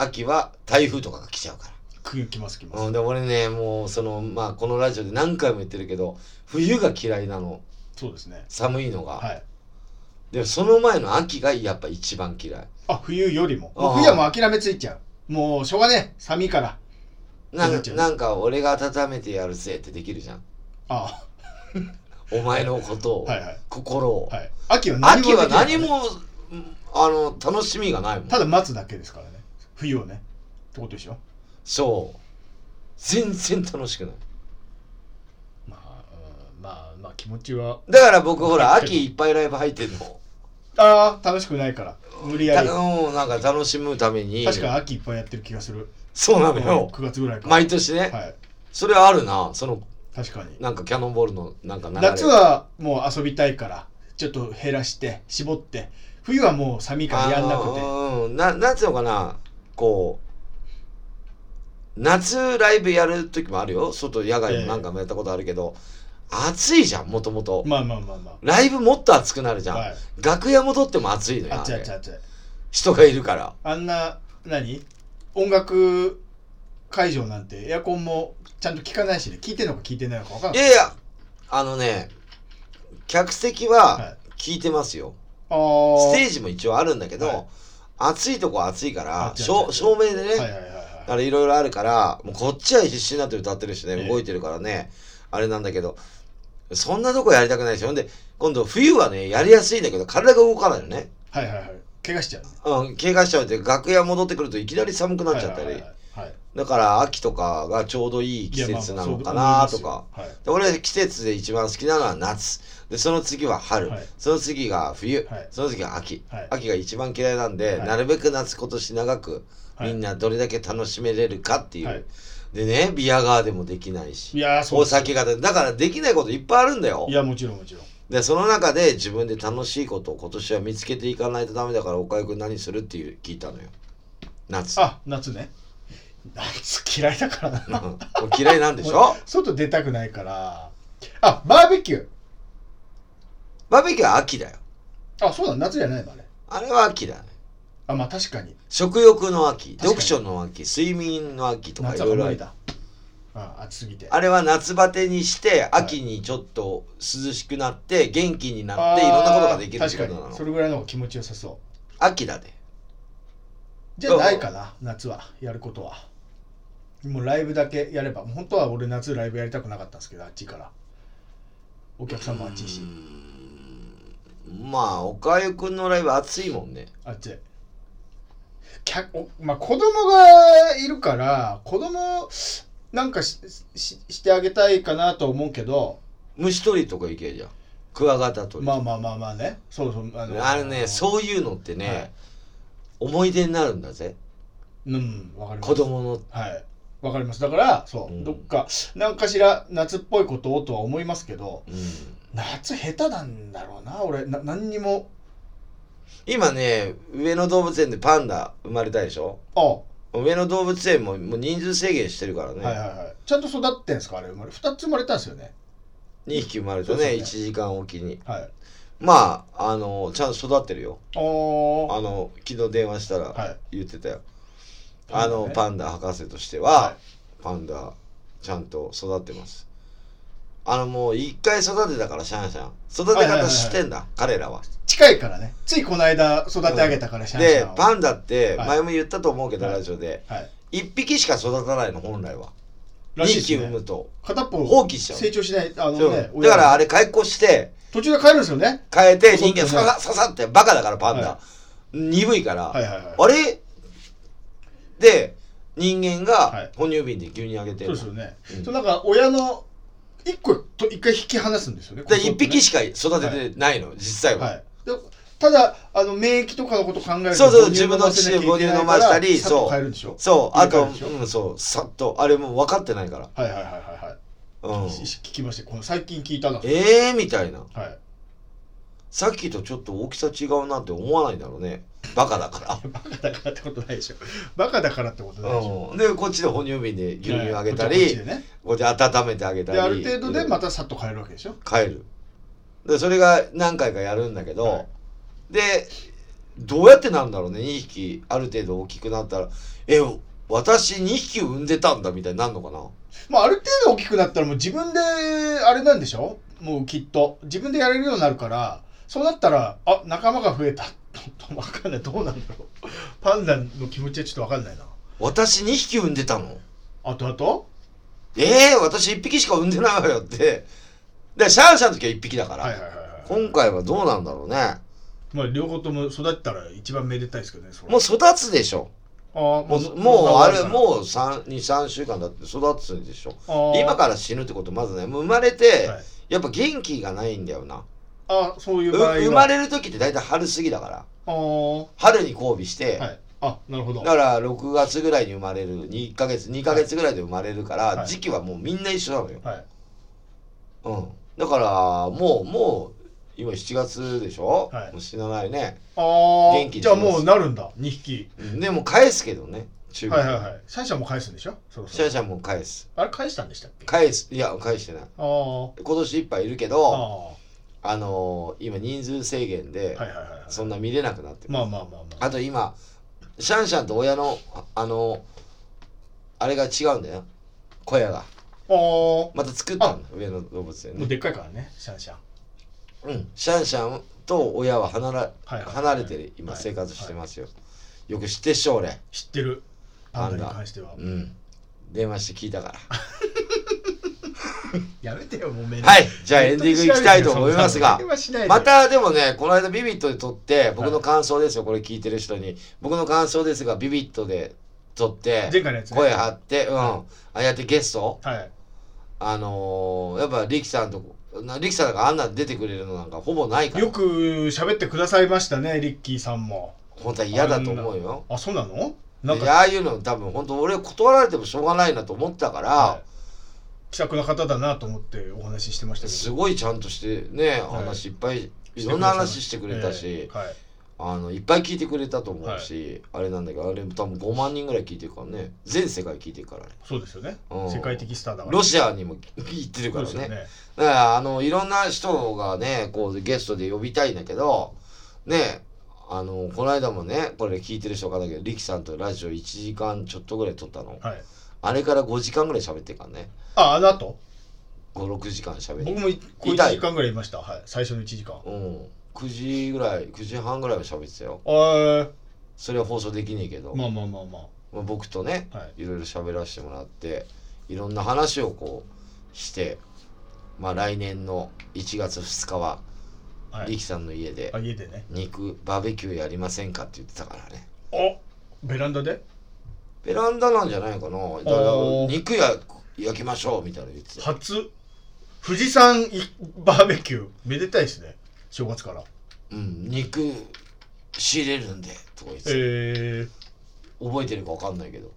Speaker 1: 秋は台風とかが来ちゃうか
Speaker 2: 来来ます来ます、
Speaker 1: ら、うん、で俺ねもうそのまあこのラジオで何回も言ってるけど冬が嫌いなの
Speaker 2: そうですね
Speaker 1: 寒いのが、
Speaker 2: はい
Speaker 1: でもその前の秋がやっぱ一番嫌い
Speaker 2: あ冬よりも
Speaker 1: あ
Speaker 2: も
Speaker 1: ー
Speaker 2: う冬はもう諦めついちゃうもうしょうがねえ寒いから
Speaker 1: な
Speaker 2: なんっち
Speaker 1: か
Speaker 2: ゃう
Speaker 1: なんか俺が温めてやるぜってできるじゃん
Speaker 2: あ
Speaker 1: お前のことを、
Speaker 2: あはいはい
Speaker 1: 心を、
Speaker 2: はい秋は何も
Speaker 1: 秋は
Speaker 2: できない
Speaker 1: 何もうんあの楽しみがないもん
Speaker 2: ただ待つだけですからね冬をねってことでしょ
Speaker 1: そう全然楽しくない
Speaker 2: まあ、うん、まあまあ気持ちは
Speaker 1: だから僕ほら
Speaker 2: はい
Speaker 1: 秋いっぱいライブ入ってんの
Speaker 2: ああ楽しくないから無理や
Speaker 1: た
Speaker 2: り
Speaker 1: うんなんか楽しむために
Speaker 2: 確かに秋いっぱいやってる気がする
Speaker 1: そうなのよ
Speaker 2: 9月ぐらいから
Speaker 1: 毎年ね、
Speaker 2: はい
Speaker 1: それあるなその
Speaker 2: 確かに
Speaker 1: なんかキャノンボールのなんか流れ
Speaker 2: 夏はもう遊びたいからちょっと減らして絞って冬はもう寒いからやんなくて
Speaker 1: あのうんななんていうのかなこう夏ライブやる時もあるよ外野外
Speaker 2: ええ
Speaker 1: もなんかもやったことあるけど、暑いじゃんもともと
Speaker 2: まあまあまあま
Speaker 1: ライブもっと暑くなるじ
Speaker 2: あ
Speaker 1: ゃん、
Speaker 2: はい
Speaker 1: 楽屋戻っても暑いのよ
Speaker 2: あっちあ
Speaker 1: あ
Speaker 2: っ
Speaker 1: れ
Speaker 2: ちあっち
Speaker 1: 人がいるから
Speaker 2: あんな何音楽会場なんてエアコンもちゃんと効かないしね効いてるのか効いてないのか分か
Speaker 1: い
Speaker 2: んない
Speaker 1: やいやあのね客席は
Speaker 2: はい
Speaker 1: 聞いてますよ、
Speaker 2: あー
Speaker 1: ステージも一応あるんだけど、
Speaker 2: はい
Speaker 1: 暑いとこは暑いか
Speaker 2: あ
Speaker 1: ら
Speaker 2: 違う違う違
Speaker 1: 照
Speaker 2: う
Speaker 1: 照明でね、
Speaker 2: はいはいはいはい
Speaker 1: あれいろいろあるからもうこっちは必死になって歌ってるし
Speaker 2: え
Speaker 1: ね
Speaker 2: え
Speaker 1: 動いてるからね、あれなんだけどそんなとこやりたくないですよほんで今度冬はねやりやすいんだけど体が動かないよね、
Speaker 2: はいはいはい怪我しちゃう
Speaker 1: うん、怪我しちゃうって楽屋戻ってくるといきなり寒くなっちゃったり、
Speaker 2: はいはいはいはい
Speaker 1: だから秋とかがちょうどいい季節なのかなとか、
Speaker 2: いやまあまあそう思いますよ
Speaker 1: で俺季節で一番好きなのは夏でその次は春、
Speaker 2: はい
Speaker 1: その次が冬、
Speaker 2: はい
Speaker 1: その次が秋、
Speaker 2: はい
Speaker 1: 秋が一番嫌いなんで、
Speaker 2: はい
Speaker 1: なるべく夏今年長く
Speaker 2: はい
Speaker 1: みんなどれだけ楽しめれるかっていう、
Speaker 2: はい
Speaker 1: でねビアガーでもできない
Speaker 2: い
Speaker 1: し
Speaker 2: やーそう
Speaker 1: お
Speaker 2: ですよ
Speaker 1: 酒がだからできないこといっぱいあるんだよ
Speaker 2: いやもちろんもちろん
Speaker 1: でその中で自分で楽しいことを今年は見つけていかないとダメだからおかゆくん何するっていう聞いたのよ夏
Speaker 2: あ夏ね夏嫌いだから
Speaker 1: うん
Speaker 2: な
Speaker 1: もう嫌いなん でしょ
Speaker 2: 外出たくないからあバーベキュー
Speaker 1: バーベキューは秋だよ
Speaker 2: あそうだ夏じゃないのあれ
Speaker 1: あれは秋だね
Speaker 2: あまあ確かに
Speaker 1: 食欲の秋
Speaker 2: 確かに
Speaker 1: 読書の秋睡眠の秋とかい
Speaker 2: 夏
Speaker 1: ろ
Speaker 2: はい
Speaker 1: ろあ
Speaker 2: 無理
Speaker 1: る
Speaker 2: だあ暑すぎて
Speaker 1: あれは夏バテにして
Speaker 2: い
Speaker 1: 秋にちょっと涼しくなって元気になっていろんなことができる
Speaker 2: あ
Speaker 1: っ
Speaker 2: ー
Speaker 1: て
Speaker 2: 確
Speaker 1: こと
Speaker 2: か
Speaker 1: な
Speaker 2: にそ
Speaker 1: の
Speaker 2: れぐらいの方が気持ちよさそう
Speaker 1: 秋だで
Speaker 2: じゃあないかな夏はやることはもうライブだけやれば本当は俺夏ライブやりたくなかったんですけどあっちからお客さんもあっちいし
Speaker 1: まあおかゆくんのライブ暑いもんね
Speaker 2: あっち客おまあ子供がいるから子供なんかしししてあげたいかなとは思うけど
Speaker 1: 虫取りとか行けじゃんクワガタ取り、
Speaker 2: まあまあまあまあねそうそうあ
Speaker 1: あ、れねそういうのってね、
Speaker 2: はい
Speaker 1: 思い出になるんだぜ
Speaker 2: ううんわかります
Speaker 1: 子供の
Speaker 2: はいわかりますだからそう、
Speaker 1: うん
Speaker 2: どっか何かしら夏っぽいことをとは思いますけど
Speaker 1: うん
Speaker 2: 夏下手なんだろうな俺な何にも
Speaker 1: 今ね上野動物園でパンダ生まれたでしょ
Speaker 2: ああ
Speaker 1: 上野動物園ももう人数制限してるからね、
Speaker 2: はいはいはいちゃんと育ってんすかあれ生まれ2つ生まれたんですよね
Speaker 1: 2匹生まれた
Speaker 2: そう
Speaker 1: ね
Speaker 2: そうね
Speaker 1: 1時間おきに
Speaker 2: はい
Speaker 1: まああのちゃんと育ってるよ
Speaker 2: おー
Speaker 1: あの昨日電話した
Speaker 2: は
Speaker 1: ら
Speaker 2: い
Speaker 1: 言ってたよ、
Speaker 2: パンダね
Speaker 1: あのパンダ博士としては、
Speaker 2: は
Speaker 1: パンダちゃんと育ってますあのもう一回育てたからシャンシャン育て方知ってんだ、彼らは
Speaker 2: 近いからねついこの間育て上げたからシャンシャ
Speaker 1: で
Speaker 2: ンを
Speaker 1: パンダって
Speaker 2: はい
Speaker 1: 前も言ったと思うけど、
Speaker 2: はい
Speaker 1: ラジオで
Speaker 2: はい
Speaker 1: 1匹しか育たないの本来は、
Speaker 2: らしい
Speaker 1: 2
Speaker 2: で
Speaker 1: 匹
Speaker 2: す
Speaker 1: 産
Speaker 2: ね
Speaker 1: むと
Speaker 2: 片っぽ
Speaker 1: 放棄しちゃう
Speaker 2: 成長しないあの
Speaker 1: そう
Speaker 2: ね
Speaker 1: だからあ
Speaker 2: れ
Speaker 1: れ開口して
Speaker 2: 途中で帰るんですよね
Speaker 1: 変えて
Speaker 2: そう
Speaker 1: 人間
Speaker 2: そ
Speaker 1: さ
Speaker 2: うそ
Speaker 1: さ
Speaker 2: う
Speaker 1: ささってバカだからパンダ、
Speaker 2: は
Speaker 1: 鈍いから、
Speaker 2: はいはいはい
Speaker 1: あれで人間
Speaker 2: は
Speaker 1: が
Speaker 2: い
Speaker 1: 哺乳瓶で牛乳あげて
Speaker 2: そ
Speaker 1: る
Speaker 2: う
Speaker 1: の
Speaker 2: ですよね、
Speaker 1: うん
Speaker 2: そうなんか親の一個と一回引き離すんですよね。
Speaker 1: で
Speaker 2: ここ
Speaker 1: 一
Speaker 2: ってね
Speaker 1: 匹しか育ててないの、実際は、
Speaker 2: はい。でただあの免疫とかのこと考えると
Speaker 1: そうそう
Speaker 2: 母乳飲ませなきゃいけな
Speaker 1: 自分の母
Speaker 2: い
Speaker 1: 乳飲ましたり
Speaker 2: からさっと
Speaker 1: そう
Speaker 2: 変えるんでしょ。
Speaker 1: そう
Speaker 2: 入
Speaker 1: あ
Speaker 2: れ替
Speaker 1: と、
Speaker 2: えるでしょ
Speaker 1: うん、そうさっとあれもう分かってないから、
Speaker 2: はいはいはいはいはい。
Speaker 1: うん、
Speaker 2: 聞きました。この最近聞いたな。はい。
Speaker 1: ええー、みたいなさっきとちょっと大きさ違うなって思わないんだろうねバカだか
Speaker 2: バカだからってことないでしょ。バカだからってこと
Speaker 1: ら、
Speaker 2: ないでしょ。
Speaker 1: うん、でこっちで哺乳瓶で牛乳あげた
Speaker 2: は
Speaker 1: り
Speaker 2: いこっちはこっちでね。
Speaker 1: こっちで温めてあげたり
Speaker 2: である程度でま
Speaker 1: た
Speaker 2: たさっと変えるわけでしょ。
Speaker 1: 帰るでそれが何回かやるんだけど、
Speaker 2: はい
Speaker 1: でどうやってなんだろうね2匹ある程度大きくなったらえ私2匹産んでたんだみたいになるのかな
Speaker 2: まあある程度大きくなったらもう自分であれなんでしょ。もうきっと自分でやれるようになるから、そうなったらあ仲間が増えた。とわかんないどうなんだろう。パンダの気持ちはちょっとわかんないな。
Speaker 1: 私2匹産んでたの
Speaker 2: あとあと。
Speaker 1: えー、私1匹しか産んでないわよってでシャンシャンの時は1匹だから、
Speaker 2: はいはいはいはい。
Speaker 1: 今回はどうなんだろうね
Speaker 2: まあ両方とも育ったら一番めでたいですけどね。それ
Speaker 1: もう育つでしょ
Speaker 2: あー
Speaker 1: も
Speaker 2: も
Speaker 1: うもうあれ
Speaker 2: う
Speaker 1: もう23週間だって育つでしょ
Speaker 2: あー
Speaker 1: 今から死ぬってことまずねもう生まれて、
Speaker 2: はい
Speaker 1: やっぱ元気がないんだよな
Speaker 2: あそういう
Speaker 1: う
Speaker 2: 場合は
Speaker 1: 生まれる時って大体春過ぎだから
Speaker 2: あー
Speaker 1: 春に交尾して、
Speaker 2: はいあなるほど
Speaker 1: だから6月ぐらいに生まれる1ヶ月2ヶ月ぐらいで生まれるから、
Speaker 2: はい
Speaker 1: 時期はもうみんな一緒なのよ、
Speaker 2: はい
Speaker 1: うん、だからもうもう今7月でしょ、
Speaker 2: はい
Speaker 1: もう死なないね
Speaker 2: あー
Speaker 1: 元気に
Speaker 2: じゃあ
Speaker 1: します
Speaker 2: もうなるんだ2匹
Speaker 1: うんでも返すけどね中
Speaker 2: はいはいはいシャンシャンも返すんでしょそろ
Speaker 1: シ
Speaker 2: そ
Speaker 1: ャ
Speaker 2: ろ
Speaker 1: ンシャンも返す
Speaker 2: あれ返したんでしたっけあ
Speaker 1: 返すいや返してない
Speaker 2: ー
Speaker 1: 今年いっぱいいるけ
Speaker 2: あー
Speaker 1: どあ
Speaker 2: は
Speaker 1: のー今人数制限
Speaker 2: い
Speaker 1: で
Speaker 2: はいはいはい
Speaker 1: そんな見れなくなってる、
Speaker 2: まあまあまあまあ
Speaker 1: あと今シャンシャンと親のああのーあれが違うんだよ小屋が
Speaker 2: あー
Speaker 1: また作ったんだ上野動物園
Speaker 2: もう
Speaker 1: ね
Speaker 2: でっかいからねシャンシャン
Speaker 1: うん、シャンシャンと親は離ら
Speaker 2: はいはい
Speaker 1: 離れて今
Speaker 2: はい
Speaker 1: 生活してますよ。よく知ってっしょ俺。
Speaker 2: 知ってるパ
Speaker 1: パ
Speaker 2: ンダに
Speaker 1: ンダ
Speaker 2: 関しては
Speaker 1: うん。電話して聞いたから。
Speaker 2: やめてよもうめんど
Speaker 1: はい、じゃあエンディングいきたいと思いますが
Speaker 2: そんな電話しないで
Speaker 1: またでもね、この間ビビットで撮って、僕の感想ですよ、これ聞いてる人に。僕の感想ですが、ビビットで撮って、
Speaker 2: 前回のやつね
Speaker 1: 声張って、うん。ああやってゲスト、
Speaker 2: はい
Speaker 1: あのーやっぱリキさんとこ、なリキさんなんかあんな出てくれるのなんかほぼないから
Speaker 2: よ、く喋ってくださいましたねリッキーさんも
Speaker 1: 本当は嫌だと思うよ。
Speaker 2: あそうなの
Speaker 1: で
Speaker 2: なんか
Speaker 1: ああいうの多分本当俺断られてもしょうがないなと思ったから、
Speaker 2: 気さくな方だなと思ってお話ししてました
Speaker 1: す
Speaker 2: け
Speaker 1: ごいちゃんとしてね、
Speaker 2: はい
Speaker 1: 話いっぱい
Speaker 2: ど
Speaker 1: いろんな話してくれたし、
Speaker 2: ええはい
Speaker 1: あのいっぱい聞いてくれたと思うし、あれなんだけどあれ多分5万人ぐらい聞いてるからね全世界聞いてるからね
Speaker 2: そうですよね、
Speaker 1: うん
Speaker 2: 世界的スターだから
Speaker 1: ロシアにも行ってる
Speaker 2: そ
Speaker 1: から
Speaker 2: うですよ
Speaker 1: ね
Speaker 2: ね
Speaker 1: だからあのいろんな人がねこうゲストで呼びたいんだけどねあのこの間もねこれ聞いてる人からだけどリキさんとラジオ1時間ちょっとぐらい撮ったの、
Speaker 2: はい
Speaker 1: あれから5時間ぐらい喋ってるからね
Speaker 2: ああの後
Speaker 1: 56時間喋って
Speaker 2: 僕もいこう
Speaker 1: 痛
Speaker 2: 1
Speaker 1: い
Speaker 2: 時間ぐらいいましたはい最初の1時間あ
Speaker 1: うん9時ぐらい9時半ぐらいは喋ってたよ
Speaker 2: ー
Speaker 1: それは放送できねえけど、
Speaker 2: まあまあまあま
Speaker 1: まあ、僕とね
Speaker 2: あはい
Speaker 1: いろいろ喋らせてもらっていろんな話をこうしてまあ来年の1月2日は
Speaker 2: はい
Speaker 1: 力さんの家で
Speaker 2: あ家でね
Speaker 1: 肉バーベキューやりませんかって言ってたからね
Speaker 2: おベランダで
Speaker 1: ベランダなんじゃないかなだから
Speaker 2: おー
Speaker 1: 肉や焼きましょうみたいなの言ってた
Speaker 2: 初富士山いバーベキューめでたいですね正月から
Speaker 1: うん肉仕入れるんでとか言ってた
Speaker 2: えー、
Speaker 1: 覚えてるか分かんないけど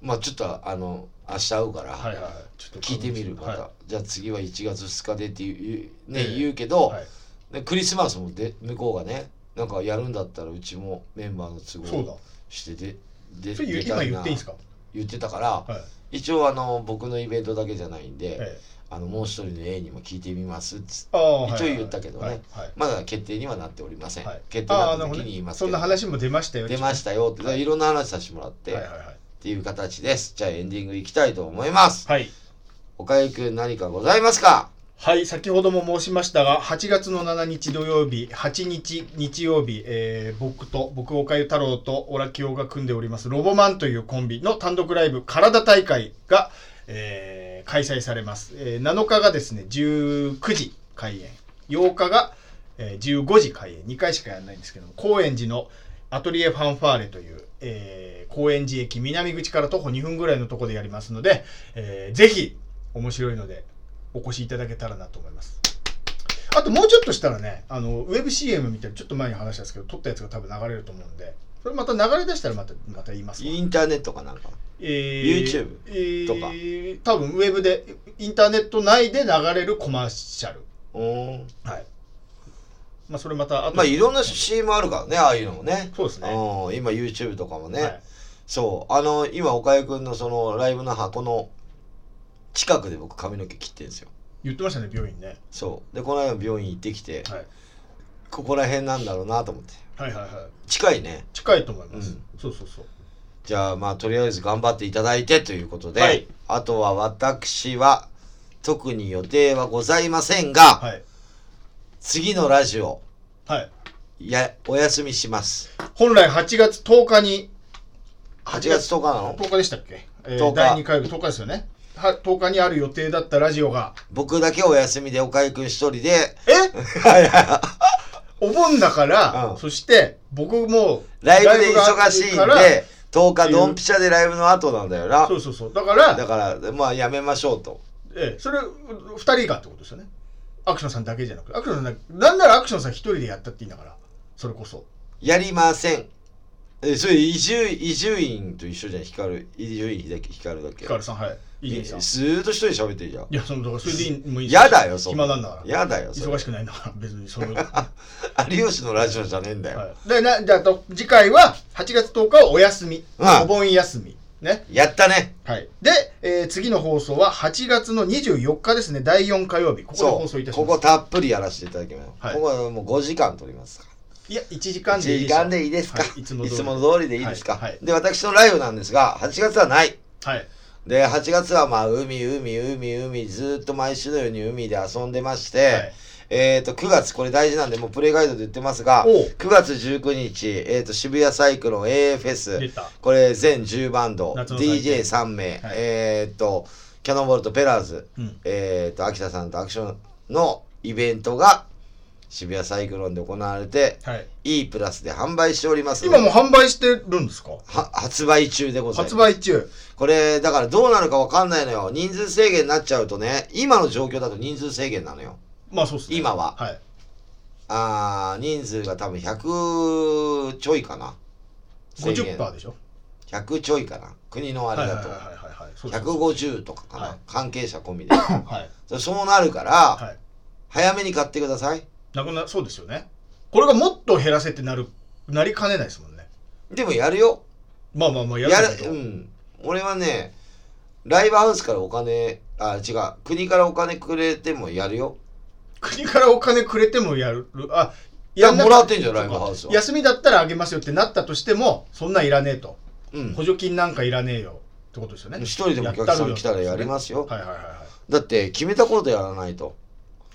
Speaker 1: まあちょっとあの明日会うから、
Speaker 2: はいはいはいちょっと
Speaker 1: 聞いてみるまた、
Speaker 2: は
Speaker 1: じゃあ次は1月2日でっていうね、
Speaker 2: ええ
Speaker 1: 言うけど、
Speaker 2: い、はい、
Speaker 1: でクリスマスもで向こうがねなんかやるんだったらうちもメンバーの都
Speaker 2: そう
Speaker 1: 合
Speaker 2: だ
Speaker 1: をしてでで
Speaker 2: それ言う
Speaker 1: 出た
Speaker 2: 今
Speaker 1: い
Speaker 2: 言っ
Speaker 1: な
Speaker 2: ていいんですか
Speaker 1: 言ってたから、
Speaker 2: はい、
Speaker 1: 一応あの僕のイベントだけじゃないんで、
Speaker 2: え
Speaker 1: あのもう一人の A にも聞いてみますっつって
Speaker 2: ー、あー
Speaker 1: 一応
Speaker 2: はいはいはい
Speaker 1: 言ったけどね
Speaker 2: はいはい
Speaker 1: まだ決定にはなっておりません、
Speaker 2: はい、
Speaker 1: 決定にな
Speaker 2: あー
Speaker 1: った
Speaker 2: なるほ
Speaker 1: 時
Speaker 2: ど
Speaker 1: に
Speaker 2: ね
Speaker 1: 言います
Speaker 2: そ
Speaker 1: け
Speaker 2: ん
Speaker 1: ど、
Speaker 2: な話も出ましたよ
Speaker 1: 出ましたよって、い、ろんな話させてもらって、
Speaker 2: はい
Speaker 1: っ
Speaker 2: はいはい
Speaker 1: ていう形ですじゃあエンディングいきたいと思います、
Speaker 2: はい、
Speaker 1: おかゆくん何かございますか
Speaker 2: はい、先ほども申しましたが8月の7日土曜日8日日曜日、えー僕と僕岡ゆ太郎とオラキオが組んでおりますロボマンというコンビの単独ライブ「体大会が」えー開催されます、えー7日がですね19時開演8日が、えー15時開演2回しかやらないんですけども高円寺のアトリエファンファーレという、えー高円寺駅南口から徒歩2分ぐらいのところでやりますので、えーぜひ面白いのでお越しいただけたらなと思います。あともうちょっとしたらね、あの、ウェブ CM みたいな、ちょっと前に話したんですけど、撮ったやつが多分流れると思うんで、それまた流れ出したらまた、また言いますわ
Speaker 1: インターネットかなんか。
Speaker 2: え
Speaker 1: YouTube
Speaker 2: えー
Speaker 1: とか
Speaker 2: 多分ウェブで、インターネット内で流れるコマーシャル。
Speaker 1: おー
Speaker 2: はい。まあ、それまた後で、
Speaker 1: まあいろんな CM あるからね、ああいうのもね。
Speaker 2: そうですね
Speaker 1: うん今 YouTube とかもね。
Speaker 2: はい
Speaker 1: そう。あの、今、岡井くんのそのライブの箱の近くで僕髪の毛切ってるんですよ。
Speaker 2: 言ってましたね、病院ね。
Speaker 1: そう。で、この間病院行ってきて、
Speaker 2: はい。
Speaker 1: ここら辺なんだろうなと思って。
Speaker 2: はいはいはい。
Speaker 1: 近いね。
Speaker 2: 近いと思います。
Speaker 1: うん
Speaker 2: そうそうそう。
Speaker 1: じゃあまあとりあえず頑張っていただいてということで、
Speaker 2: はい
Speaker 1: あとは私は特に予定はございませんが、
Speaker 2: はい。
Speaker 1: 次のラジオ
Speaker 2: はい。
Speaker 1: やお休みします
Speaker 2: 本来8月10日に、
Speaker 1: 8月10日なの
Speaker 2: 10日でしたっけ、えー
Speaker 1: 10日
Speaker 2: 第2回の10日ですよね。は10日にある予定だったラジオが、
Speaker 1: 僕だけお休みで岡井くん一人で
Speaker 2: え
Speaker 1: はいはい
Speaker 2: お盆だから、
Speaker 1: うん
Speaker 2: そして僕も
Speaker 1: ライブで忙しいん
Speaker 2: ライブがある
Speaker 1: で10日ドンピシャでライブの後なんだよ
Speaker 2: から
Speaker 1: な
Speaker 2: そうそうそう。だから、
Speaker 1: だからまあやめましょうと
Speaker 2: ええそれ、2人がってことですよね。アクションさんだけじゃなくて、アクションさんだけ、なんならアクションさん1人でやったっていいんだから、それこそ。
Speaker 1: やりませんえそれ伊集伊集院と一緒じゃん光る伊集院秀樹光るだっけ
Speaker 2: ヒカルさん、はい。いいねさん。い
Speaker 1: ずーっと一人で喋ってるじゃん
Speaker 2: や、その、だからそれでいい、もういいです
Speaker 1: やだよ、そん
Speaker 2: 暇なんだから。
Speaker 1: やだよ、それ
Speaker 2: 忙しくないんだから、別にそれ
Speaker 1: 有吉のラジオじゃねえんだよ。
Speaker 2: はい、でなじゃあと次回は8月10日はお休み、
Speaker 1: うん
Speaker 2: お盆休みね
Speaker 1: やったね。
Speaker 2: はいで、えー次の放送は8月の24日ですね第4火曜日ここで放送いたし
Speaker 1: こ
Speaker 2: ます
Speaker 1: こたっぷりやらせていただきます。
Speaker 2: はい
Speaker 1: ここはもう5時間取りますか
Speaker 2: いや1時
Speaker 1: ら。
Speaker 2: 間でい
Speaker 1: 時
Speaker 2: いですよ
Speaker 1: 間でいいですか、
Speaker 2: はい、いつも通り
Speaker 1: 通りでいいですか、
Speaker 2: はいはい
Speaker 1: で、私のライブなんですが、8月はない。
Speaker 2: はい
Speaker 1: で、8月はまあ、海、海、海、海、ずーっと毎週のように海で遊んでまして、
Speaker 2: はい
Speaker 1: えっ、と、9月、これ大事なんで、もうプレイガイドで言ってますが、
Speaker 2: おう
Speaker 1: 9月19日、えっ、と、渋谷サイクロン AA フェス、
Speaker 2: 出た
Speaker 1: これ全10バンド、
Speaker 2: 夏の祭典
Speaker 1: DJ3 名、
Speaker 2: はい
Speaker 1: えーっと、キャノンボールとペラーズ、
Speaker 2: うん
Speaker 1: えーっと、秋田さんとアクションのイベントが渋谷サイクロンで行われて、
Speaker 2: はい、
Speaker 1: E プラスで販売しておりますので
Speaker 2: 今もう販売してるんですか
Speaker 1: は発売中でございます。
Speaker 2: 発売中
Speaker 1: これ、だからどうなるかわかんないのよ。人数制限になっちゃうとね、今の状況だと人数制限なのよ。
Speaker 2: まあそうっすね
Speaker 1: 今は
Speaker 2: はい
Speaker 1: あー、人数が多分100ちょいかな。制限
Speaker 2: 50%でしょ
Speaker 1: 100ちょいかな。国のあ
Speaker 2: はい
Speaker 1: れ
Speaker 2: はい
Speaker 1: だ
Speaker 2: はい
Speaker 1: と。
Speaker 2: はいはいそうそうそう
Speaker 1: 150とかかな、
Speaker 2: はい
Speaker 1: 関係者込 みで
Speaker 2: はい
Speaker 1: そそうなるから、
Speaker 2: はい
Speaker 1: 早めに買ってください
Speaker 2: なくなそうですよねこれがもっと減らせってなるなりかねないですもんね
Speaker 1: でもやるよ
Speaker 2: まあまあまあや
Speaker 1: や
Speaker 2: る
Speaker 1: る
Speaker 2: けど
Speaker 1: うん俺はねライブハウスからお金あ違う国からお金くれてもやるよ
Speaker 2: 国からお金くれてもやる。あ、
Speaker 1: いや
Speaker 2: んな
Speaker 1: もらってんじゃん
Speaker 2: そう
Speaker 1: ライ
Speaker 2: か
Speaker 1: ブハウスは
Speaker 2: 休みだったらあげますよってなったとしても、そんなんいらねえと。
Speaker 1: うん
Speaker 2: 補助金なんかいらねえよってことですよね。
Speaker 1: 一人でもお客さん来たらやりますよ
Speaker 2: やったるよってことですねはいはいはいはい。
Speaker 1: だって決めたことやらないと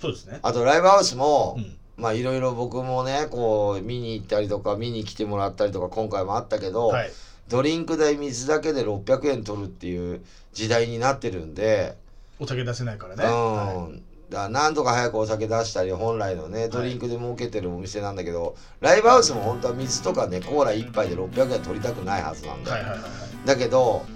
Speaker 2: そうですね。
Speaker 1: あとライブハウスも、
Speaker 2: うん。
Speaker 1: まあいろいろ僕もねこう見に行ったりとか見に来てもらったりとか今回もあったけど、
Speaker 2: はい。
Speaker 1: ドリンク代水だけで600円取るっていう時代になってるんで
Speaker 2: お酒出せないからね。
Speaker 1: うん、だからなんとか早くお酒出したり本来のねドリンクで儲けてるお店なんだけど、ライブハウスも本当は水とかねコーラ1杯で600円取りたくないはずなんだよ、
Speaker 2: はいはいはいはい。
Speaker 1: だけど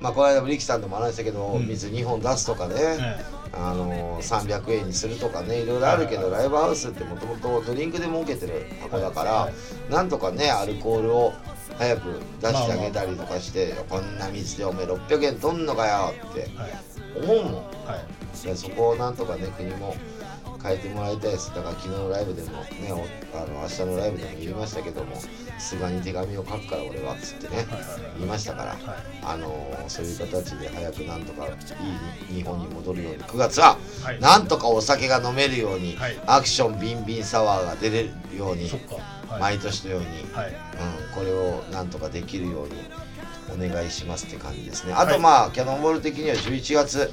Speaker 1: まあこの間も力さんとも話したけど、
Speaker 2: うん
Speaker 1: 水2本出すとかね、
Speaker 2: え
Speaker 1: あのー300円にするとかねいろいろあるけど、
Speaker 2: はい
Speaker 1: ライブハウスってもともとドリンクで儲けてる箱だから、
Speaker 2: はい
Speaker 1: なんとかねアルコールを早く出してあげたりとかして、こんな水でおめえ600円取んのかよって
Speaker 2: えはい。
Speaker 1: 思うもん。
Speaker 2: はい。
Speaker 1: いやそこをなんとかね国も変えてもらいたいですだから昨日のライブでもねおあの明日のライブでも言いましたけども菅に手紙を書くから俺はっつってね
Speaker 2: はいはいはい
Speaker 1: 言いましたから
Speaker 2: はい
Speaker 1: あのーそういう形で早くなんとかいい日本に戻るように9月は
Speaker 2: はい
Speaker 1: なんとかお酒が飲めるように
Speaker 2: はい
Speaker 1: アクションビンビンサワーが出れるように
Speaker 2: そっか。はい。
Speaker 1: 毎年のように、うん、
Speaker 2: はい。
Speaker 1: これをなんとかできるようにお願いしますって感じですね
Speaker 2: い
Speaker 1: あとまあキャノンボール的には11月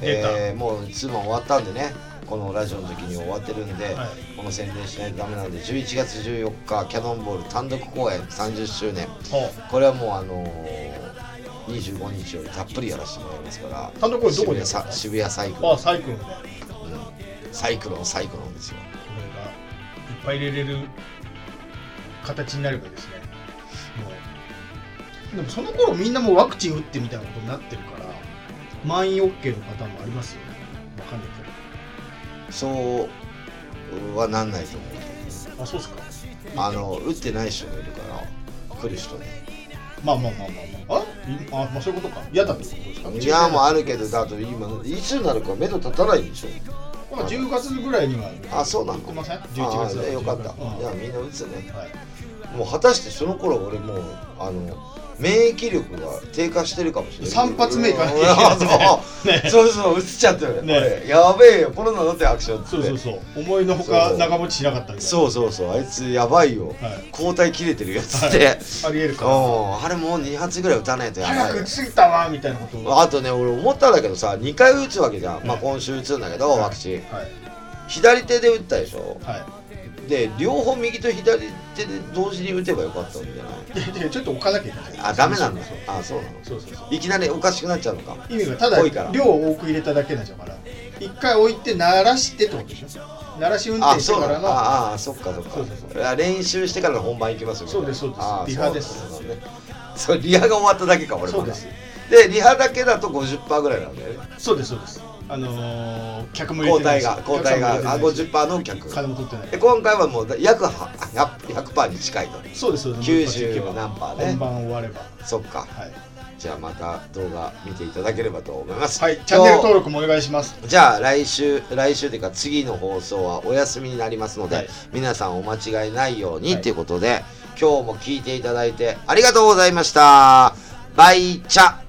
Speaker 2: 出た
Speaker 1: えーもうツーマン終わったんでねこのラジオの時に終わってるんで、
Speaker 2: はい
Speaker 1: この宣伝しないとダメなので11月14日キャノンボール単独公演30周年
Speaker 2: ほ
Speaker 1: これはもうあのー25日よりたっぷりやらせてもらいますから
Speaker 2: 単独公演どこでやるん
Speaker 1: 渋谷さ
Speaker 2: ですか
Speaker 1: 渋谷サイク
Speaker 2: う
Speaker 1: ロン、
Speaker 2: あ、サイクルで。こ
Speaker 1: うんサイクロンサイクロンですよ
Speaker 2: れがいっぱい入れれる形になればいいですね。もうでもその頃みんなもうワクチン打ってみたいなことになってるから満員 OK のパターンもありますよね、まかんないけ
Speaker 1: そうはなんないと思う
Speaker 2: どあそうっすか
Speaker 1: あの打ってない人もいるから来る人ね
Speaker 2: まあまあまあまあまああいあまあそういうことか嫌だってことですか
Speaker 1: いやもうあるけどだと今いつになるか目の立たないでしょ
Speaker 2: まあ10月ぐらいには
Speaker 1: あそうなの
Speaker 2: 言ってません
Speaker 1: あ
Speaker 2: 11
Speaker 1: あ
Speaker 2: 月だ
Speaker 1: ねよかった、
Speaker 2: うん
Speaker 1: いや
Speaker 2: はい、
Speaker 1: みんな打つねもう果たしてその頃俺もうあの免疫力が低下してるかもしれない
Speaker 2: 三発目いかなきゃいけないですね
Speaker 1: い
Speaker 2: ね
Speaker 1: そうそうそううつっちゃったよね
Speaker 2: ね
Speaker 1: これやべえよコロナだってアクションっつって
Speaker 2: そうそうそう思いのほ
Speaker 1: そ
Speaker 2: か
Speaker 1: う
Speaker 2: 長持ちしなかったみたいな
Speaker 1: そうそうそうあいつやばいよ、
Speaker 2: はい
Speaker 1: 抗体切れてるやつって、
Speaker 2: ありえるから
Speaker 1: うんあれもう2発ぐらい打たないとやばいよ
Speaker 2: 早くついたわみたいなことを
Speaker 1: あとね俺思ったんだけどさ2回打つわけじゃん、まあ、
Speaker 2: うん
Speaker 1: 今週打つんだけどワクチン
Speaker 2: はい
Speaker 1: 左手で打ったでしょ
Speaker 2: は
Speaker 1: で両方右と左手で同時に打てばよかったんじゃない
Speaker 2: いででちょっと置かなきゃいけない
Speaker 1: あダメなんだ
Speaker 2: そうそう
Speaker 1: あそうなの
Speaker 2: そうそうそう
Speaker 1: いきなりおかしくなっちゃうのか
Speaker 2: 意味がただ
Speaker 1: 多いから
Speaker 2: 量を多く入れただけなんじゃから一回置いて鳴らしてってことでしょ鳴らし運転して
Speaker 1: そう
Speaker 2: か
Speaker 1: なの
Speaker 2: らの
Speaker 1: ああそっかそっか
Speaker 2: そうそうそ
Speaker 1: あ練習してからの本番行きますよね
Speaker 2: そうですそうです
Speaker 1: ああ
Speaker 2: リハです
Speaker 1: そうなのねそうリハが終わっただけか俺まだ
Speaker 2: そうです
Speaker 1: でリハだけだと50%ぐらいなんだよね
Speaker 2: そうですそうですあのー、客も入れ
Speaker 1: 交
Speaker 2: てな
Speaker 1: 代
Speaker 2: いし
Speaker 1: が交代
Speaker 2: お
Speaker 1: が
Speaker 2: 客さ
Speaker 1: あ
Speaker 2: んも入れて
Speaker 1: 50%
Speaker 2: ないし
Speaker 1: の客
Speaker 2: 金も取ってない
Speaker 1: で今回はもう約は100 100%に近いと
Speaker 2: そうですそうです
Speaker 1: 90何パーね
Speaker 2: 本番終われば
Speaker 1: そっか
Speaker 2: はい、
Speaker 1: じゃあまた動画見ていただければと思います
Speaker 2: はい、チャンネル登
Speaker 1: 録
Speaker 2: 録もお願いします
Speaker 1: じゃあ来週来週というか次の放送はお休みになりますので、
Speaker 2: はい
Speaker 1: 皆さんお間違いないように
Speaker 2: はい
Speaker 1: ということで、今日も聞いていただいてありがとうございましたバイチャ